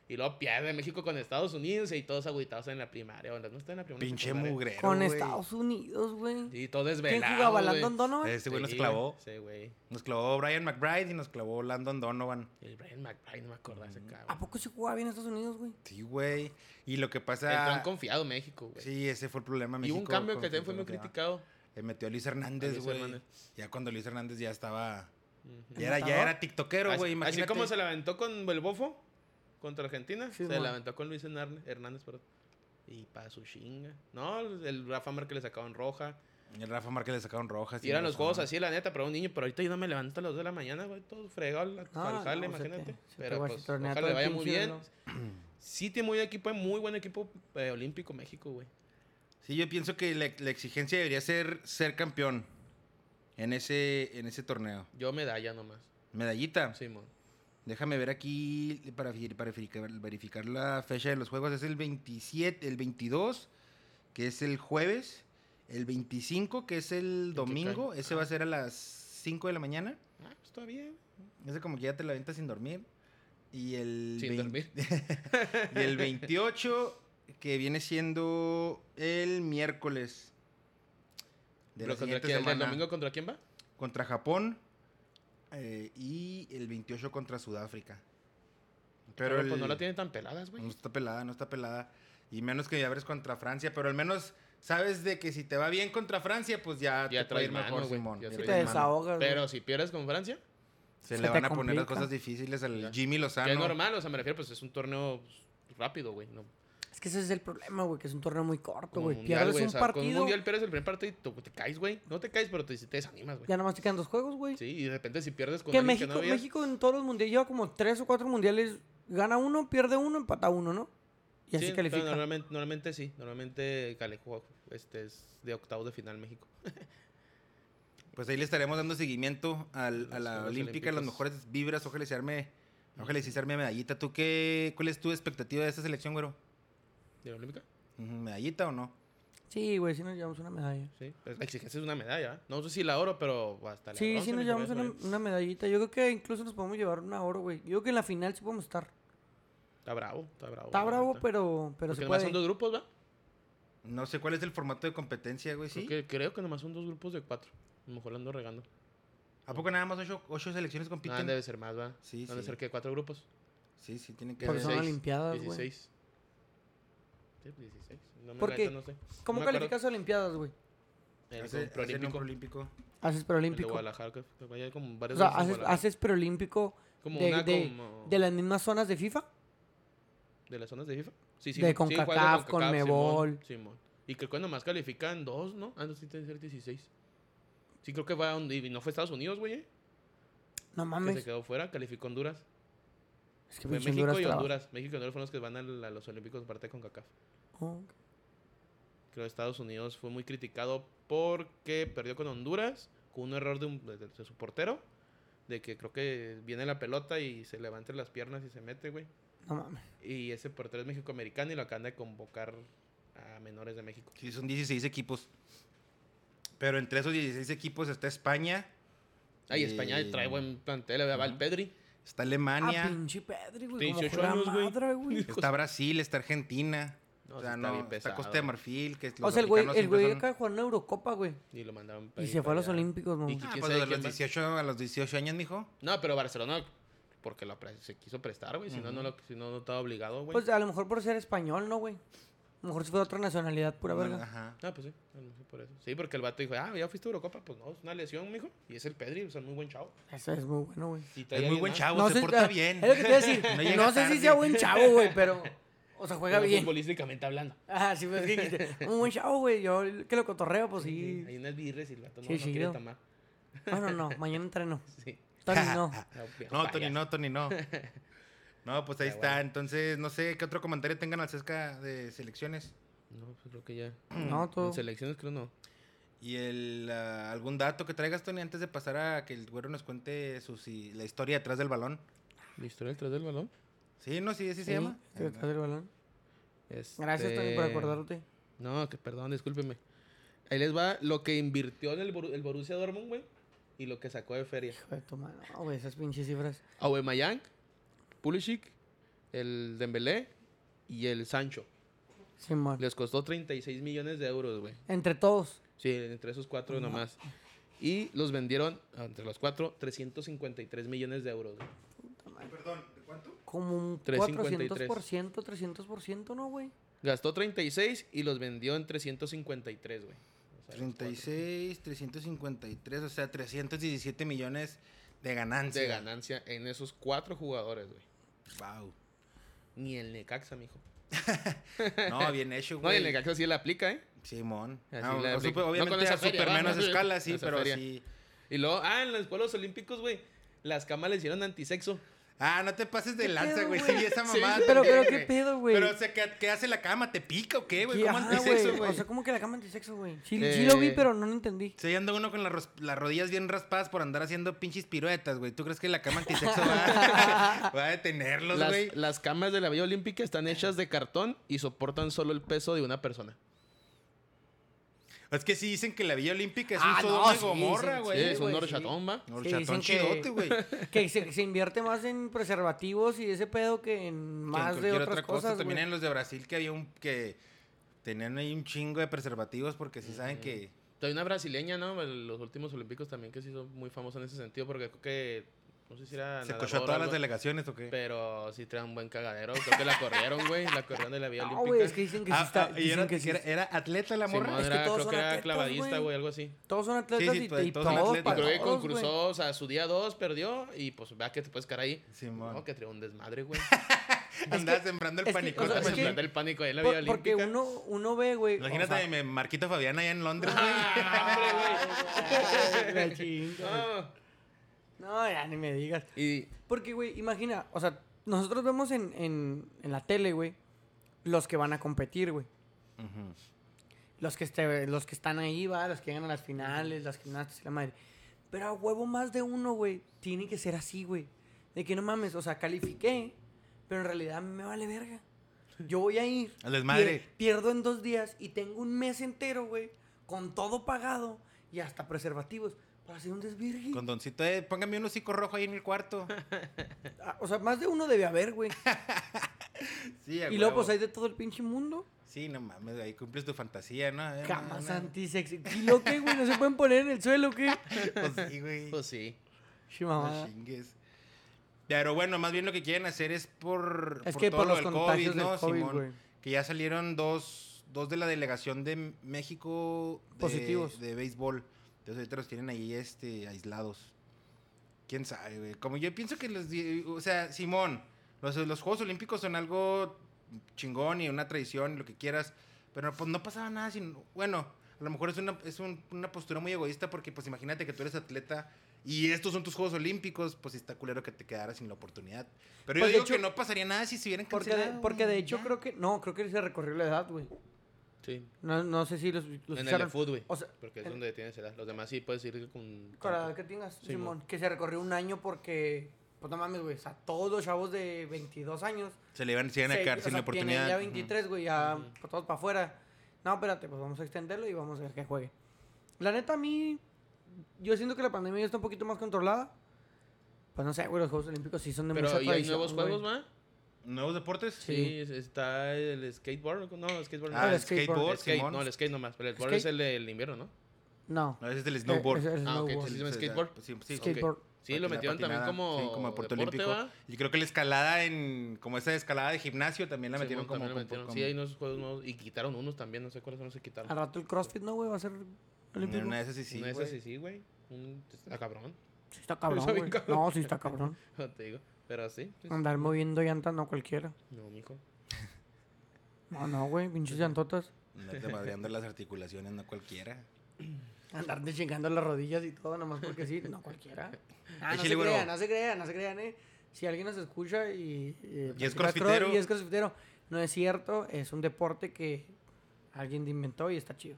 [SPEAKER 3] Y luego pierde México con Estados Unidos y todos agüitados en la primaria. o en la- no está en la primaria. en la
[SPEAKER 2] Pinche
[SPEAKER 3] secundaria.
[SPEAKER 2] mugrero.
[SPEAKER 1] Con
[SPEAKER 2] güey.
[SPEAKER 1] Estados Unidos, güey.
[SPEAKER 3] Y todo desvelado.
[SPEAKER 1] ¿Quién jugaba?
[SPEAKER 3] güey.
[SPEAKER 1] ¿Landon Donovan?
[SPEAKER 2] Ese güey nos
[SPEAKER 3] Sí,
[SPEAKER 2] clavó.
[SPEAKER 3] Sí, güey.
[SPEAKER 2] Nos clavó Brian McBride y nos clavó Landon Donovan.
[SPEAKER 3] El Brian McBride, no me acuerdo de ese
[SPEAKER 1] ¿A
[SPEAKER 2] Ah,
[SPEAKER 3] cabrón.
[SPEAKER 1] poco se jugaba bien en Estados Unidos, güey?
[SPEAKER 2] Sí, güey. Y lo que
[SPEAKER 3] Entró
[SPEAKER 2] pasa.
[SPEAKER 3] en confiado México, güey.
[SPEAKER 2] pues, ah, Sí, ese fue el problema.
[SPEAKER 3] y hubo un
[SPEAKER 2] México
[SPEAKER 3] cambio
[SPEAKER 2] con-
[SPEAKER 3] que también fue muy
[SPEAKER 2] con-
[SPEAKER 3] criticado.
[SPEAKER 2] Le metió a Luis
[SPEAKER 3] A
[SPEAKER 2] Hernández,
[SPEAKER 3] Luis
[SPEAKER 2] güey.
[SPEAKER 3] Hernández.
[SPEAKER 2] Ya cuando Luis Hernández ya estaba.
[SPEAKER 3] Ujú.
[SPEAKER 2] Ya era, ya
[SPEAKER 1] matador?
[SPEAKER 2] era tiktokero,
[SPEAKER 3] Así-
[SPEAKER 2] güey.
[SPEAKER 3] Así
[SPEAKER 2] Imagínate.
[SPEAKER 3] como se la aventó con el Bofo contra Argentina,
[SPEAKER 1] Sí,
[SPEAKER 3] se
[SPEAKER 1] man.
[SPEAKER 3] la aventó con Luis Hernández, Hernández perdón. y pa' su chinga. No, el Rafa Márquez le sacaban roja.
[SPEAKER 2] El Rafa Márquez le sacaron rojas.
[SPEAKER 3] Y eran los juegos
[SPEAKER 2] así.
[SPEAKER 3] así, la neta, pero un niño, pero ahorita yo no me levanto a las 2 de la mañana, güey, todo fregado al,
[SPEAKER 1] Ah, No,
[SPEAKER 3] al jale,
[SPEAKER 1] no, se te-
[SPEAKER 3] imagínate.
[SPEAKER 1] se te
[SPEAKER 3] pero
[SPEAKER 1] va, se
[SPEAKER 3] pues,
[SPEAKER 1] tornea
[SPEAKER 3] ojalá
[SPEAKER 1] todo
[SPEAKER 3] le
[SPEAKER 1] el
[SPEAKER 3] vaya muy
[SPEAKER 1] pinche
[SPEAKER 3] bien.
[SPEAKER 1] reloj.
[SPEAKER 3] Sí tiene muy equipo, muy buen equipo eh, olímpico México, güey.
[SPEAKER 2] Sí, yo pienso que la, la exigencia debería ser ser campeón en ese, en ese torneo.
[SPEAKER 3] Yo medalla nomás,
[SPEAKER 2] Medallita.
[SPEAKER 3] Simón.
[SPEAKER 2] Déjame ver aquí para, fi- para verificar, verificar la fecha de los juegos. Es el 27, el 22, que es el jueves. El 25, que es el
[SPEAKER 3] Ok,
[SPEAKER 2] domingo.
[SPEAKER 3] cae.
[SPEAKER 2] Ese va a ser a las 5 de la mañana.
[SPEAKER 3] Ah, pues está bien.
[SPEAKER 2] Ese como que ya te la venta sin dormir. Y el,
[SPEAKER 3] Sin
[SPEAKER 2] 20
[SPEAKER 3] dormir.
[SPEAKER 2] y el 28, que viene siendo el miércoles. De la
[SPEAKER 3] Pero contra
[SPEAKER 2] siguiente
[SPEAKER 3] quién, ¿El del
[SPEAKER 2] semana.
[SPEAKER 3] domingo contra quién va?
[SPEAKER 2] Contra Japón. eh, y el 28 contra Sudáfrica. Pero
[SPEAKER 3] pues
[SPEAKER 2] el-
[SPEAKER 3] no la tienen tan peladas,
[SPEAKER 1] Pues
[SPEAKER 3] güey.
[SPEAKER 2] no está pelada, no está pelada. Y menos que ya abres contra Francia, pero al menos sabes de que si te va bien contra Francia, pues ya,
[SPEAKER 3] Ya
[SPEAKER 2] te puede
[SPEAKER 3] traes
[SPEAKER 2] ir mejor,
[SPEAKER 3] mano, güey.
[SPEAKER 2] Simón. ya
[SPEAKER 3] Ya
[SPEAKER 1] Sí te
[SPEAKER 3] traes
[SPEAKER 2] traes mano.
[SPEAKER 1] desahogas, güey.
[SPEAKER 3] pues, Pero si pierdes con Francia,
[SPEAKER 2] Se,
[SPEAKER 1] Se
[SPEAKER 2] le
[SPEAKER 1] te
[SPEAKER 2] van a poner las
[SPEAKER 1] complica.
[SPEAKER 2] cosas difíciles al
[SPEAKER 3] Ya.
[SPEAKER 2] Jimmy
[SPEAKER 3] que es
[SPEAKER 2] Lozano.
[SPEAKER 3] normal, o sea, me refiero, pues es un torneo pues, rápido, güey. No,
[SPEAKER 1] Es que ese es el problema, güey, que es un torneo muy corto,
[SPEAKER 3] como
[SPEAKER 1] güey.
[SPEAKER 3] mundial,
[SPEAKER 1] Pierdes
[SPEAKER 3] güey,
[SPEAKER 1] un
[SPEAKER 3] o sea, Con un
[SPEAKER 1] partido,
[SPEAKER 3] mundial pierdes el primer partido y tú te caes, güey. No te caes, pero te, te desanimas, güey.
[SPEAKER 1] ya nomás te quedan dos juegos, güey.
[SPEAKER 3] pues. Sí, y de repente si pierdes con
[SPEAKER 1] Que
[SPEAKER 3] alguien
[SPEAKER 1] México,
[SPEAKER 3] que no habías-
[SPEAKER 1] México en todos los mundiales lleva como tres o cuatro mundiales, gana uno, pierde uno, empata uno, ¿no? Y así
[SPEAKER 3] Sí, pero
[SPEAKER 1] califica.
[SPEAKER 3] Normalmente, normalmente sí, normalmente Calejo este es de octavos de final México.
[SPEAKER 2] Pues ahí le estaremos dando seguimiento al- a
[SPEAKER 3] Los
[SPEAKER 2] la
[SPEAKER 3] Juegos
[SPEAKER 2] Olímpica, las
[SPEAKER 3] Olímpicos.
[SPEAKER 2] mejores vibras. Ojalá y se arme, ojalá y sí se arme medallita. ¿Tú qué? ¿Cuál es tu expectativa de esta selección, güero?
[SPEAKER 3] ¿De la Olímpica?
[SPEAKER 2] Ujú, ¿Medallita o no?
[SPEAKER 1] Sí, güey, sí nos llevamos una medalla.
[SPEAKER 3] Sí. Pues, la exigencia es una medalla. ¿eh? No sé si la oro, pero hasta la
[SPEAKER 1] Sí,
[SPEAKER 3] bronce
[SPEAKER 1] sí nos
[SPEAKER 3] le
[SPEAKER 1] llevamos
[SPEAKER 3] podrías
[SPEAKER 1] una,
[SPEAKER 3] poner.
[SPEAKER 1] una medallita. Yo creo que incluso nos podemos llevar una oro, güey. Yo creo que en la final sí podemos estar.
[SPEAKER 3] Está bravo, está bravo.
[SPEAKER 1] Está
[SPEAKER 3] la
[SPEAKER 1] bravo,
[SPEAKER 3] neta.
[SPEAKER 1] pero, pero
[SPEAKER 3] Oh, Porque
[SPEAKER 1] se
[SPEAKER 3] nomás
[SPEAKER 1] puede.
[SPEAKER 3] son dos grupos, ¿va?
[SPEAKER 2] No sé cuál es el formato de competencia, güey.
[SPEAKER 3] Creo,
[SPEAKER 2] ¿sí?
[SPEAKER 3] que, creo que nomás son dos grupos de cuatro. A lo mejor la ando regando.
[SPEAKER 2] ¿A poco nada más ocho, ocho selecciones
[SPEAKER 3] No,
[SPEAKER 2] compiten?
[SPEAKER 3] debe ser más, ¿va?
[SPEAKER 2] Sí,
[SPEAKER 3] Debe
[SPEAKER 2] sí.
[SPEAKER 3] ser que cuatro grupos.
[SPEAKER 2] Sí, sí, tienen que
[SPEAKER 1] Porque
[SPEAKER 2] haber.
[SPEAKER 1] son olimpiadas, güey.
[SPEAKER 3] 16. Sí, 16. No me
[SPEAKER 1] ¿Por
[SPEAKER 3] la
[SPEAKER 1] qué?
[SPEAKER 3] neta no sé.
[SPEAKER 1] ¿Cómo
[SPEAKER 3] No me acuerdo.
[SPEAKER 1] calificas a Olimpiadas, güey?
[SPEAKER 3] El
[SPEAKER 2] Hace- hacen un
[SPEAKER 3] preolímpico.
[SPEAKER 2] proolímpico.
[SPEAKER 1] Haces
[SPEAKER 3] El de
[SPEAKER 1] preolímpico.
[SPEAKER 3] Guadalajara, que que vaya como
[SPEAKER 1] O
[SPEAKER 3] varios
[SPEAKER 1] sea,
[SPEAKER 3] veces en
[SPEAKER 1] haces,
[SPEAKER 3] Guadalajara.
[SPEAKER 1] haces preolímpico
[SPEAKER 3] Como
[SPEAKER 1] de-
[SPEAKER 3] una
[SPEAKER 1] de-
[SPEAKER 3] como-
[SPEAKER 1] de las mismas zonas de FIFA.
[SPEAKER 3] ¿De las zonas de FIFA? Sí,
[SPEAKER 1] De
[SPEAKER 3] igual
[SPEAKER 1] CONCACAF,
[SPEAKER 3] CONCACAF,
[SPEAKER 1] CONMEBOL.
[SPEAKER 3] Simón, Simón. Y creo que nomás califican dos, ¿no? Ah, no, sí, tiene que ser 16. Sí, creo que va a un- y no fue Estados Unidos, güey. eh,
[SPEAKER 1] No
[SPEAKER 3] Que se
[SPEAKER 1] mames.
[SPEAKER 3] quedó fuera, calificó Honduras.
[SPEAKER 1] Es que
[SPEAKER 3] Fue
[SPEAKER 1] pinche
[SPEAKER 3] México y
[SPEAKER 1] trabaja.
[SPEAKER 3] Honduras. México y Honduras fueron los que van al- a, los Olímpicos parte con CACAF.
[SPEAKER 1] Oh.
[SPEAKER 3] Creo que Estados Unidos fue muy criticado porque perdió con Honduras con un error de, un- de- de su portero. De que creo que viene la pelota y se levanta en las piernas y se mete, güey.
[SPEAKER 1] No mames.
[SPEAKER 3] Y ese portero es mexicoamericano y lo acaban de convocar a menores de México.
[SPEAKER 2] Sí, son 16 equipos. Pero entre esos 16 equipos está España,
[SPEAKER 3] Ay,
[SPEAKER 2] Eh,
[SPEAKER 3] España trae buen plantel, eh, va el Pedri.
[SPEAKER 2] está
[SPEAKER 1] Ah,
[SPEAKER 2] Alemania,
[SPEAKER 1] pinche Pedri, güey. Como
[SPEAKER 3] 18
[SPEAKER 1] juega
[SPEAKER 3] años, güey.
[SPEAKER 1] madre, güey.
[SPEAKER 2] está Brasil, está Argentina.
[SPEAKER 3] No,
[SPEAKER 2] o
[SPEAKER 3] sí
[SPEAKER 2] sea,
[SPEAKER 3] está
[SPEAKER 2] no,
[SPEAKER 3] bien
[SPEAKER 2] está,
[SPEAKER 3] pesado,
[SPEAKER 2] Costa de
[SPEAKER 3] güey.
[SPEAKER 2] Marfil, que
[SPEAKER 1] O
[SPEAKER 2] los
[SPEAKER 1] sea, el güey,
[SPEAKER 2] mexicanos
[SPEAKER 1] el güey
[SPEAKER 2] siempre son-
[SPEAKER 1] acaba de jugar en Eurocopa, güey.
[SPEAKER 3] Y lo mandaron pa'
[SPEAKER 1] Y
[SPEAKER 3] ahí,
[SPEAKER 1] se fue a
[SPEAKER 3] para
[SPEAKER 1] los
[SPEAKER 3] allá.
[SPEAKER 1] Olímpicos, mamá.
[SPEAKER 3] Y
[SPEAKER 2] Ah,
[SPEAKER 3] quién
[SPEAKER 2] pues
[SPEAKER 3] sabe
[SPEAKER 2] a los
[SPEAKER 3] quién va.
[SPEAKER 2] 18, a los 18 años, mijo.
[SPEAKER 3] No, pero Barcelona, porque lo pre- se quiso prestar, güey. Si no, no, lo- si no, no estaba obligado, güey.
[SPEAKER 1] Pues a lo mejor por ser español, ¿no, güey? A lo mejor si fue de otra nacionalidad, pura verga.
[SPEAKER 2] Ajá.
[SPEAKER 3] Ah, pues sí, a lo mejor por eso. Sí, porque el vato dijo, ah, ya fuiste a Eurocopa, pues no, es una lesión, mijo. Y es el Pedri, o sea, muy buen chavo.
[SPEAKER 1] Eso es muy bueno, güey.
[SPEAKER 3] Y trae
[SPEAKER 2] Es muy
[SPEAKER 3] alguien
[SPEAKER 2] buen
[SPEAKER 3] más.
[SPEAKER 2] chavo, Ah, se
[SPEAKER 1] sé-
[SPEAKER 2] porta
[SPEAKER 1] ah,
[SPEAKER 2] bien.
[SPEAKER 1] Es lo que te iba a decir.
[SPEAKER 2] No
[SPEAKER 1] No,
[SPEAKER 2] llega
[SPEAKER 1] sé
[SPEAKER 2] tarde.
[SPEAKER 1] si sea buen chavo, güey, pero. O sea, juega
[SPEAKER 3] Pero
[SPEAKER 1] bien.
[SPEAKER 3] Futbolísticamente hablando.
[SPEAKER 1] Ah, sí, pues, que- que- un buen chavo, güey. Yo que lo cotorreo, pues sí.
[SPEAKER 3] Hay unas birres y el vato no,
[SPEAKER 1] Sí,
[SPEAKER 3] no quiere
[SPEAKER 1] chido.
[SPEAKER 3] tomar.
[SPEAKER 1] Bueno, no, mañana entreno.
[SPEAKER 3] Sí.
[SPEAKER 1] Tony, no.
[SPEAKER 2] No, Tony, no, Tony, no. No, pues ahí
[SPEAKER 3] Ya,
[SPEAKER 2] está.
[SPEAKER 3] bueno.
[SPEAKER 2] Entonces, no sé qué otro comentario tengan al Sesca de selecciones.
[SPEAKER 3] No, pues creo que ya.
[SPEAKER 1] No,
[SPEAKER 3] En
[SPEAKER 1] todo.
[SPEAKER 3] selecciones creo no.
[SPEAKER 2] Y el, ah, algún dato que traigas, Tony, antes de pasar a que el güero nos cuente su, si- la historia detrás del balón.
[SPEAKER 3] ¿La historia detrás del balón?
[SPEAKER 2] Sí, no, sí, así
[SPEAKER 1] Sí,
[SPEAKER 2] se llama.
[SPEAKER 1] te detrás del balón.
[SPEAKER 3] Este,
[SPEAKER 1] Gracias, Tony, por acordarte.
[SPEAKER 3] No, que perdón, discúlpeme. Ahí les va lo que invirtió en el, Boru- el Borussia Dortmund, güey. Y lo que sacó de feria.
[SPEAKER 1] Hijo de tu madre. No, güey, esas pinches cifras.
[SPEAKER 3] Aubameyang, Pulisic, el Dembélé y el Sancho.
[SPEAKER 1] Simón.
[SPEAKER 3] Les costó 36 millones de euros, güey.
[SPEAKER 1] Entre todos.
[SPEAKER 3] Sí, entre esos cuatro nomás. Y los vendieron, entre los cuatro, 353 millones de euros. güey.
[SPEAKER 2] Perdón, ¿de cuánto?
[SPEAKER 1] Como un
[SPEAKER 3] 353.
[SPEAKER 1] 400%, 300%, ¿no, güey?
[SPEAKER 3] Gastó 36 y los vendió en 353, güey. O sea, los cuatro.
[SPEAKER 2] 36, 353, o sea, 317 millones de ganancia.
[SPEAKER 3] De ganancia en esos cuatro jugadores, güey.
[SPEAKER 2] Wow.
[SPEAKER 3] Ni el Necaxa, mijo.
[SPEAKER 2] No, bien hecho,
[SPEAKER 3] No, y
[SPEAKER 2] güey.
[SPEAKER 3] el Necaxa sí la aplica, ¿eh?
[SPEAKER 2] Simón.
[SPEAKER 3] Así
[SPEAKER 2] Ah,
[SPEAKER 3] la
[SPEAKER 2] o-
[SPEAKER 3] aplica.
[SPEAKER 2] supe-
[SPEAKER 3] No con
[SPEAKER 2] obviamente
[SPEAKER 3] esa
[SPEAKER 2] a super
[SPEAKER 3] feria,
[SPEAKER 2] menos
[SPEAKER 3] vamos,
[SPEAKER 2] escala, sí,
[SPEAKER 3] esa
[SPEAKER 2] pero
[SPEAKER 3] feria.
[SPEAKER 2] sí.
[SPEAKER 3] Y luego, ah, en los Juegos Olímpicos, güey, las camas le hicieron antisexo.
[SPEAKER 2] Ah, no te pases de
[SPEAKER 1] ¿Qué
[SPEAKER 2] lanza,
[SPEAKER 1] pedo,
[SPEAKER 2] güey. Sí,
[SPEAKER 1] güey?
[SPEAKER 2] esa
[SPEAKER 3] Sí,
[SPEAKER 2] mamada.
[SPEAKER 3] sí.
[SPEAKER 1] Pero,
[SPEAKER 2] también,
[SPEAKER 1] pero, ¿qué pedo, güey?
[SPEAKER 2] Pero, o sea, ¿qué, qué hace la cama? ¿Te pica o qué, güey? ¿Cómo
[SPEAKER 1] Ajá,
[SPEAKER 2] antes eso,
[SPEAKER 1] güey.
[SPEAKER 2] güey?
[SPEAKER 1] O sea, como que la cama antisexo, güey. Sí, sí lo vi,
[SPEAKER 3] Eh.
[SPEAKER 1] pero no lo entendí.
[SPEAKER 2] Se anda uno con las ros- las rodillas bien raspadas por andar haciendo pinches piruetas, güey. ¿Tú crees que la cama antisexo va, va a detenerlos,
[SPEAKER 3] Las,
[SPEAKER 2] güey?
[SPEAKER 3] las camas de la Villa Olímpica están hechas de cartón y soportan solo el peso de una persona.
[SPEAKER 2] Es que sí dicen que la Villa Olímpica es
[SPEAKER 1] Ah,
[SPEAKER 2] un
[SPEAKER 1] no,
[SPEAKER 2] Sodoma y
[SPEAKER 1] sí,
[SPEAKER 2] Gomorra,
[SPEAKER 1] sí,
[SPEAKER 2] güey.
[SPEAKER 3] Sí, es un
[SPEAKER 1] güey,
[SPEAKER 3] horchatón, va.
[SPEAKER 2] No, el
[SPEAKER 1] Sí, dicen
[SPEAKER 2] chatón
[SPEAKER 1] que-
[SPEAKER 2] chidote, güey.
[SPEAKER 1] Que se, se invierte más en preservativos y ese pedo que en
[SPEAKER 2] Que en
[SPEAKER 1] más de
[SPEAKER 2] cualquier
[SPEAKER 1] otras cosas,
[SPEAKER 2] También
[SPEAKER 1] güey.
[SPEAKER 2] en los de Brasil que había un... que tenían ahí un chingo de preservativos porque sí
[SPEAKER 1] Mm.
[SPEAKER 2] saben que...
[SPEAKER 3] Hay una brasileña, ¿no? El- Los últimos olímpicos también que se hizo muy famosa en ese sentido porque creo que, no sé si era...
[SPEAKER 2] ¿Se
[SPEAKER 3] nadadora
[SPEAKER 2] cochó a
[SPEAKER 3] o
[SPEAKER 2] todas las
[SPEAKER 3] algo,
[SPEAKER 2] delegaciones o qué?
[SPEAKER 3] Pero sí trae un buen cagadero. Creo que la corrieron, güey. La corrieron de la Villa
[SPEAKER 1] No,
[SPEAKER 3] Olímpica.
[SPEAKER 1] güey, es que dicen que sí
[SPEAKER 2] Ah,
[SPEAKER 1] está.
[SPEAKER 2] ah, y era,
[SPEAKER 1] dicen que sí
[SPEAKER 2] era- era atleta la morra.
[SPEAKER 3] Simón
[SPEAKER 1] es que
[SPEAKER 3] era-
[SPEAKER 1] todos
[SPEAKER 3] creo
[SPEAKER 1] son
[SPEAKER 3] que era
[SPEAKER 1] atletas,
[SPEAKER 3] clavadista,
[SPEAKER 1] güey.
[SPEAKER 3] güey, algo así.
[SPEAKER 1] Todos son atletas
[SPEAKER 2] Sí, sí,
[SPEAKER 1] y,
[SPEAKER 2] to-
[SPEAKER 1] y
[SPEAKER 2] todos
[SPEAKER 1] todos,
[SPEAKER 2] son
[SPEAKER 1] para
[SPEAKER 2] atletas.
[SPEAKER 3] Creo que
[SPEAKER 1] todos,
[SPEAKER 3] concursó,
[SPEAKER 1] güey.
[SPEAKER 3] o sea, su día 2 perdió y pues vea que te puedes caer ahí.
[SPEAKER 2] Simón.
[SPEAKER 3] No, que trae un desmadre, güey.
[SPEAKER 2] Andaba sembrando el
[SPEAKER 1] es que,
[SPEAKER 2] pánico.
[SPEAKER 1] o sea, es
[SPEAKER 3] Cosa me
[SPEAKER 1] que-
[SPEAKER 3] manda el pánico ahí en la
[SPEAKER 1] Por-
[SPEAKER 3] Villa
[SPEAKER 1] porque
[SPEAKER 3] Olímpica.
[SPEAKER 1] uno, uno ve, güey.
[SPEAKER 2] Imagínate
[SPEAKER 1] o sea, Ah,
[SPEAKER 2] me Marquito Fabián allá en Londres, güey.
[SPEAKER 1] ay, la chinga.
[SPEAKER 3] Ah,
[SPEAKER 1] No, ya ni me digas.
[SPEAKER 3] y
[SPEAKER 1] Porque, güey, imagina, o sea, nosotros vemos en, en, en la tele, güey, los que van a competir, güey.
[SPEAKER 2] Ujú.
[SPEAKER 1] Los que, este- los que están ahí, va, los que llegan a las finales, las gimnastas y la madre. Pero a huevo más de uno, güey, tiene que ser así, güey. De que no mames, o sea, califiqué, pero en realidad me vale verga. Yo voy a ir.
[SPEAKER 2] Al desmadre.
[SPEAKER 1] pier- pierdo en dos días y tengo un mes entero, güey, con todo pagado y hasta preservativos para hacer un desvirgue.
[SPEAKER 2] Condoncito, eh, póngame un hocico rojo ahí en el cuarto.
[SPEAKER 1] Ah, O sea, más de uno debe haber, güey.
[SPEAKER 2] Sí, a
[SPEAKER 1] Y luego,
[SPEAKER 2] huevo.
[SPEAKER 1] pues, hay de todo el pinche mundo.
[SPEAKER 2] Sí, no mames, ahí cumples tu fantasía, ¿no? Eh,
[SPEAKER 1] Camas
[SPEAKER 2] no, no.
[SPEAKER 1] antisexy. ¿Y lo que, güey? ¿No se pueden poner en el suelo, o qué?
[SPEAKER 2] Pues sí, güey.
[SPEAKER 3] pues sí.
[SPEAKER 1] Sí,
[SPEAKER 2] No
[SPEAKER 1] mamá.
[SPEAKER 2] chingues. Pero bueno, más bien lo que quieren hacer es por,
[SPEAKER 1] Es que por
[SPEAKER 2] lo
[SPEAKER 1] los
[SPEAKER 2] del
[SPEAKER 1] contagios del COVID,
[SPEAKER 2] Simón?
[SPEAKER 1] güey.
[SPEAKER 2] que ya salieron dos, dos de la delegación de México de,
[SPEAKER 1] Positivos.
[SPEAKER 2] de béisbol. Entonces ahorita los tienen ahí este, aislados. Quién sabe, güey. Como yo pienso que los. di- O sea, Simón, los, los Juegos Olímpicos son algo chingón y una tradición y lo que quieras. Pero pues no pasaba nada sin. Bueno, a lo mejor es una, es un- una postura muy egoísta porque, pues imagínate que tú eres atleta. Y estos son tus Juegos Olímpicos, pues está culero que te quedaras sin la oportunidad. Pero yo
[SPEAKER 1] Pues, de
[SPEAKER 2] digo
[SPEAKER 1] hecho-
[SPEAKER 2] que no pasaría nada si se hubieran
[SPEAKER 1] Porque de,
[SPEAKER 2] cancelado,
[SPEAKER 1] porque de
[SPEAKER 2] güey,
[SPEAKER 1] hecho
[SPEAKER 2] ya.
[SPEAKER 1] creo que... No, creo que se recorrió la edad, güey.
[SPEAKER 3] Sí.
[SPEAKER 1] No, no sé si los, los
[SPEAKER 3] en el
[SPEAKER 1] fijaron.
[SPEAKER 3] de food, güey.
[SPEAKER 1] O sea,
[SPEAKER 3] porque es
[SPEAKER 1] en-
[SPEAKER 3] donde tienes edad. Los demás sí puedes ir con.
[SPEAKER 1] Con la edad que tengas,
[SPEAKER 3] Sí,
[SPEAKER 1] Simón.
[SPEAKER 3] mo.
[SPEAKER 1] Que se recorrió un año porque... Pues no mames, güey. O sea, todos los chavos de 22 años...
[SPEAKER 2] Se le iban, se iban a
[SPEAKER 1] se-
[SPEAKER 2] quedar
[SPEAKER 1] o
[SPEAKER 2] sin
[SPEAKER 1] sea,
[SPEAKER 2] la oportunidad.
[SPEAKER 1] tienen ya
[SPEAKER 2] Ujú.
[SPEAKER 1] 23, güey. Ya pues, todos para afuera. No, espérate. Pues vamos a extenderlo y vamos a ver que juegue. La neta, a mí... Yo siento que la pandemia ya está un poquito más controlada. Pues no sé, güey. Los Juegos Olímpicos sí son de mucha
[SPEAKER 3] Pero ¿y hay
[SPEAKER 1] tradición,
[SPEAKER 3] nuevos
[SPEAKER 1] güey.
[SPEAKER 3] juegos, va?
[SPEAKER 2] ¿Nuevos deportes?
[SPEAKER 1] Sí.
[SPEAKER 3] Sí. es- está el skateboard. No, el skateboard
[SPEAKER 2] Ah,
[SPEAKER 1] el
[SPEAKER 2] el
[SPEAKER 1] skateboard.
[SPEAKER 2] skateboard,
[SPEAKER 3] no. Skate,
[SPEAKER 2] Simón.
[SPEAKER 3] no, el skate nomás. Pero el board
[SPEAKER 1] Skate.
[SPEAKER 3] es el del invierno, ¿no?
[SPEAKER 1] No.
[SPEAKER 2] No, ese es el
[SPEAKER 1] Eh,
[SPEAKER 2] Ah, snowboard.
[SPEAKER 1] es- es
[SPEAKER 3] Ah, ok,
[SPEAKER 1] snowboard.
[SPEAKER 3] sí, sí,
[SPEAKER 2] O sea,
[SPEAKER 3] skateboard.
[SPEAKER 2] pues sí, sí,
[SPEAKER 3] Ok.
[SPEAKER 1] Skateboard.
[SPEAKER 3] Sí, lo
[SPEAKER 2] Patina-
[SPEAKER 3] metieron también
[SPEAKER 2] patinada,
[SPEAKER 3] como.
[SPEAKER 2] sí, como deporte olímpico.
[SPEAKER 3] ¿va?
[SPEAKER 2] Y creo que la escalada en. Como esa escalada de gimnasio también la
[SPEAKER 3] Simón,
[SPEAKER 2] metieron como.
[SPEAKER 3] también lo
[SPEAKER 2] como-
[SPEAKER 3] metieron.
[SPEAKER 2] como-
[SPEAKER 3] Sí, hay unos juegos nuevos. Y quitaron unos también. No sé cuáles son los que quitaron.
[SPEAKER 1] Al rato el CrossFit, ¿no, güey? Va a ser olímpico.
[SPEAKER 2] en una de esas sí, sí.
[SPEAKER 3] no es
[SPEAKER 2] güey.
[SPEAKER 3] así, sí, güey. Un- Está cabrón.
[SPEAKER 1] Sí está cabrón,
[SPEAKER 3] Está bien
[SPEAKER 1] güey.
[SPEAKER 3] cabrón.
[SPEAKER 1] No, sí está cabrón.
[SPEAKER 3] Te digo. Pero sí. pues, sí, sí.
[SPEAKER 1] Andar moviendo llantas no cualquiera.
[SPEAKER 3] No, mijo.
[SPEAKER 1] No, no, güey, pinches llantotas.
[SPEAKER 2] Andarte madreando las articulaciones, no cualquiera.
[SPEAKER 1] Andarte chingando las rodillas y todo, nomás porque sí. No cualquiera. Ah, no
[SPEAKER 2] Échale,
[SPEAKER 1] se
[SPEAKER 2] güero.
[SPEAKER 1] crean, no se crean, no se crean, eh. Si alguien nos escucha y... eh,
[SPEAKER 2] Y
[SPEAKER 1] practica cross-
[SPEAKER 2] es crossfitero.
[SPEAKER 1] Y es crossfitero. No es cierto, es un deporte que alguien inventó y está chido.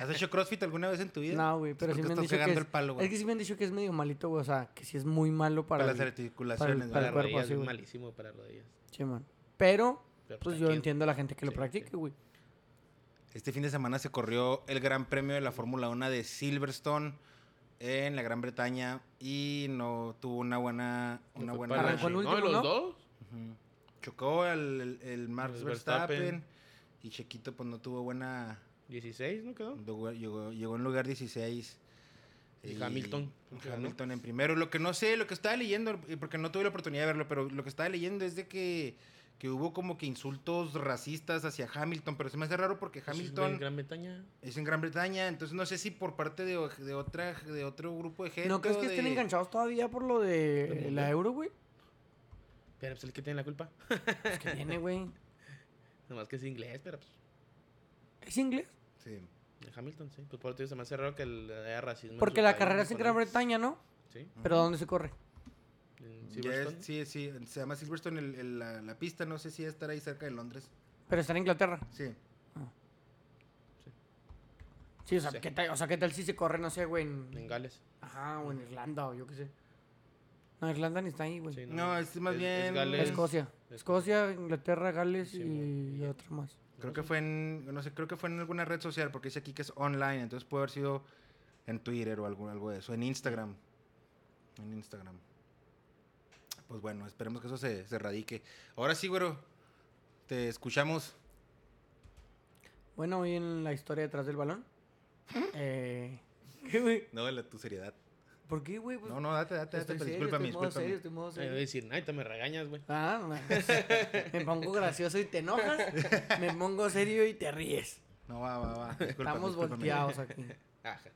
[SPEAKER 2] ¿Has hecho crossfit alguna vez en tu vida?
[SPEAKER 1] No, güey, pero sí
[SPEAKER 2] Entonces,
[SPEAKER 1] me han
[SPEAKER 2] ¿por
[SPEAKER 1] dicho
[SPEAKER 2] qué estás
[SPEAKER 1] que
[SPEAKER 2] cagando
[SPEAKER 1] es,
[SPEAKER 2] el palo, güey?
[SPEAKER 1] es que sí me han dicho que es medio malito, güey, o sea, que sí es muy malo para,
[SPEAKER 2] para las
[SPEAKER 1] el-
[SPEAKER 2] articulaciones,
[SPEAKER 1] para el
[SPEAKER 2] güey.
[SPEAKER 3] Para
[SPEAKER 1] cuerpo,
[SPEAKER 3] rodillas,
[SPEAKER 1] así,
[SPEAKER 3] es
[SPEAKER 1] güey.
[SPEAKER 3] malísimo para rodillas.
[SPEAKER 1] Sí, man. Pero,
[SPEAKER 3] Pero,
[SPEAKER 1] pues
[SPEAKER 3] ¿a
[SPEAKER 1] yo
[SPEAKER 3] quién?
[SPEAKER 1] entiendo a la gente que lo
[SPEAKER 3] Sí,
[SPEAKER 1] practique,
[SPEAKER 3] sí.
[SPEAKER 1] güey.
[SPEAKER 2] Este fin de semana se corrió el Gran Premio de la Fórmula 1 de Silverstone en la Gran Bretaña y no tuvo una buena...
[SPEAKER 3] No
[SPEAKER 2] Una
[SPEAKER 3] fue
[SPEAKER 2] buena
[SPEAKER 3] para-
[SPEAKER 1] Arrancó el
[SPEAKER 3] No,
[SPEAKER 1] último,
[SPEAKER 3] ¿y los
[SPEAKER 1] ¿no?
[SPEAKER 3] dos.
[SPEAKER 2] Ujú. Chocó el, el, el Max
[SPEAKER 3] El
[SPEAKER 2] Verstappen,
[SPEAKER 3] Verstappen.
[SPEAKER 2] y Chequito pues no tuvo buena...
[SPEAKER 3] 16, ¿no quedó?
[SPEAKER 2] llegó- Llegó, llegó en lugar 16.
[SPEAKER 3] Y Hamilton,
[SPEAKER 2] Hamilton Hamilton en primero. Lo que no sé, lo que estaba leyendo, y porque no tuve la oportunidad de verlo, pero lo que estaba leyendo es de que, que hubo como que insultos racistas hacia Hamilton, pero se me hace raro porque
[SPEAKER 3] Pues es
[SPEAKER 2] Hamilton...
[SPEAKER 3] en Gran Bretaña.
[SPEAKER 2] Es en Gran Bretaña, entonces no sé si por parte de, o- de otra de otro grupo de gente.
[SPEAKER 1] ¿No crees
[SPEAKER 2] o
[SPEAKER 1] que estén
[SPEAKER 2] de-
[SPEAKER 1] enganchados todavía por lo de
[SPEAKER 3] Del
[SPEAKER 1] la
[SPEAKER 3] mundial.
[SPEAKER 1] euro, güey?
[SPEAKER 3] Pero pues el que tiene la culpa.
[SPEAKER 1] Pues que viene, güey.
[SPEAKER 3] Nomás que es inglés, pero pues.
[SPEAKER 1] ¿Es inglés?
[SPEAKER 2] Sí.
[SPEAKER 3] el Hamilton, sí. Pues por eso se me hace raro que el- haya racismo. en
[SPEAKER 1] Porque
[SPEAKER 3] su
[SPEAKER 1] la
[SPEAKER 3] país,
[SPEAKER 1] carrera
[SPEAKER 3] ¿no?
[SPEAKER 1] es en
[SPEAKER 3] Por
[SPEAKER 1] Gran
[SPEAKER 3] ahí.
[SPEAKER 1] Bretaña, ¿no?
[SPEAKER 3] Sí.
[SPEAKER 1] Pero ¿dónde se corre?
[SPEAKER 3] en
[SPEAKER 2] Ya
[SPEAKER 3] Silverstone.
[SPEAKER 2] es- sí, sí, se llama Silverstone el- el- la, la pista, no sé si estará ahí cerca de Londres.
[SPEAKER 1] Pero está en Inglaterra.
[SPEAKER 2] Sí.
[SPEAKER 1] Sí, o sea,
[SPEAKER 3] Sí.
[SPEAKER 1] ¿qué tal, o sea, ¿qué tal si se corre, no sé, güey? en-
[SPEAKER 3] En Gales.
[SPEAKER 1] Ajá, o en Irlanda, o yo qué sé. No, Irlanda ni está ahí, güey.
[SPEAKER 3] Sí,
[SPEAKER 2] No, es más bien-
[SPEAKER 3] Gales.
[SPEAKER 1] Pues, Escocia.
[SPEAKER 3] es-
[SPEAKER 1] Escocia, Inglaterra, Gales
[SPEAKER 3] Sí,
[SPEAKER 1] y,
[SPEAKER 3] güey.
[SPEAKER 1] y otro más.
[SPEAKER 2] Creo que fue en, no sé, creo que fue en alguna red social, porque dice aquí que es online, entonces puede haber sido en Twitter o algo, algo de eso, en Instagram. En Instagram. Pues bueno, esperemos que eso se, se erradique. Ahora sí, güero, te escuchamos.
[SPEAKER 1] Bueno, hoy en la historia detrás del balón. eh, ¿Qué, güey?
[SPEAKER 2] No, la, tu seriedad.
[SPEAKER 1] ¿Por qué, güey? Pues,
[SPEAKER 2] No, no, date, date, date,
[SPEAKER 1] estoy
[SPEAKER 2] pero
[SPEAKER 1] serio,
[SPEAKER 2] discúlpame,
[SPEAKER 1] estoy modo
[SPEAKER 2] discúlpame.
[SPEAKER 1] serio, estoy modo
[SPEAKER 3] Eh,
[SPEAKER 1] serio.
[SPEAKER 3] voy a decir, ay, te me regañas, güey.
[SPEAKER 1] Ah, no, me pongo gracioso y te enojas. Me pongo serio y te ríes.
[SPEAKER 2] No, va, va, va. disculpa,
[SPEAKER 1] Estamos
[SPEAKER 2] discúlpame.
[SPEAKER 1] volteados aquí.
[SPEAKER 3] Ajá.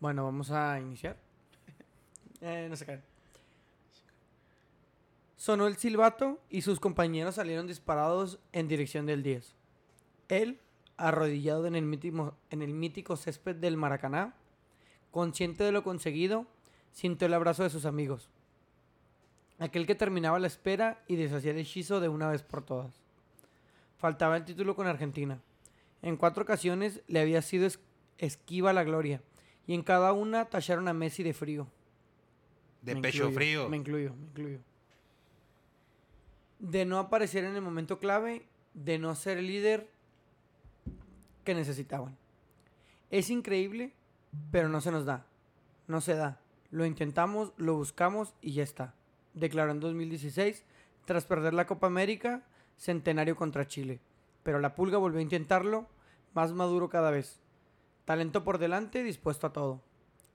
[SPEAKER 1] Bueno, vamos a iniciar. Eh, no se caen. Sonó el silbato y sus compañeros salieron disparados en dirección del 10. Él, arrodillado en el mítico, en el mítico césped del Maracaná, consciente de lo conseguido, sintió el abrazo de sus amigos. Aquel que terminaba la espera y deshacía el hechizo de una vez por todas. Faltaba el título con Argentina. En cuatro ocasiones le había sido es- esquiva la gloria y en cada una tacharon a Messi de frío.
[SPEAKER 2] De
[SPEAKER 1] Me
[SPEAKER 2] pecho
[SPEAKER 1] incluyo,
[SPEAKER 2] frío.
[SPEAKER 1] Me incluyo, me incluyo. De no aparecer en el momento clave, de no ser el líder que necesitaban. Es increíble, pero no se nos da. No se da. Lo intentamos, lo buscamos y ya está. Declaró en 2016, tras perder la Copa América, centenario contra Chile. Pero la pulga volvió a intentarlo, más maduro cada vez. Talento por delante, dispuesto a todo.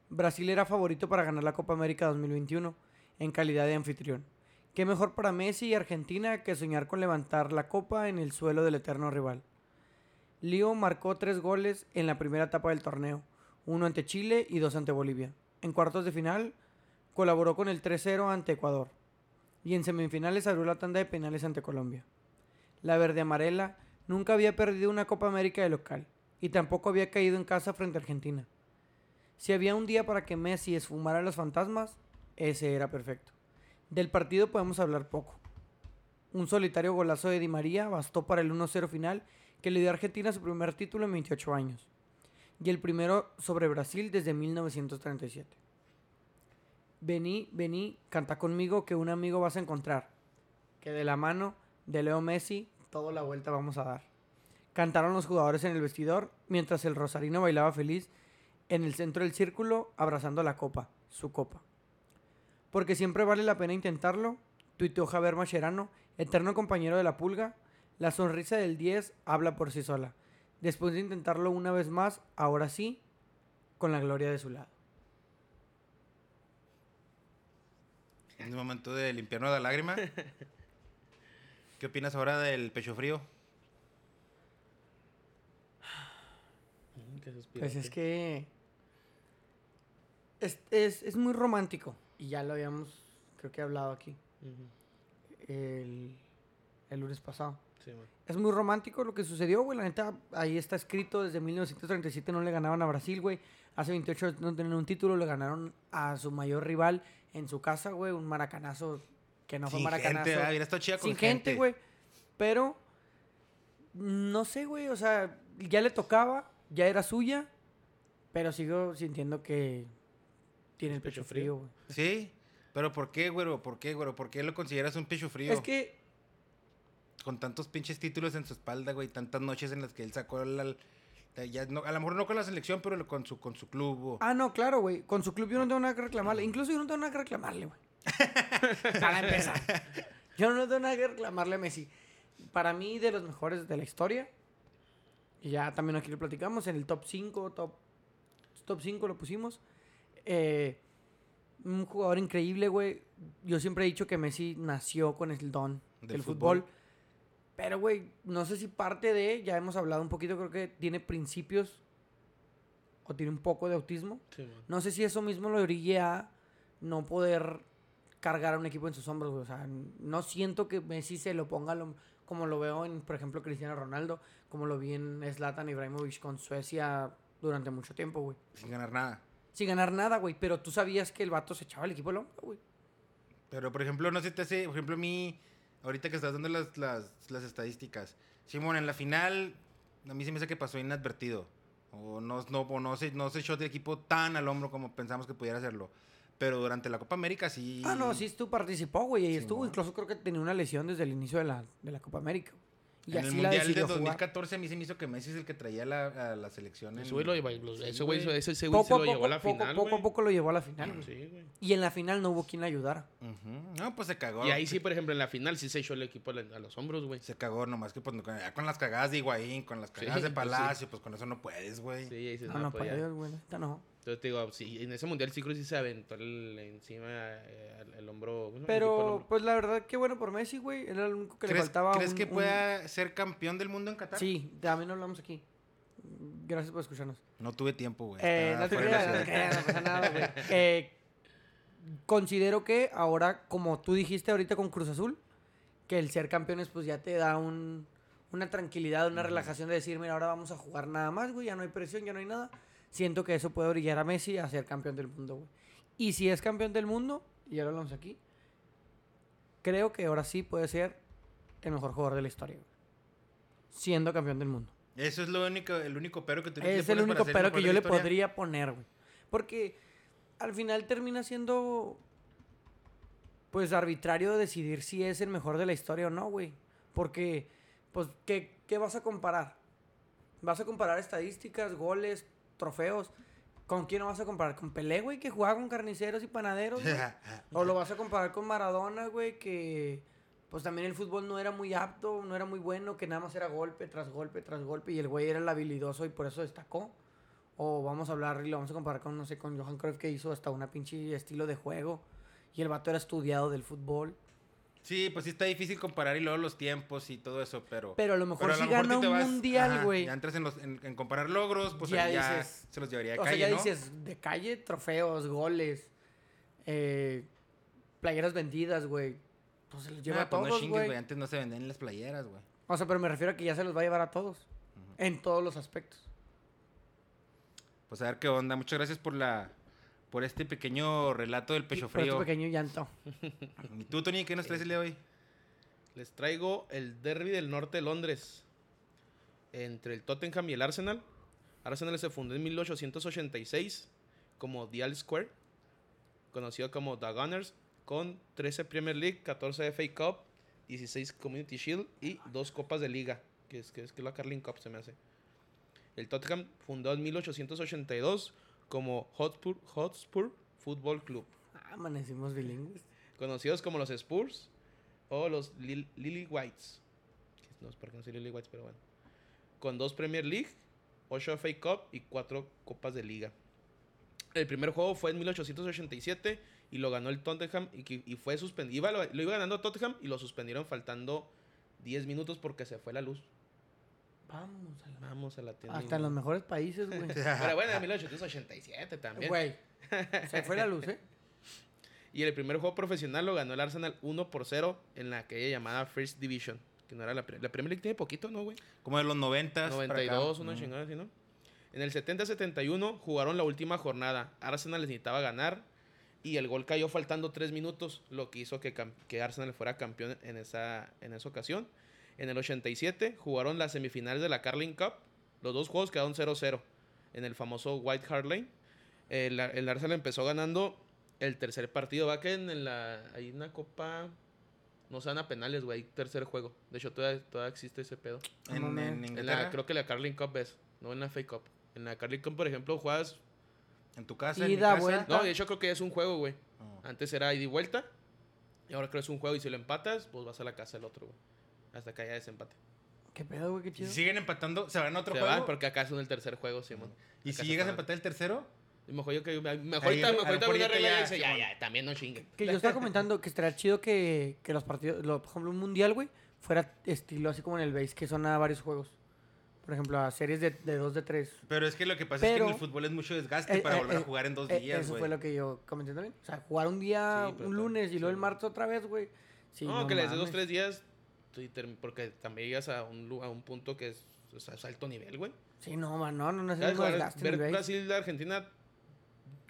[SPEAKER 1] Brasil era favorito para ganar la Copa América 2021 en calidad de anfitrión. Qué mejor para Messi y Argentina que soñar con levantar la copa en el suelo del eterno rival. Lío marcó tres goles en la primera etapa del torneo, uno ante Chile y dos ante Bolivia. En cuartos de final colaboró con el 3-0 ante Ecuador y en semifinales abrió la tanda de penales ante Colombia. La verde amarela nunca había perdido una Copa América de local y tampoco había caído en casa frente a Argentina. Si había un día para que Messi esfumara a los fantasmas, ese era perfecto. Del partido podemos hablar poco. Un solitario golazo de Di María bastó para el 1-0 final que le dio a Argentina su primer título en 28 años y el primero sobre Brasil desde 1937. Vení, vení, canta conmigo que un amigo vas a encontrar, que de la mano de Leo Messi toda la vuelta vamos a dar. Cantaron los jugadores en el vestidor mientras el rosarino bailaba feliz en el centro del círculo abrazando la copa, su copa. Porque siempre vale la pena intentarlo, tuiteó Javier Mascherano, eterno compañero de la pulga, la sonrisa del 10 habla por sí sola. Después de intentarlo una vez más, ahora sí, con la gloria de su lado.
[SPEAKER 2] Es momento de limpiarnos la lágrima. ¿Qué opinas ahora del pecho frío?
[SPEAKER 3] Mm, qué suspiro,
[SPEAKER 1] Pues es
[SPEAKER 3] sí.
[SPEAKER 1] que es, es- es muy romántico y ya lo habíamos, creo que hablado aquí
[SPEAKER 3] Ujú.
[SPEAKER 1] el, el lunes pasado.
[SPEAKER 3] Sí, man.
[SPEAKER 1] Es muy romántico lo que sucedió, güey. La neta, ahí está escrito. Desde 1937 no le ganaban a Brasil, güey. Hace 28 años no tenían un título. Le ganaron a su mayor rival en su casa, güey. Un maracanazo que no fue
[SPEAKER 2] Sin
[SPEAKER 1] maracanazo.
[SPEAKER 2] gente, ¿verdad? Hubiera estado chida con
[SPEAKER 1] sin gente, güey. Pero, no sé, güey. O sea, ya le tocaba. Ya era suya. Pero sigo sintiendo que tiene el pecho,
[SPEAKER 3] Pecho
[SPEAKER 1] frío,
[SPEAKER 3] frío.
[SPEAKER 1] güey.
[SPEAKER 2] Sí, pero ¿por qué, güero? ¿Por qué, güero? ¿Por qué lo consideras un pecho frío?
[SPEAKER 1] Es que
[SPEAKER 2] Con tantos pinches títulos en su espalda, güey. Tantas noches en las que él sacó la... ya no- a lo mejor no con la selección, pero con su, con su club. güey.
[SPEAKER 1] Ah, no, claro, güey. Con su club yo no tengo nada que reclamarle. Incluso yo no tengo nada que reclamarle, güey. Para empezar. Yo no tengo nada que reclamarle a Messi. Para mí, de los mejores de la historia. Y ya también aquí lo platicamos. En el top 5, top, top 5 lo pusimos. Eh, un jugador increíble, güey. Yo siempre he dicho que Messi nació con el don
[SPEAKER 2] Del
[SPEAKER 1] del, fútbol.
[SPEAKER 2] fútbol.
[SPEAKER 1] Pero, güey, no sé si parte de, ya hemos hablado un poquito, creo que tiene principios o tiene un poco de autismo.
[SPEAKER 3] Sí, man.
[SPEAKER 1] No sé si eso mismo lo orille a no poder cargar a un equipo en sus hombros, güey. O sea, no siento que Messi se lo ponga lo- como lo veo en, por ejemplo, Cristiano Ronaldo, como lo vi en Zlatan Ibrahimovic con Suecia durante mucho tiempo, güey.
[SPEAKER 2] Sin ganar nada.
[SPEAKER 1] Sin ganar nnada, güey. Pero tú sabías que el vato se echaba el equipo al hombro, güey.
[SPEAKER 2] Pero, por ejemplo, no sé si te hace, por ejemplo, a mí, ahorita que estás dando las, las, las estadísticas. Simón, en la final, a mí se me hace que pasó inadvertido. O no, no, o no, se, no se echó de equipo tan al hombro como pensamos que pudiera hacerlo. Pero durante la Copa América sí.
[SPEAKER 1] Ah, no, sí, tú participó, güey. Y estuvo,
[SPEAKER 2] Simón.
[SPEAKER 1] incluso creo que tenía una lesión desde el inicio de la, de la Copa América. Y
[SPEAKER 2] en
[SPEAKER 1] así
[SPEAKER 2] el
[SPEAKER 1] la
[SPEAKER 2] Mundial de
[SPEAKER 1] decidió jugar.
[SPEAKER 2] 2014 a mí se me hizo que Messi es el que traía la, a la selección. en-
[SPEAKER 3] Ese güey lo lleva- los-
[SPEAKER 2] Sí,
[SPEAKER 3] ese güey
[SPEAKER 2] güey.
[SPEAKER 3] ese- ese güey
[SPEAKER 1] Mm.
[SPEAKER 3] se
[SPEAKER 1] Poco a
[SPEAKER 3] lo llevó
[SPEAKER 1] poco,
[SPEAKER 3] a la
[SPEAKER 1] poco,
[SPEAKER 3] final,
[SPEAKER 1] poco a
[SPEAKER 3] güey.
[SPEAKER 1] poco Mm. lo llevó a la final, güey.
[SPEAKER 3] Sí, güey.
[SPEAKER 1] Y en la final no hubo quien le ayudara.
[SPEAKER 2] Ujú. No, pues se
[SPEAKER 1] Ah,
[SPEAKER 2] cagó.
[SPEAKER 3] Y ahí sí, por ejemplo, en la final sí se echó el equipo a la- a los hombros, güey.
[SPEAKER 2] Se cagó nomás que pues, no- ya con las cagadas de Higuaín, con las
[SPEAKER 3] Sí,
[SPEAKER 2] cagadas de
[SPEAKER 3] pues, sí.
[SPEAKER 2] Palacio, pues con eso no puedes, güey.
[SPEAKER 3] Sí, ahí dices,
[SPEAKER 1] No,
[SPEAKER 3] "No,
[SPEAKER 1] Ah, no,
[SPEAKER 3] pues ya".
[SPEAKER 1] para Dios, güey. Esta no.
[SPEAKER 3] Entonces te digo, sí, en ese mundial sí creo que sí se aventó el- encima eh, al- el, hombro. bueno, el equipo al
[SPEAKER 1] Pero,
[SPEAKER 3] hombro.
[SPEAKER 1] pues la verdad, qué bueno por Messi, güey. Era el único que le
[SPEAKER 2] ¿Crees,
[SPEAKER 1] faltaba.
[SPEAKER 2] crees
[SPEAKER 1] un-
[SPEAKER 2] que
[SPEAKER 1] un-
[SPEAKER 2] pueda ser campeón del mundo en Qatar?
[SPEAKER 1] Sí, también lo hablamos aquí. Gracias por escucharnos.
[SPEAKER 2] No tuve tiempo, güey.
[SPEAKER 1] Eh,
[SPEAKER 2] Estaba
[SPEAKER 1] no te
[SPEAKER 2] fuera de
[SPEAKER 1] creas, no
[SPEAKER 2] la
[SPEAKER 1] te
[SPEAKER 2] ciudad.
[SPEAKER 1] creas, no pasa nada, güey. Eh, considero que ahora, como tú dijiste ahorita con Cruz Azul, que el ser campeones, pues ya te da un, una tranquilidad, una relajación de decir, mira, ahora vamos a jugar nada más, güey, ya no hay presión, ya no hay nada. Siento que eso puede brillar a Messi a ser campeón del mundo, güey. Y si es campeón del mundo, y ya lo hablamos aquí, creo que ahora sí puede ser el mejor jugador de la historia, güey. Siendo campeón del mundo.
[SPEAKER 2] Eso es lo único, el único pero que tú le
[SPEAKER 1] Es el
[SPEAKER 2] pones para
[SPEAKER 1] único
[SPEAKER 2] ser
[SPEAKER 1] pero
[SPEAKER 2] mejor
[SPEAKER 1] que
[SPEAKER 2] de
[SPEAKER 1] yo
[SPEAKER 2] la
[SPEAKER 1] le
[SPEAKER 2] historia.
[SPEAKER 1] podría poner, güey. Porque al final termina siendo, pues, arbitrario decidir si es el mejor de la historia o no, güey. Porque, pues, ¿qué, qué vas a comparar? ¿Vas a comparar estadísticas, goles, trofeos? ¿Con quién lo vas a comparar? ¿Con Pelé, güey, que jugaba con carniceros y panaderos? güey? ¿O lo vas a comparar con Maradona, güey, que pues también el fútbol no era muy apto, no era muy bueno, que nada más era golpe tras golpe tras golpe y el güey era el habilidoso y por eso destacó? O vamos a hablar y lo vamos a comparar con, no sé, con Johan Cruyff que hizo hasta una pinche estilo de juego y el vato era estudiado del fútbol.
[SPEAKER 2] Sí, pues sí está difícil comparar y luego los tiempos y todo eso, pero...
[SPEAKER 1] Pero a lo mejor
[SPEAKER 2] pero
[SPEAKER 1] si
[SPEAKER 2] lo
[SPEAKER 1] gana
[SPEAKER 2] sí te
[SPEAKER 1] un
[SPEAKER 2] vas-
[SPEAKER 1] mundial,
[SPEAKER 2] ajá,
[SPEAKER 1] güey.
[SPEAKER 2] Ya entras en, los- en- en comparar logros, pues
[SPEAKER 1] Ya
[SPEAKER 2] ahí ya
[SPEAKER 1] dices-
[SPEAKER 2] se los llevaría de
[SPEAKER 1] O sea,
[SPEAKER 2] calle,
[SPEAKER 1] ya
[SPEAKER 2] ¿no?
[SPEAKER 1] dices, de calle, trofeos, goles, eh, playeras vendidas, güey. Pues se los lleva
[SPEAKER 2] Ah,
[SPEAKER 1] a
[SPEAKER 2] pues no
[SPEAKER 1] todos,
[SPEAKER 2] chingues,
[SPEAKER 1] güey.
[SPEAKER 2] güey. Antes no se vendían las playeras, güey.
[SPEAKER 1] O sea, pero me refiero a que ya se los va a llevar a todos. En todos los aspectos.
[SPEAKER 2] Pues a ver qué onda. Muchas gracias por la... Por este pequeño relato del pecho
[SPEAKER 1] Por este Eh.
[SPEAKER 2] frío.
[SPEAKER 1] pequeño llanto.
[SPEAKER 2] ¿Y tú, Tony, qué nos traes el día de hoy?
[SPEAKER 3] Les traigo el derby del norte de Londres. Entre el Tottenham y el Arsenal. Arsenal se fundó en 1886 como The Al Square, conocido como The Gunners, con 13 Premier League, 14 FA Cup, 16 Community Shield y dos copas de liga, que es, que es que la Carling Cup se me hace. El Tottenham fundó en 1882 como Hotspur, Hotspur Football Club
[SPEAKER 1] Ah, amanecimos bilingües.
[SPEAKER 3] conocidos como los Spurs o los Lil- Lily Whites. Que No sé por qué no sé Lily Whites, pero bueno. Con dos Premier League, ocho FA Cup y cuatro Copas de Liga. El primer juego fue en 1887 y lo ganó el Tottenham y, que- y fue suspendido. Lo, lo iba ganando Tottenham y lo suspendieron faltando 10 minutos porque se fue la luz.
[SPEAKER 1] Vamos a la-
[SPEAKER 3] Vamos a la tienda.
[SPEAKER 1] Hasta Ah, en los mejores países, güey.
[SPEAKER 3] Pero bueno, en 1887 también.
[SPEAKER 1] Güey. Se fue la luz, ¿eh?
[SPEAKER 3] Y el primer juego profesional lo ganó el Arsenal 1 por 0 en la que ella llamada First Division. Que no era la, pri- la Premier League tiene poquito, ¿no, güey?
[SPEAKER 2] Como de los 90.
[SPEAKER 3] 92, una chingada así, ¿no? En el 70-71 jugaron la última jornada. Arsenal les necesitaba ganar y el gol cayó faltando 3 minutos, lo que hizo que, cam- que Arsenal fuera campeón en esa, en esa ocasión. En el 87 jugaron las semifinales de la Carling Cup. Los dos juegos quedaron 0-0 en el famoso White Hart Lane. El, Ar- el Arsenal empezó ganando el tercer partido. Va que en la, hay una copa... No se dan a penales, güey. Tercer juego. De hecho, todavía, todavía existe ese pedo.
[SPEAKER 2] En, en
[SPEAKER 1] En la-
[SPEAKER 2] Inglaterra,
[SPEAKER 3] En la, creo que la Carling Cup es, no en la FA Cup. En la Carling Cup, por ejemplo, juegas.
[SPEAKER 2] en tu casa. en
[SPEAKER 1] Ida,
[SPEAKER 2] mi casa.
[SPEAKER 1] vuelta.
[SPEAKER 3] No, de hecho creo que es un juego, güey.
[SPEAKER 2] Oh.
[SPEAKER 3] Antes era ida y vuelta. Y ahora creo que es un juego y si lo empatas, pues vas a la casa del otro, güey. Hasta que haya desempate.
[SPEAKER 1] ¿Qué pedo, güey? ¿Qué
[SPEAKER 2] Si
[SPEAKER 1] chido?
[SPEAKER 2] siguen empatando, se van a otro
[SPEAKER 3] Se
[SPEAKER 2] juego.
[SPEAKER 3] van porque acá son el tercer juego, Simón.
[SPEAKER 2] Y
[SPEAKER 3] Acá
[SPEAKER 2] si
[SPEAKER 3] se
[SPEAKER 2] llegas a
[SPEAKER 3] van.
[SPEAKER 2] empatar el tercero,
[SPEAKER 3] Y Mejor yo que. Mejor
[SPEAKER 2] Ahí,
[SPEAKER 3] ahorita,
[SPEAKER 2] a lo
[SPEAKER 3] mejor ahorita
[SPEAKER 2] mejor
[SPEAKER 3] una
[SPEAKER 2] ya te
[SPEAKER 3] regla
[SPEAKER 2] ya,
[SPEAKER 3] y dice, ya,
[SPEAKER 2] Simón.
[SPEAKER 3] ya, también no chinguen.
[SPEAKER 1] Que yo estaba comentando que estaría chido que, que los partidos, lo- por ejemplo, un mundial, güey, fuera estilo así como en el base, que son a varios juegos. Por ejemplo, a series de, de dos de tres.
[SPEAKER 2] pero es que lo que pasa es
[SPEAKER 1] Pero-
[SPEAKER 2] que en el fútbol es mucho desgaste
[SPEAKER 1] Eh,
[SPEAKER 2] para
[SPEAKER 1] eh,
[SPEAKER 2] volver a
[SPEAKER 1] eh,
[SPEAKER 2] jugar en dos
[SPEAKER 1] Eh,
[SPEAKER 2] días,
[SPEAKER 1] eso
[SPEAKER 2] güey.
[SPEAKER 1] fue lo que yo comenté también. O sea, jugar un día,
[SPEAKER 3] Sí, pero
[SPEAKER 1] un
[SPEAKER 3] tam-
[SPEAKER 1] lunes y luego el
[SPEAKER 3] sí.
[SPEAKER 1] martes otra vez, güey. Sí,
[SPEAKER 3] no, que les dé
[SPEAKER 1] mames.
[SPEAKER 3] dos, tres días. tú y term- Porque también llegas a un, lu- a un punto que es, o sea, es alto nivel, güey.
[SPEAKER 1] Sí, no, man, no, no, no es el
[SPEAKER 3] ¿Sabes?
[SPEAKER 1] mismo
[SPEAKER 3] Jugar-
[SPEAKER 1] desgaste en
[SPEAKER 3] ver
[SPEAKER 1] el base.
[SPEAKER 3] Brasil, Argentina,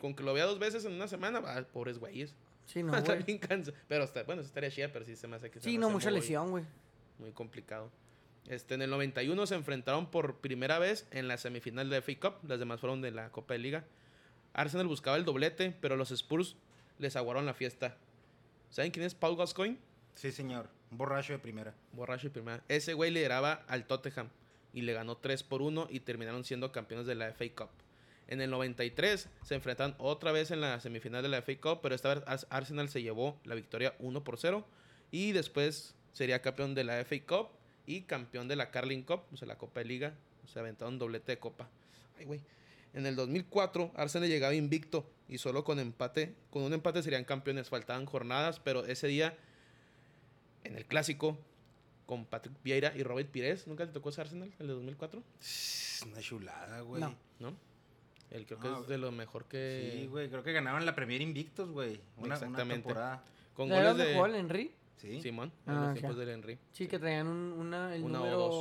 [SPEAKER 3] con que lo vea dos veces en una semana, va, pobres güeyes.
[SPEAKER 1] Sí, no,
[SPEAKER 3] está
[SPEAKER 1] güey.
[SPEAKER 3] bien cansa. Pero está, bueno, sí estaría chida, pero sí se me hace que se
[SPEAKER 1] Sí,
[SPEAKER 3] me
[SPEAKER 1] no,
[SPEAKER 3] hace
[SPEAKER 1] mucha
[SPEAKER 3] muy-
[SPEAKER 1] lesión, güey.
[SPEAKER 3] Muy complicado. Este, en el 91 se enfrentaron por primera vez en la semifinal de FA Cup. Las demás fueron de la Copa de Liga. Arsenal buscaba el doblete, pero los Spurs les aguaron la fiesta. ¿Saben quién es Paul Gascoigne?
[SPEAKER 2] Sí, señor. Un borracho de primera.
[SPEAKER 3] Borracho y primera. Ese güey lideraba al Tottenham y le ganó 3 por 1 y terminaron siendo campeones de la FA Cup. En el 93 se enfrentan otra vez en la semifinal de la FA Cup, pero esta vez Ars- Arsenal se llevó la victoria 1 por 0 y después sería campeón de la FA Cup y campeón de la Carling Cup, o sea, la Copa de Liga. Se aventaron doblete de copa. Ay, güey. En el 2004 Arsenal llegaba invicto y solo con empate, con un empate serían campeones. Faltaban jornadas, pero ese día en el clásico con Patrick Vieira y Robert Pires. ¿Nunca te tocó ese Arsenal, el de 2004?
[SPEAKER 2] Es una chulada, güey.
[SPEAKER 1] No.
[SPEAKER 3] ¿No? El creo que
[SPEAKER 2] Ah,
[SPEAKER 3] es de lo mejor que...
[SPEAKER 2] Sí, güey. Creo que ganaban la Premier Invictos, güey. Una, una
[SPEAKER 3] Exactamente.
[SPEAKER 2] temporada.
[SPEAKER 3] Con
[SPEAKER 1] ¿De
[SPEAKER 3] goles
[SPEAKER 1] dónde
[SPEAKER 3] de
[SPEAKER 1] jugó el Henry?
[SPEAKER 2] Sí.
[SPEAKER 3] Simón, en
[SPEAKER 1] Ah,
[SPEAKER 3] los
[SPEAKER 1] ok.
[SPEAKER 3] tiempos del Henry.
[SPEAKER 1] Sí, que traían un, una, el
[SPEAKER 3] Una o
[SPEAKER 1] número...
[SPEAKER 3] dos.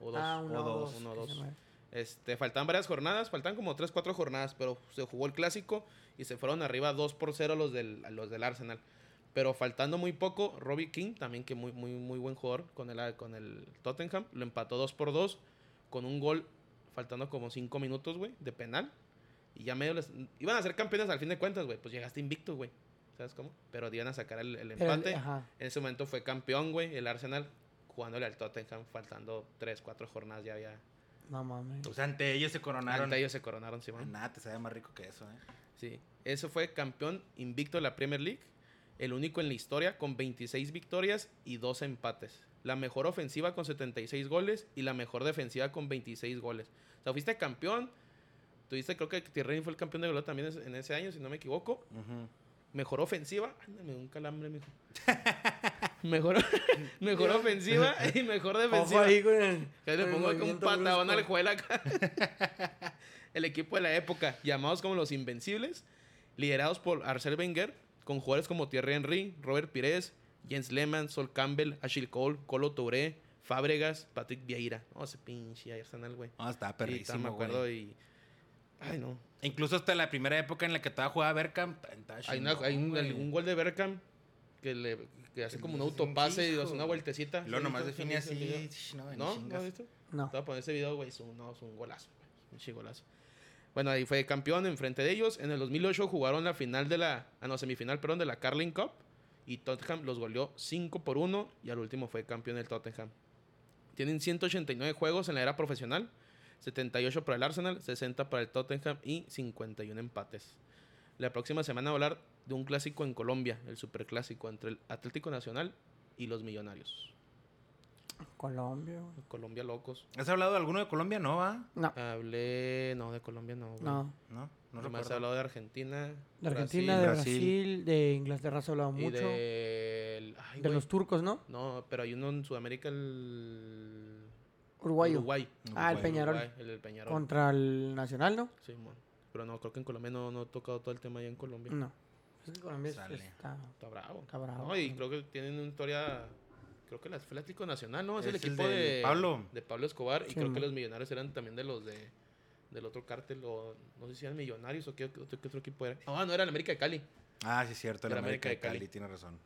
[SPEAKER 3] O dos.
[SPEAKER 1] Ah, uno o
[SPEAKER 2] o dos,
[SPEAKER 1] dos.
[SPEAKER 3] uno o
[SPEAKER 1] que se
[SPEAKER 3] dos.
[SPEAKER 1] llama.
[SPEAKER 3] Este, faltan varias jornadas, faltan como 3, 4 jornadas, pero se jugó el clásico y se fueron arriba 2 por 0 los del, a los del Arsenal. Pero faltando muy poco, Robbie King, también que muy, muy, muy buen jugador con el, con el Tottenham, lo empató 2 por 2 con un gol faltando como 5 minutos, güey, de penal. Y ya medio les... Iban a ser campeones al fin de cuentas, güey. Pues llegaste invicto, güey. ¿Sabes cómo? Pero iban a sacar el, el
[SPEAKER 1] Pero el-
[SPEAKER 3] empate.
[SPEAKER 1] ajá.
[SPEAKER 3] En ese momento fue campeón, güey, el Arsenal, jugándole al Tottenham, faltando 3, 4 jornadas ya había...
[SPEAKER 1] No mames.
[SPEAKER 2] O sea, ante ellos se coronaron.
[SPEAKER 3] Ante ellos se coronaron,
[SPEAKER 2] Ah,
[SPEAKER 3] Simón.
[SPEAKER 2] Nada, te sabe más rico que eso, eh.
[SPEAKER 3] Sí. Eso fue campeón invicto de la Premier League. El único en la historia con 26 victorias y 2 empates. La mejor ofensiva con 76 goles y la mejor defensiva con 26 goles. O sea, fuiste campeón. Tuviste, creo que Tirreni fue el campeón de goleo también es- en ese año, si no me equivoco.
[SPEAKER 2] Ujú.
[SPEAKER 3] Mejor ofensiva. Ándame, un calambre, mijo. Mejor, mejor ofensiva y mejor
[SPEAKER 1] Ojo
[SPEAKER 3] defensiva.
[SPEAKER 1] ahí con el...
[SPEAKER 3] Que le
[SPEAKER 1] con el
[SPEAKER 3] pongo acá un
[SPEAKER 1] movimiento
[SPEAKER 3] patadón
[SPEAKER 1] brusco.
[SPEAKER 3] al juez acá. El equipo de la época, llamados como los Invencibles, liderados por Arcel Wenger, con jugadores como Thierry Henry, Robert Pires, Jens Lehmann, Sol Campbell, Achille Cole, Colo Touré, Fábregas, Patrick Vieira. No, ese pinche Arsenal, güey.
[SPEAKER 2] Ah, estaba
[SPEAKER 3] Y tal, me
[SPEAKER 2] perrísimo,
[SPEAKER 3] acuerdo
[SPEAKER 2] güey.
[SPEAKER 3] y... Ay, no.
[SPEAKER 2] E Incluso hasta la primera época en la que estaba jugada Berkham. ta- estaba
[SPEAKER 3] Hay, una-
[SPEAKER 2] chingón,
[SPEAKER 3] hay un,
[SPEAKER 2] güey.
[SPEAKER 3] algún gol de Berkham que, le, que hace
[SPEAKER 2] Que
[SPEAKER 3] como un
[SPEAKER 2] le hace un
[SPEAKER 3] autopase y
[SPEAKER 2] hijo.
[SPEAKER 3] hace una vueltecita.
[SPEAKER 2] Luego nomás
[SPEAKER 3] ¿Sí has visto-
[SPEAKER 2] define
[SPEAKER 3] has visto el
[SPEAKER 2] así.
[SPEAKER 3] video?
[SPEAKER 2] sh, "Pues, No, en
[SPEAKER 3] ¿No? ¿No
[SPEAKER 2] chingas.
[SPEAKER 3] has visto?
[SPEAKER 1] No.
[SPEAKER 3] Te voy a poner ese video, güey. Es un, no, es un golazo, güey. Un chingolazo. Bueno, ahí fue campeón enfrente de ellos. En el 2008 jugaron la final de la... Ah, no, semifinal, perdón, de la Carling Cup. Y Tottenham los goleó 5 por 1. Y al último fue campeón el Tottenham. Tienen 189 juegos en la era profesional. 78 para el Arsenal, 60 para el Tottenham y 51 empates. La próxima semana voy a hablar de un clásico en Colombia, el superclásico entre el Atlético Nacional y los Millonarios.
[SPEAKER 1] Colombia, güey.
[SPEAKER 3] Colombia locos.
[SPEAKER 2] ¿Has hablado de alguno de Colombia? No, va.
[SPEAKER 1] No,
[SPEAKER 3] ah, Hablé, no, de Colombia no. güey.
[SPEAKER 1] no.
[SPEAKER 2] No, no
[SPEAKER 3] me has
[SPEAKER 2] recuerdo.
[SPEAKER 3] hablado de Argentina.
[SPEAKER 1] De Argentina, de
[SPEAKER 2] Brasil.
[SPEAKER 1] Brasil, de Inglaterra se ha hablado
[SPEAKER 3] y
[SPEAKER 1] mucho. De,
[SPEAKER 3] del- ay, güey.
[SPEAKER 1] los turcos, ¿no?
[SPEAKER 3] No, pero hay uno en Sudamérica, el...
[SPEAKER 1] Uruguayo.
[SPEAKER 3] Uruguay.
[SPEAKER 1] Ah, el
[SPEAKER 2] Uruguay.
[SPEAKER 1] Peñarol.
[SPEAKER 3] Uruguay, el del Peñarol.
[SPEAKER 1] Contra el Nacional, ¿no?
[SPEAKER 3] Sí, mon. Pero no, creo que en Colombia no, no he tocado todo el tema allá en Colombia.
[SPEAKER 1] No. Es que Colombia es-
[SPEAKER 2] Sale.
[SPEAKER 1] está...
[SPEAKER 3] Está bravo.
[SPEAKER 1] Está bravo,
[SPEAKER 3] No, y
[SPEAKER 1] sí.
[SPEAKER 3] creo que tienen una historia Creo que el Atlético Nacional, ¿no? Es, el
[SPEAKER 2] Es el
[SPEAKER 3] equipo
[SPEAKER 2] de
[SPEAKER 3] de
[SPEAKER 2] Pablo.
[SPEAKER 3] De Pablo Escobar. y
[SPEAKER 1] Sí,
[SPEAKER 3] creo
[SPEAKER 1] man.
[SPEAKER 3] que los millonarios eran también de los de del otro cártel. O, no sé si eran millonarios o qué, qué otro- qué otro equipo era. Ah, no, era el América de Cali.
[SPEAKER 2] Ah, sí, es cierto, el
[SPEAKER 3] Del
[SPEAKER 2] América,
[SPEAKER 3] América
[SPEAKER 2] de
[SPEAKER 3] de
[SPEAKER 2] Cali,
[SPEAKER 3] Cali.
[SPEAKER 2] tiene razón.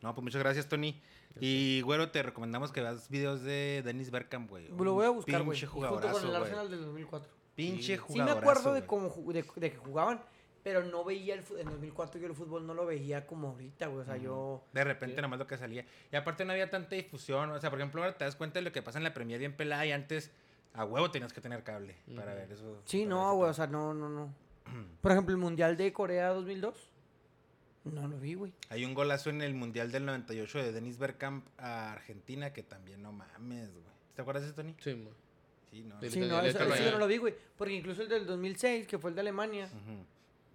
[SPEAKER 2] No, pues muchas gracias, Tony. Y, güero, te recomendamos que veas videos de Dennis Bergkamp, güey. Un
[SPEAKER 1] Lo voy a buscar, güey.
[SPEAKER 2] Pinche
[SPEAKER 1] y Junto con
[SPEAKER 2] jugadorazo,
[SPEAKER 1] el
[SPEAKER 2] güey.
[SPEAKER 1] Arsenal del 2004.
[SPEAKER 2] Pinche
[SPEAKER 3] Sí.
[SPEAKER 1] Sí me
[SPEAKER 2] jugadorazo,
[SPEAKER 1] acuerdo de
[SPEAKER 2] güey.
[SPEAKER 1] cómo ju- de, de que jugaban, pero no veía el fútbol. En 2004 yo el fútbol no lo veía como ahorita, güey. O sea, yo...
[SPEAKER 2] De repente
[SPEAKER 3] Sí.
[SPEAKER 2] nomás lo que salía. Y aparte no había tanta difusión. O sea, por ejemplo, ahora te das cuenta de lo que pasa en la Premier bien pelada y antes a huevo tenías que tener cable para
[SPEAKER 3] Ujú.
[SPEAKER 2] ver eso.
[SPEAKER 1] Sí,
[SPEAKER 2] para
[SPEAKER 1] no,
[SPEAKER 2] ver
[SPEAKER 1] güey, o
[SPEAKER 2] ese
[SPEAKER 1] sea, no, no, no. Por ejemplo, el Mundial de Corea 2002, no lo vi, güey.
[SPEAKER 2] pedo. Hay un golazo en el Mundial del 98 de Dennis Bergkamp a Argentina que también no mames, güey. ¿Te acuerdas de eso, Tony?
[SPEAKER 3] Sí, man.
[SPEAKER 2] Sí, no.
[SPEAKER 3] Sí.
[SPEAKER 1] Sí,
[SPEAKER 3] el
[SPEAKER 1] no,
[SPEAKER 3] de
[SPEAKER 1] eso,
[SPEAKER 3] Italia.
[SPEAKER 1] eso yo no lo vi, güey. Porque incluso el del 2006, que fue el de Alemania,
[SPEAKER 2] Ujú.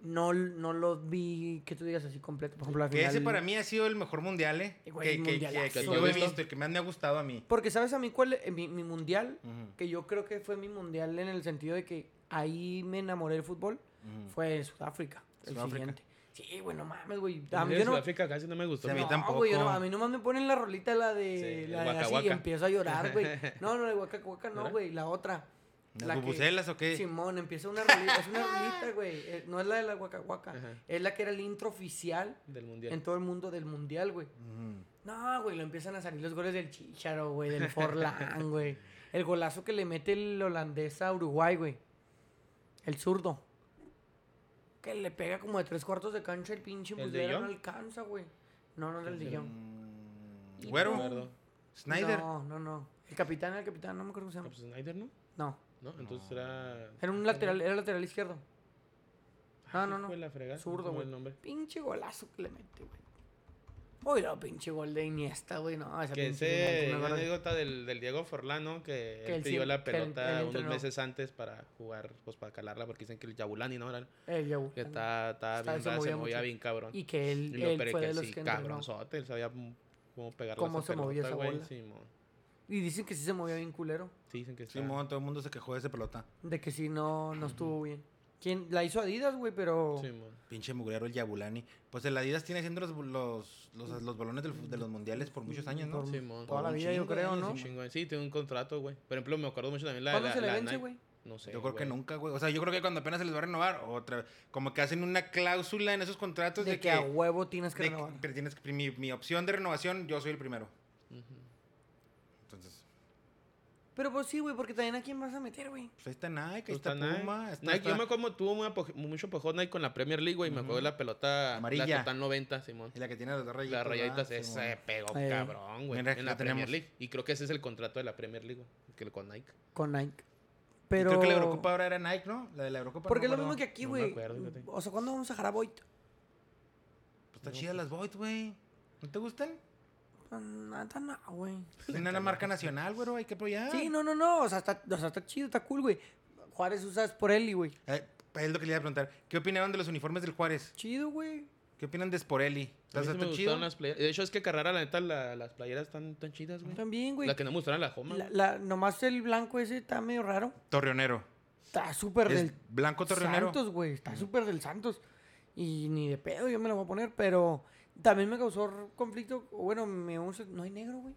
[SPEAKER 1] no, no lo vi, que tú digas así completo. Por ejemplo, la
[SPEAKER 2] Que
[SPEAKER 1] final...
[SPEAKER 2] ese para mí ha sido el mejor mundial, ¿eh?
[SPEAKER 1] Eh, güey,
[SPEAKER 2] que, que- que-
[SPEAKER 1] mundialazo,
[SPEAKER 2] que
[SPEAKER 3] güey.
[SPEAKER 2] yo he
[SPEAKER 3] ¿Has visto?
[SPEAKER 2] visto, el que más me ha gustado a mí.
[SPEAKER 1] Porque, ¿sabes a mí cuál? eh, mi, mi mundial,
[SPEAKER 2] Ujú,
[SPEAKER 1] que yo creo que fue mi mundial en el sentido de que ahí me enamoré del fútbol,
[SPEAKER 2] ujú.
[SPEAKER 1] fue Sudáfrica, el
[SPEAKER 2] Sudáfrica.
[SPEAKER 1] siguiente. Sí, güey, no mames, güey.
[SPEAKER 3] A
[SPEAKER 1] A mí, Ah, yo no,
[SPEAKER 3] Sudáfrica casi no me gustó.
[SPEAKER 2] Sí, a mí
[SPEAKER 1] no,
[SPEAKER 3] No.
[SPEAKER 2] tampoco.
[SPEAKER 1] güey, yo no- a mí nomás me ponen la rolita la de,
[SPEAKER 3] Sí,
[SPEAKER 1] la
[SPEAKER 3] el
[SPEAKER 1] de
[SPEAKER 3] Waka
[SPEAKER 1] así y
[SPEAKER 3] Waka.
[SPEAKER 1] empiezo a llorar, güey. No, no, el Waka Waka no,
[SPEAKER 3] ¿Verdad?
[SPEAKER 1] güey, la otra.
[SPEAKER 2] ¿Las
[SPEAKER 1] la que-
[SPEAKER 2] bubucelas o qué?
[SPEAKER 1] Simón, empieza una rolita, es una rolita, güey. eh, No es la de la Waka Waka,
[SPEAKER 3] Ajá.
[SPEAKER 1] es la que era el intro oficial
[SPEAKER 3] Del mundial.
[SPEAKER 1] en todo el mundo del mundial, güey.
[SPEAKER 2] Ujú.
[SPEAKER 1] No, güey, lo empiezan a salir los goles del Chicharo, güey, del Forlán, güey. El golazo que le mete el holandés a Uruguay, güey. El zurdo. Que le pega como de tres cuartos de cancha el pinche
[SPEAKER 3] ¿El de
[SPEAKER 1] Muslera, no
[SPEAKER 3] Jong?
[SPEAKER 1] alcanza, güey. No, no era el de Jong.
[SPEAKER 2] Mm,
[SPEAKER 1] Y no.
[SPEAKER 2] Güero,
[SPEAKER 3] Acuerdo.
[SPEAKER 2] Snyder.
[SPEAKER 1] No, no, no. El capitán, el capitán, no me acuerdo cómo se
[SPEAKER 3] Ah,
[SPEAKER 1] llama.
[SPEAKER 3] pues Snyder, ¿no?
[SPEAKER 1] No.
[SPEAKER 3] No, entonces era.
[SPEAKER 1] Era un lateral, era lateral izquierdo. No, no, no.
[SPEAKER 3] Fue la fregada.
[SPEAKER 1] Zurdo,
[SPEAKER 3] ¿Cómo
[SPEAKER 1] güey.
[SPEAKER 3] el nombre.
[SPEAKER 1] Pinche golazo que le mete, güey. Uy, no, pinche gol de Iniesta, güey. No, esa
[SPEAKER 3] Que
[SPEAKER 1] pinche
[SPEAKER 3] ese,
[SPEAKER 1] final fue una
[SPEAKER 3] la
[SPEAKER 1] gorda.
[SPEAKER 3] anécdota del, del Diego Forlán, ¿no? Que,
[SPEAKER 1] Que
[SPEAKER 3] él
[SPEAKER 1] él
[SPEAKER 3] pidió
[SPEAKER 1] sí-
[SPEAKER 3] la
[SPEAKER 1] que él- él
[SPEAKER 3] pelota unos
[SPEAKER 1] entrenó.
[SPEAKER 3] meses antes para jugar, pues para calarla, porque dicen que el Yabulani, ¿no? Era el
[SPEAKER 1] El Yahoo.
[SPEAKER 3] que está, está
[SPEAKER 1] Está-
[SPEAKER 3] bien,
[SPEAKER 1] se
[SPEAKER 3] raro, se
[SPEAKER 1] movía
[SPEAKER 3] movía
[SPEAKER 1] mucho.
[SPEAKER 3] bien cabrón.
[SPEAKER 1] Y que él,
[SPEAKER 3] Y lo
[SPEAKER 1] él
[SPEAKER 3] pero
[SPEAKER 1] fue
[SPEAKER 3] que
[SPEAKER 1] de los
[SPEAKER 3] sí,
[SPEAKER 1] que entrenó.
[SPEAKER 3] cabronzote, él sabía m- cómo pegarle
[SPEAKER 1] Cómo se movía esa bola.
[SPEAKER 3] Sí, mo.
[SPEAKER 1] Y dicen que sí se movía bien culero.
[SPEAKER 3] Sí, dicen que está...
[SPEAKER 2] Simón, todo el mundo se quejó de esa pelota.
[SPEAKER 1] De que sí no, no estuvo bien. ¿Quién? La hizo Adidas, güey, pero.
[SPEAKER 3] Sí, mo.
[SPEAKER 2] Pinche mugrero el Yabulani. Pues el Adidas tiene haciendo los, los, los, los balones del fu- de los mundiales por muchos años, ¿no?
[SPEAKER 1] Por-
[SPEAKER 3] Sí, mo.
[SPEAKER 1] Toda la
[SPEAKER 2] Un
[SPEAKER 1] vida, yo
[SPEAKER 2] chingo de
[SPEAKER 1] creo,
[SPEAKER 2] años,
[SPEAKER 1] ¿no?
[SPEAKER 3] Un chingo de- Sí, tiene un contrato, güey. Por ejemplo, me acuerdo mucho también la
[SPEAKER 1] ¿Cuándo
[SPEAKER 3] la-
[SPEAKER 1] se le
[SPEAKER 3] la
[SPEAKER 1] vence,
[SPEAKER 3] Nike.
[SPEAKER 1] güey?
[SPEAKER 3] No sé.
[SPEAKER 2] Yo creo que
[SPEAKER 3] güey.
[SPEAKER 2] nunca, güey. O sea, yo creo que cuando apenas se les va a renovar, otra vez. Como que hacen una cláusula en esos contratos de,
[SPEAKER 1] De que a huevo tienes que
[SPEAKER 2] de
[SPEAKER 1] renovar.
[SPEAKER 2] que- pero tienes que- mi, mi opción de renovación, yo soy el primero. Entonces,
[SPEAKER 1] Pero pues sí, güey, porque también a quién vas a meter, güey.
[SPEAKER 2] pues ahí está Nike, ahí
[SPEAKER 3] Pues
[SPEAKER 2] está,
[SPEAKER 3] está Nike.
[SPEAKER 2] Puma, está,
[SPEAKER 3] Nike,
[SPEAKER 2] está-
[SPEAKER 3] yo me acuerdo, tuvo muy apoge- mucho pejón Nike con la Premier League, güey. Me acuerdo de la pelota
[SPEAKER 2] Amarilla.
[SPEAKER 3] La Total 90, Simón.
[SPEAKER 2] y la que tiene las dos rayitas.
[SPEAKER 3] Las rayaditas,
[SPEAKER 2] ¿verdad? Sí,
[SPEAKER 3] ese pegó
[SPEAKER 1] Ahí.
[SPEAKER 3] cabrón, güey.
[SPEAKER 2] Mira,
[SPEAKER 3] En la
[SPEAKER 2] aquí lo
[SPEAKER 3] Premier
[SPEAKER 2] tenemos.
[SPEAKER 3] League. Y creo que ese es el contrato de la Premier League, güey, que con Nike.
[SPEAKER 1] Con Nike.
[SPEAKER 2] Y
[SPEAKER 1] Pero.
[SPEAKER 2] Creo que la Eurocopa ahora era Nike, ¿no? La de la Eurocopa.
[SPEAKER 1] Porque es
[SPEAKER 2] no
[SPEAKER 1] lo
[SPEAKER 2] me
[SPEAKER 1] mismo que
[SPEAKER 2] acuerdo.
[SPEAKER 1] aquí,
[SPEAKER 3] No me
[SPEAKER 1] güey.
[SPEAKER 3] acuerdo, fíjate.
[SPEAKER 1] o sea, ¿cuándo vamos a Jaraboy?
[SPEAKER 2] Pues están chidas las Void, güey. ¿No te gustan?
[SPEAKER 1] Nada, no, güey.
[SPEAKER 2] Es una marca nacional, güey, hay que apoyar.
[SPEAKER 1] Sí, no, no, no. O sea, está, o sea, está chido, está cool, güey. Juárez usas por Eli, güey.
[SPEAKER 2] Eh, es lo que le iba a preguntar. ¿Qué opinaron de los uniformes del Juárez?
[SPEAKER 1] Chido, güey.
[SPEAKER 2] ¿Qué opinan de Sporelli?
[SPEAKER 3] A mí sí
[SPEAKER 2] ¿Está
[SPEAKER 3] me
[SPEAKER 2] está chido?
[SPEAKER 3] gustaron las playeras. De hecho, es que Carrara, la neta, la- las playeras están tan chidas, güey.
[SPEAKER 1] También, güey.
[SPEAKER 3] La que no me gustaron, la Joma.
[SPEAKER 1] La,
[SPEAKER 3] güey.
[SPEAKER 1] la- nomás el blanco ese está medio raro.
[SPEAKER 2] Torreonero.
[SPEAKER 1] Está súper
[SPEAKER 2] Es
[SPEAKER 1] del
[SPEAKER 2] blanco torreonero.
[SPEAKER 1] Santos, güey. Está súper del Santos. Y ni de pedo yo me la voy a poner, pero también me causó conflicto. Bueno, me gusta- No hay negro, güey.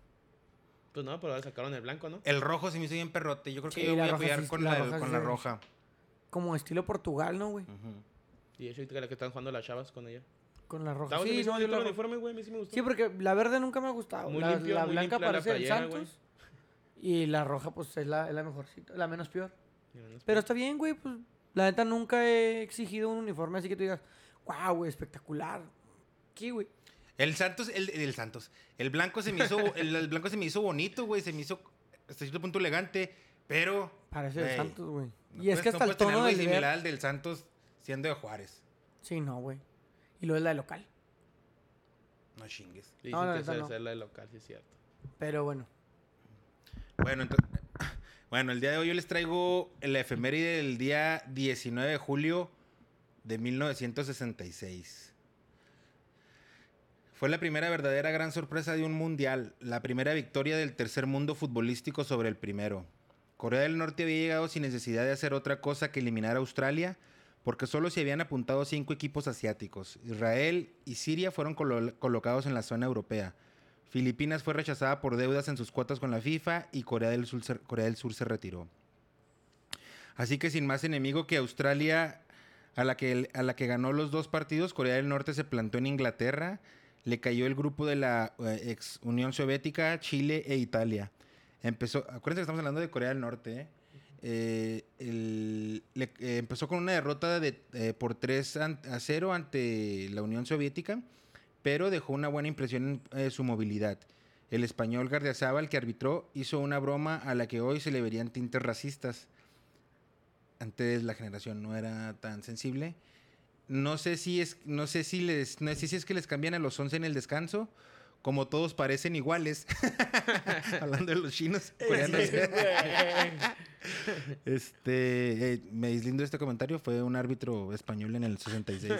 [SPEAKER 3] Pues no, pero ahora sacaron el blanco, ¿no?
[SPEAKER 2] El rojo se me hizo bien perrote. Yo creo que
[SPEAKER 1] Sí,
[SPEAKER 2] yo
[SPEAKER 1] la
[SPEAKER 2] voy a
[SPEAKER 1] roja
[SPEAKER 2] apoyar
[SPEAKER 1] sí-
[SPEAKER 2] con,
[SPEAKER 1] la
[SPEAKER 2] la,
[SPEAKER 1] roja
[SPEAKER 2] con
[SPEAKER 1] sí
[SPEAKER 2] la
[SPEAKER 1] se ve.
[SPEAKER 2] roja.
[SPEAKER 1] Como estilo Portugal, ¿no, güey?
[SPEAKER 2] Ujú.
[SPEAKER 3] Y de hecho, ahorita la que están jugando las chavas con ella.
[SPEAKER 1] Con la roja.
[SPEAKER 3] Estaba sí,
[SPEAKER 1] Sí, no,
[SPEAKER 3] yo
[SPEAKER 1] yo
[SPEAKER 3] otro
[SPEAKER 1] la roja.
[SPEAKER 3] uniforme, güey. A mí sí me gustó.
[SPEAKER 1] Sí, porque la verde nunca me ha gustado.
[SPEAKER 3] Muy
[SPEAKER 1] la,
[SPEAKER 3] limpio,
[SPEAKER 1] la
[SPEAKER 3] muy
[SPEAKER 1] blanca
[SPEAKER 3] limpia la
[SPEAKER 1] parece del
[SPEAKER 3] playera, güey.
[SPEAKER 1] Santos. Y la roja, pues, es la, es la mejorcita. La menos peor.
[SPEAKER 3] Mira, no es-
[SPEAKER 1] Pero está bien, güey. Pues, la neta nunca he exigido un uniforme así que tú digas, wow, güey, espectacular. ¿Qué, güey?
[SPEAKER 2] El Santos, el, el Santos. El blanco se me hizo, el, el blanco se me hizo bonito, güey. Se me hizo hasta cierto punto elegante. Pero.
[SPEAKER 1] Parece del
[SPEAKER 2] güey,
[SPEAKER 1] Santos, güey.
[SPEAKER 2] no
[SPEAKER 1] y es
[SPEAKER 2] puedes-
[SPEAKER 1] que
[SPEAKER 2] no
[SPEAKER 1] hasta el
[SPEAKER 2] puedes tener
[SPEAKER 1] tono
[SPEAKER 2] algo
[SPEAKER 1] del
[SPEAKER 2] similar
[SPEAKER 1] verde-
[SPEAKER 2] al del Santos siendo de Juárez.
[SPEAKER 1] Sí, no, güey. Y luego es la de local.
[SPEAKER 2] No chingues.
[SPEAKER 3] Dicen
[SPEAKER 1] no, la
[SPEAKER 3] que
[SPEAKER 1] neta
[SPEAKER 3] esa
[SPEAKER 1] no.
[SPEAKER 3] esa es la de local, sí es cierto.
[SPEAKER 1] Pero bueno.
[SPEAKER 2] Bueno, entonces, bueno, el día de hoy yo les traigo la efeméride del día 19 de julio de 1966. Fue la primera verdadera gran sorpresa de un mundial, la primera victoria del tercer mundo futbolístico sobre el primero. Corea del Norte había llegado sin necesidad de hacer otra cosa que eliminar a Australia, porque solo se habían apuntado cinco equipos asiáticos. Israel y Siria fueron colo- colocados en la zona europea. Filipinas fue rechazada por deudas en sus cuotas con la FIFA y Corea del Sur se, Corea del Sur se retiró. Así que sin más enemigo que Australia, a la que, el- a la que ganó los dos partidos, Corea del Norte se plantó en Inglaterra, le cayó el grupo de la eh, ex Unión Soviética, Chile e Italia. Empezó, acuérdense que estamos hablando de Corea del Norte. ¿eh? Eh, el- le- eh, empezó con una derrota de, eh, por 3 an- a 0 ante la Unión Soviética, pero dejó una buena impresión en eh, su movilidad. El español Gardiazabal, que arbitró, hizo una broma a la que hoy se le verían tintes racistas. Antes la generación no era tan sensible. No sé si es, no sé si les, no sé si es que les cambian a los 11 en el descanso. Como todos parecen iguales. Hablando de los chinos.
[SPEAKER 1] Pues
[SPEAKER 2] coreanos. Este, eh, me deslindo de este comentario, fue un árbitro español en el 66.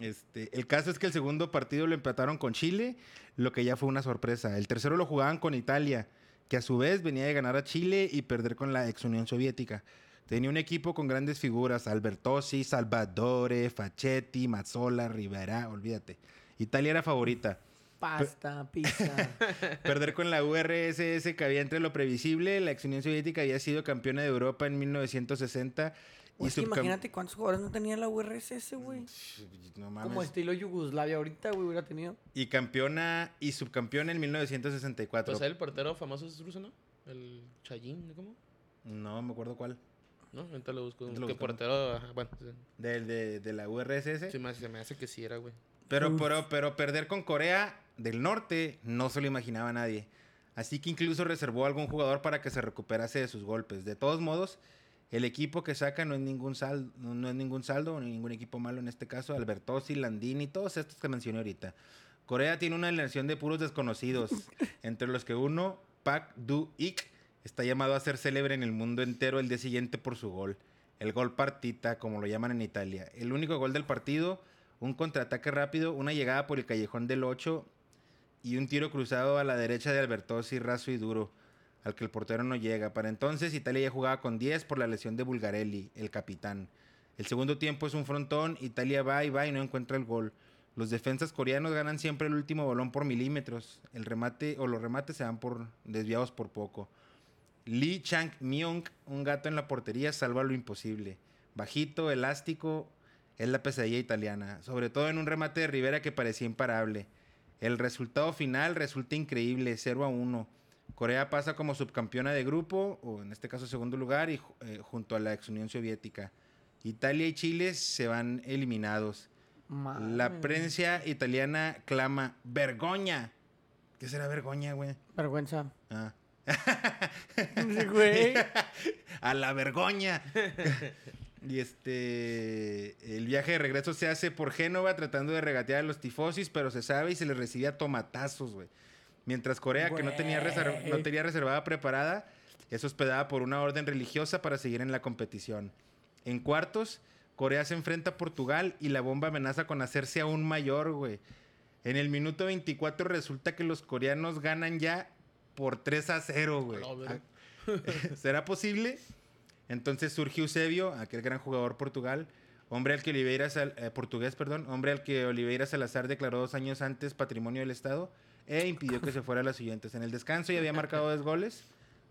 [SPEAKER 2] Este, el caso es que el segundo partido lo empataron con Chile, lo que ya fue una sorpresa. El tercero lo jugaban con Italia, que a su vez venía de ganar a Chile y perder con la ex Unión Soviética. Tenía un equipo con grandes figuras, Albertosi, Salvatore, Facchetti, Mazzola, Rivera, olvídate. Italia era favorita.
[SPEAKER 1] Pasta, pizza.
[SPEAKER 2] Perder con la URSS cabía entre lo previsible. La ex Unión Soviética había sido campeona de Europa en 1960.
[SPEAKER 1] Güey, Pues es que
[SPEAKER 2] subcam-
[SPEAKER 1] imagínate cuántos jugadores no tenía la URSS, güey.
[SPEAKER 2] No mames.
[SPEAKER 1] Como estilo Yugoslavia ahorita, güey, hubiera tenido.
[SPEAKER 2] Y campeona y subcampeona en 1964.
[SPEAKER 3] Pues el portero famoso es ruso, ¿no? El Chayín, ¿cómo?
[SPEAKER 2] No me acuerdo cuál.
[SPEAKER 3] No, ahorita lo busco.
[SPEAKER 2] Ahorita lo
[SPEAKER 3] que
[SPEAKER 2] buscamos.
[SPEAKER 3] portero, ajá, bueno, sí.
[SPEAKER 2] Del de, de la URSS.
[SPEAKER 3] Sí, me hace- se me hace que sí era, güey.
[SPEAKER 2] Pero,
[SPEAKER 1] Uf.
[SPEAKER 2] pero, pero perder con Corea del Norte no se lo imaginaba nadie. Así que incluso reservó a algún jugador para que se recuperase de sus golpes. De todos modos, el equipo que saca no es ningún saldo, no, no es ningún saldo, ni ningún equipo malo en este caso. Albertosi, Landini, todos estos que mencioné ahorita. Corea tiene una alineación de puros desconocidos, entre los que uno, Pak Du Ik, está llamado a ser célebre en el mundo entero el día siguiente por su gol. El gol partita, como lo llaman en Italia. El único gol del partido, un contraataque rápido, una llegada por el callejón del 8 y un tiro cruzado a la derecha de Albertosi, raso y duro, al que el portero no llega. Para entonces, Italia ya jugaba con 10 por la lesión de Bulgarelli, el capitán. El segundo tiempo es un frontón, Italia va y va y no encuentra el gol. Los defensas coreanos ganan siempre el último balón por milímetros. El remate o los remates se van por desviados por poco. Lee Chang Myung, un gato en la portería, salva lo imposible. Bajito, elástico, es la pesadilla italiana, sobre todo en un remate de Rivera que parecía imparable. El resultado final resulta increíble, 0 a 1. Corea pasa como subcampeona de grupo, o en este caso segundo lugar, y ju- eh, junto a la ex Unión Soviética. Italia y Chile se van eliminados. La
[SPEAKER 1] Mames.
[SPEAKER 2] prensa italiana clama, ¡vergoña! ¿Qué será vergoña, güey?
[SPEAKER 1] Vergüenza.
[SPEAKER 2] Ah.
[SPEAKER 1] Sí, Güey.
[SPEAKER 2] a la vergoña. y este. El viaje de regreso se hace por Génova tratando de regatear a los tifosis, pero se sabe y se les recibía tomatazos, güey. Mientras Corea, que no tenía, reserv- no
[SPEAKER 1] Güey.
[SPEAKER 2] tenía reservada preparada, es hospedada por una orden religiosa para seguir en la competición. En cuartos, Corea se enfrenta a Portugal y la bomba amenaza con hacerse aún mayor, güey. En el minuto 24 resulta que los coreanos ganan ya por 3 a 0, güey.
[SPEAKER 3] A la verga.
[SPEAKER 2] ¿Será posible? Entonces surge Eusebio, aquel gran jugador Portugal, hombre al que Oliveira Sal- eh, portugués, perdón, hombre al que Oliveira Salazar declaró dos años antes patrimonio del Estado e impidió que se fuera a las siguientes. En el descanso ya había marcado dos goles,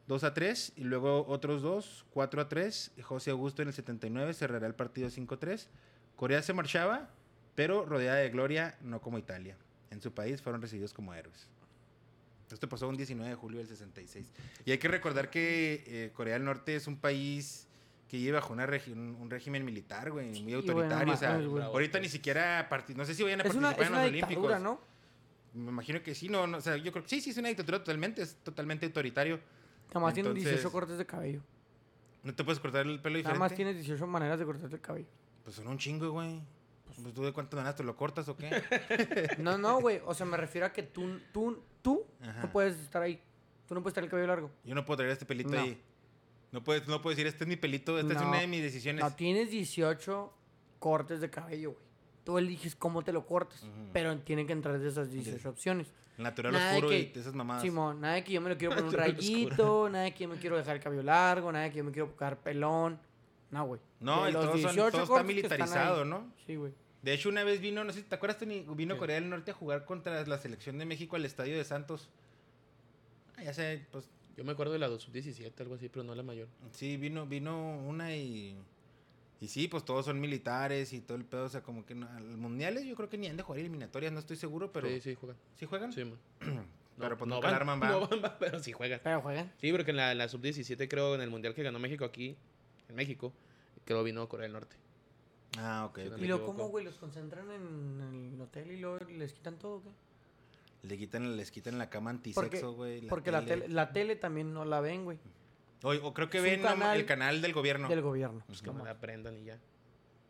[SPEAKER 2] 2 a 3 y luego otros dos, 4 a 3. José Augusto en el 79 cerrará el partido 5 a 3. Corea se marchaba, pero rodeada de gloria, no como Italia. En su país fueron recibidos como héroes. Esto pasó un 19 de julio del 66. Y hay que recordar que eh, Corea del Norte es un país que lleva bajo una regi- un, un régimen militar, güey, muy
[SPEAKER 1] bueno,
[SPEAKER 2] autoritario. o sea,
[SPEAKER 1] mames, güey.
[SPEAKER 2] ahorita ni siquiera... parti- No sé si vayan a
[SPEAKER 1] Es una,
[SPEAKER 2] participar
[SPEAKER 1] es una
[SPEAKER 2] en los
[SPEAKER 1] dictadura,
[SPEAKER 2] Olímpicos.
[SPEAKER 1] ¿no?
[SPEAKER 2] Me imagino que sí, no, no, o sea, yo creo que sí, sí, es una dictadura totalmente, es totalmente autoritario.
[SPEAKER 1] Nada más tienen 18
[SPEAKER 2] Entonces,
[SPEAKER 1] cortes de cabello.
[SPEAKER 2] No te puedes cortar el
[SPEAKER 1] Nada
[SPEAKER 2] pelo diferente.
[SPEAKER 1] más tienes 18 maneras de cortarte el cabello.
[SPEAKER 2] Pues son un chingo, güey. Pues tú de cuántas maneras te lo cortas o qué.
[SPEAKER 1] No, no, güey. O sea, me refiero a que tú, tú, tú
[SPEAKER 2] Ajá.
[SPEAKER 1] no puedes estar ahí. Tú no puedes tener el cabello largo.
[SPEAKER 2] Yo no puedo traer este pelito
[SPEAKER 1] No.
[SPEAKER 2] ahí. No puedes, no puedes decir, este es mi pelito, esta es
[SPEAKER 1] No.
[SPEAKER 2] una de mis decisiones.
[SPEAKER 1] No, tienes 18 cortes de cabello, güey. Tú eliges cómo te lo cortas.
[SPEAKER 2] Ujú.
[SPEAKER 1] Pero tienen que entrar de esas 18
[SPEAKER 2] Sí.
[SPEAKER 1] opciones.
[SPEAKER 2] Natural
[SPEAKER 1] Nada de
[SPEAKER 2] oscuro y
[SPEAKER 1] que-
[SPEAKER 2] de esas mamadas.
[SPEAKER 1] Simón, nada de que yo me lo quiero poner un
[SPEAKER 3] Natural oscuro.
[SPEAKER 1] rayito, nada de que yo me quiero dejar el cabello largo, nada de que yo me quiero tocar pelón. No, güey.
[SPEAKER 2] no,
[SPEAKER 1] De
[SPEAKER 2] y
[SPEAKER 1] los
[SPEAKER 2] todos son-
[SPEAKER 1] 18
[SPEAKER 2] todo
[SPEAKER 1] cortes
[SPEAKER 2] está
[SPEAKER 1] que están ahí.
[SPEAKER 2] militarizado, ¿no?
[SPEAKER 1] Sí, güey.
[SPEAKER 2] De hecho, una vez vino, no sé si te acuerdas, Tony, vino
[SPEAKER 3] ¿Qué?
[SPEAKER 2] Corea del Norte a jugar contra la selección de México al estadio de Santos. Ah, ya sé, pues
[SPEAKER 3] Yo me acuerdo de la 2 sub-17, algo así, pero no la mayor.
[SPEAKER 2] sí, vino, vino una y. Y sí, pues todos son militares y todo el pedo. O sea, como que no- al mundiales yo creo que ni han de jugar eliminatorias, no estoy seguro, pero.
[SPEAKER 3] sí,
[SPEAKER 2] ¿Sí,
[SPEAKER 3] sí, juegan.
[SPEAKER 1] Ah.
[SPEAKER 2] juegan?
[SPEAKER 3] Sí, man.
[SPEAKER 2] Pero pues
[SPEAKER 3] no
[SPEAKER 2] nunca
[SPEAKER 3] van,
[SPEAKER 2] alarman, va.
[SPEAKER 3] No van, va, pero sí juegan.
[SPEAKER 1] Pero juegan.
[SPEAKER 3] Sí, porque en la, en la sub-17 creo en el mundial que ganó México aquí, en México, creo vino Corea del Norte.
[SPEAKER 2] Ah, ok.
[SPEAKER 3] Sí,
[SPEAKER 2] ok.
[SPEAKER 3] no
[SPEAKER 1] ¿Y
[SPEAKER 3] me
[SPEAKER 1] luego
[SPEAKER 3] equivoco.
[SPEAKER 1] cómo, güey? ¿Los concentran en el hotel y luego les quitan todo o qué?
[SPEAKER 2] Le quitan, les quitan la cama
[SPEAKER 1] Porque,
[SPEAKER 2] antisexo, güey.
[SPEAKER 1] porque la, tele, la tele también no la ven, güey,
[SPEAKER 2] O, o creo que
[SPEAKER 1] Es un
[SPEAKER 2] ven nomás
[SPEAKER 1] canal
[SPEAKER 2] el canal del gobierno.
[SPEAKER 1] del gobierno.
[SPEAKER 2] Pues
[SPEAKER 3] Que
[SPEAKER 2] no
[SPEAKER 3] me
[SPEAKER 2] mames.
[SPEAKER 3] la aprendan y ya.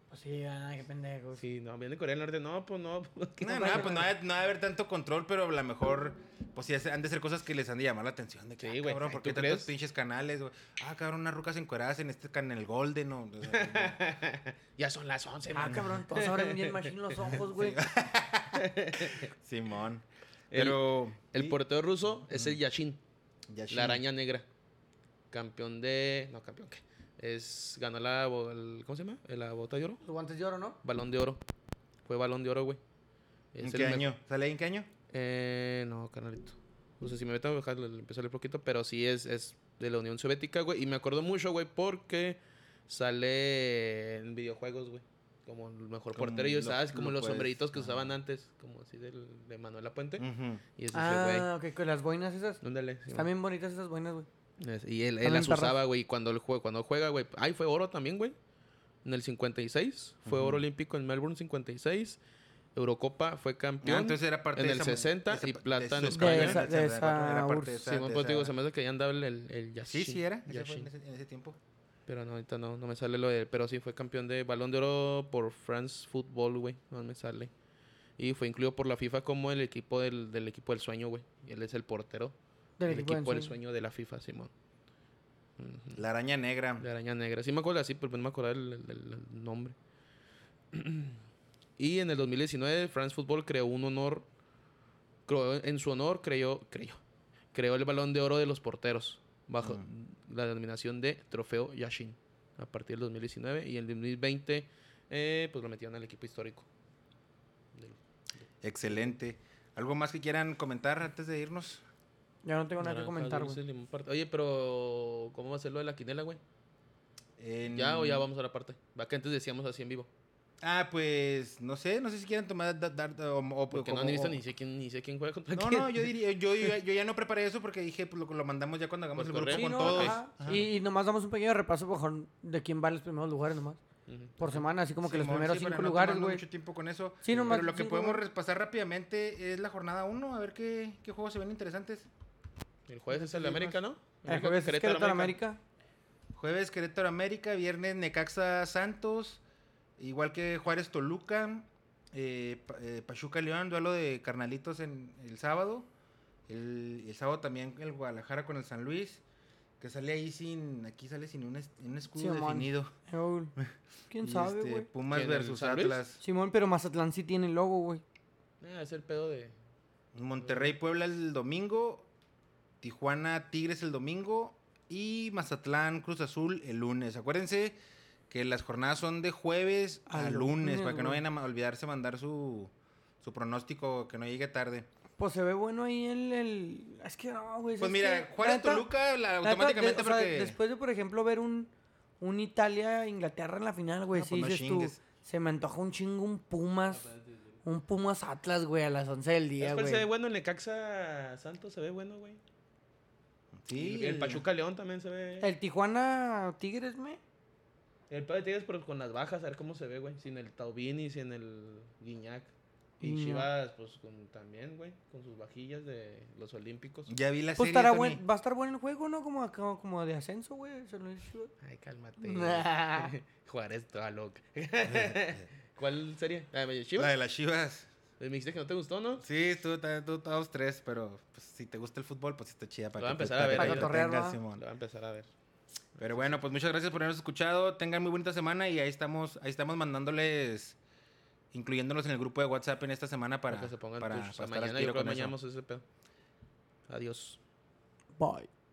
[SPEAKER 1] Pues sí, ah, qué pendejo.
[SPEAKER 3] Sí, no, viene Corea del Norte. No, pues no. pues, ¿qué?
[SPEAKER 2] No,
[SPEAKER 1] no
[SPEAKER 2] no,
[SPEAKER 1] pasa
[SPEAKER 2] pues no
[SPEAKER 1] nada.
[SPEAKER 2] ha, de- no ha de haber tanto control, pero a lo mejor, pues sí, hace- han de ser cosas que les han de llamar la atención. De que,
[SPEAKER 3] Sí,
[SPEAKER 2] ah,
[SPEAKER 3] güey,
[SPEAKER 2] cabrón,
[SPEAKER 3] ay,
[SPEAKER 2] ¿por qué
[SPEAKER 3] ¿tú
[SPEAKER 2] tantos
[SPEAKER 3] crees?
[SPEAKER 2] pinches canales, güey? Ah, cabrón, unas rucas encueradas en este canal Golden, o- o sea,
[SPEAKER 3] Ya son las 11,
[SPEAKER 1] Ah,
[SPEAKER 3] man.
[SPEAKER 1] cabrón, todos abren bien machín los ojos, güey.
[SPEAKER 2] Simón.
[SPEAKER 3] El-
[SPEAKER 2] Pero.
[SPEAKER 3] El
[SPEAKER 2] y-
[SPEAKER 3] portero ruso es el Yashin,
[SPEAKER 2] ya chin.
[SPEAKER 3] la araña negra. Campeón de. No, campeón qué. Es, ganó la. bo- el- ¿Cómo se llama? Eh, La bota de oro.
[SPEAKER 1] Los guantes de oro, ¿no?
[SPEAKER 3] Balón de oro. Fue balón de oro, güey.
[SPEAKER 2] ¿En
[SPEAKER 3] Es
[SPEAKER 2] qué
[SPEAKER 3] el
[SPEAKER 2] año? ¿Sale ahí en qué año?
[SPEAKER 3] Eh, no, canalito. O sea, si me meto a dejar, le empiezo a leer poquito, pero sí es, es de la Unión Soviética, güey. Y me acuerdo mucho, güey, porque sale en videojuegos, güey. Como el mejor
[SPEAKER 2] Como
[SPEAKER 3] portero, y yo
[SPEAKER 2] lo-
[SPEAKER 3] estaba así como
[SPEAKER 2] lo
[SPEAKER 3] los
[SPEAKER 2] puedes,
[SPEAKER 3] sombreritos que
[SPEAKER 2] ajá.
[SPEAKER 3] usaban antes, como así del, de Manuel Puente
[SPEAKER 2] Ujú.
[SPEAKER 3] Y es ese, güey.
[SPEAKER 1] Ah, ok, con las boinas esas.
[SPEAKER 3] Ándale, sí,
[SPEAKER 1] Están bien bonitas esas boinas, güey.
[SPEAKER 3] es- Y él, él
[SPEAKER 1] También
[SPEAKER 3] las
[SPEAKER 1] perras.
[SPEAKER 3] usaba, güey. y Cuando él juega, cuando juega, güey. Ay, fue oro también, güey. En el 56. Fue oro olímpico en Melbourne 56. Eurocopa fue campeón.
[SPEAKER 2] Ah, entonces era parte
[SPEAKER 3] en
[SPEAKER 2] de
[SPEAKER 3] el
[SPEAKER 2] esa-
[SPEAKER 3] 60
[SPEAKER 2] de esa-
[SPEAKER 3] y
[SPEAKER 2] de
[SPEAKER 3] plata
[SPEAKER 2] esa-
[SPEAKER 3] en
[SPEAKER 2] de
[SPEAKER 3] España.
[SPEAKER 2] esa-
[SPEAKER 1] De esa-
[SPEAKER 2] era parte de
[SPEAKER 1] URSS.
[SPEAKER 2] esa-
[SPEAKER 3] Sí, bueno,
[SPEAKER 2] de
[SPEAKER 3] pues te digo,
[SPEAKER 2] esa-
[SPEAKER 3] se me hace que ya andaba el, el, el
[SPEAKER 2] Sí,
[SPEAKER 3] Yashin.
[SPEAKER 2] sí, era. ese fue
[SPEAKER 3] Yashin.
[SPEAKER 2] en ese- en ese tiempo.
[SPEAKER 3] Pero no, ahorita no, no me sale lo de... Pero sí, fue campeón de Balón de Oro por France Football, güey. No me sale. Y fue incluido por la FIFA como el equipo del, del equipo del sueño, güey. Y él es el portero.
[SPEAKER 1] Del
[SPEAKER 3] el equipo del
[SPEAKER 1] sueño.
[SPEAKER 3] sueño de la FIFA, Simón. Ujú.
[SPEAKER 2] La araña negra.
[SPEAKER 3] De araña negra. Sí me acuerdo así, pero pues no me acuerdo el, el- el- el nombre. y en el 2019, France Football creó un honor. creó- en su honor, creó, creó, creó el balón de oro de los porteros. Bajo la denominación de Trofeo Yashin. A partir del 2019. Y en el 2020, eh, pues lo metieron al equipo histórico.
[SPEAKER 2] Excelente. ¿Algo más que quieran comentar antes de irnos?
[SPEAKER 1] Ya no tengo nada que
[SPEAKER 3] Naranjas,
[SPEAKER 1] comentar,
[SPEAKER 3] dulce,
[SPEAKER 1] güey.
[SPEAKER 3] limón, parte- Oye, pero. ¿Cómo va a ser lo de la quinela, güey?
[SPEAKER 2] En-
[SPEAKER 3] ¿Ya o ya vamos a la parte? Va que antes decíamos así en vivo.
[SPEAKER 2] Ah, pues no sé, no sé si quieren tomar da- dar- o, o-
[SPEAKER 3] Porque
[SPEAKER 2] como-
[SPEAKER 3] no, ni,
[SPEAKER 2] o-
[SPEAKER 3] ni, sé quién, ni sé quién juega contra
[SPEAKER 2] No,
[SPEAKER 3] quién.
[SPEAKER 2] no, yo diría, yo, yo, yo ya no preparé eso porque dije, pues lo, lo mandamos ya cuando hagamos
[SPEAKER 3] Por
[SPEAKER 2] el grupo
[SPEAKER 3] correo.
[SPEAKER 1] Sí,
[SPEAKER 2] con
[SPEAKER 1] no,
[SPEAKER 2] todos.
[SPEAKER 1] ajá.
[SPEAKER 2] Ajá.
[SPEAKER 1] Y, y nomás damos un pequeño repaso por favor, de quién va a los primeros lugares nomás.
[SPEAKER 3] Ujú.
[SPEAKER 1] Por semana, así como que los
[SPEAKER 2] Simón,
[SPEAKER 1] primeros
[SPEAKER 2] sí, para
[SPEAKER 1] cinco
[SPEAKER 2] no
[SPEAKER 1] lugares,
[SPEAKER 2] tomarnos
[SPEAKER 1] güey.
[SPEAKER 2] mucho tiempo con eso.
[SPEAKER 1] Sí, nomás
[SPEAKER 2] Pero lo que
[SPEAKER 1] cinco,
[SPEAKER 2] podemos
[SPEAKER 1] güey.
[SPEAKER 2] repasar rápidamente es la jornada 1, a ver qué, qué juegos se ven interesantes.
[SPEAKER 3] El jueves es el
[SPEAKER 2] Sí,
[SPEAKER 3] de América, ¿no?
[SPEAKER 1] El jueves es Querétaro América.
[SPEAKER 2] Jueves Querétaro América, viernes Necaxa Santos, igual que Juárez Toluca, eh, Pa- eh, Pachuca León, duelo de carnalitos en el sábado. El, el sábado también el Guadalajara con el San Luis, que sale ahí sin, aquí sale sin un, es- un escudo
[SPEAKER 1] Simón.
[SPEAKER 2] definido.
[SPEAKER 1] Raúl. ¿Quién
[SPEAKER 2] Y,
[SPEAKER 1] sabe,
[SPEAKER 2] este,
[SPEAKER 1] güey?
[SPEAKER 2] Pumas
[SPEAKER 3] ¿Quién, el
[SPEAKER 2] versus
[SPEAKER 3] San Luis?
[SPEAKER 2] Atlas.
[SPEAKER 1] Simón, pero Mazatlán sí tiene logo, güey.
[SPEAKER 3] Ah, es el pedo de.
[SPEAKER 2] Monterrey Puebla el domingo, Tijuana Tigres el domingo y Mazatlán Cruz Azul el lunes. Acuérdense que las jornadas son de jueves a,
[SPEAKER 1] A
[SPEAKER 2] lunes,
[SPEAKER 1] lunes,
[SPEAKER 2] para que no
[SPEAKER 1] güey.
[SPEAKER 2] vayan a ma- olvidarse mandar su, su pronóstico, que no llegue tarde.
[SPEAKER 1] Pues se ve bueno ahí el... el... Es que no, güey.
[SPEAKER 2] Pues
[SPEAKER 1] es
[SPEAKER 2] mira,
[SPEAKER 1] que,
[SPEAKER 2] Juárez
[SPEAKER 1] la neta-
[SPEAKER 2] Toluca la-
[SPEAKER 1] la neta,
[SPEAKER 2] automáticamente
[SPEAKER 1] de- o sea,
[SPEAKER 2] porque
[SPEAKER 1] Después de, por ejemplo, ver un, un Italia-Inglaterra en la final, güey,
[SPEAKER 2] No,
[SPEAKER 1] sí
[SPEAKER 2] pues no
[SPEAKER 1] dices
[SPEAKER 2] chingues.
[SPEAKER 1] tú, se me antoja un chingo un Pumas, un Pumas-Atlas, güey, a las 11 del día,
[SPEAKER 3] Después se ve
[SPEAKER 1] güey.
[SPEAKER 3] bueno el Necaxa Santos, se ve bueno, güey.
[SPEAKER 2] sí,
[SPEAKER 3] Y el Pachuca León también se ve. El,
[SPEAKER 1] El Tijuana-Tigres, me.
[SPEAKER 3] pedo de Tigres, pero con las bajas, a ver cómo se ve, güey. Sin el Taubini, sin el Guiñac. Y
[SPEAKER 1] Guiñac.
[SPEAKER 3] Chivas, pues con, también, güey. Con sus vajillas de los Olímpicos.
[SPEAKER 2] Ya vi la
[SPEAKER 1] Pues
[SPEAKER 2] serie,
[SPEAKER 1] estará
[SPEAKER 2] Tony.
[SPEAKER 1] buen- va a estar bueno el juego, ¿no? Como, como, como de ascenso, güey. San Luis, güey.
[SPEAKER 3] Ay, cálmate.
[SPEAKER 1] Nah.
[SPEAKER 3] Juárez, toda loca. ¿Cuál sería? La de
[SPEAKER 2] La
[SPEAKER 3] Chivas.
[SPEAKER 2] de las Chivas.
[SPEAKER 3] Me dijiste que no te gustó, ¿no?
[SPEAKER 2] Sí, tú, ta- tú todos tres, pero pues, si te gusta el fútbol, pues sí está chida
[SPEAKER 3] Lo
[SPEAKER 2] para
[SPEAKER 3] voy a
[SPEAKER 2] que te-
[SPEAKER 3] empezar a
[SPEAKER 2] para
[SPEAKER 3] ver
[SPEAKER 2] que
[SPEAKER 3] ahí.
[SPEAKER 2] te
[SPEAKER 1] Para cotorrear,
[SPEAKER 2] tengas,
[SPEAKER 1] ¿va?
[SPEAKER 3] Lo
[SPEAKER 2] Simón.
[SPEAKER 3] voy a empezar a ver.
[SPEAKER 2] Pero bueno, pues muchas gracias por habernos escuchado. Tengan muy bonita semana y ahí estamos, ahí estamos mandándoles, incluyéndonos en el grupo de WhatsApp en esta semana para,
[SPEAKER 3] que se pongan
[SPEAKER 2] para-
[SPEAKER 3] tus-
[SPEAKER 2] para
[SPEAKER 3] o sea,
[SPEAKER 2] estar al
[SPEAKER 3] mañana yo
[SPEAKER 2] tiro
[SPEAKER 3] creo
[SPEAKER 2] con eso.
[SPEAKER 3] mañana vamos a ese pedo. Adiós.
[SPEAKER 1] Bye.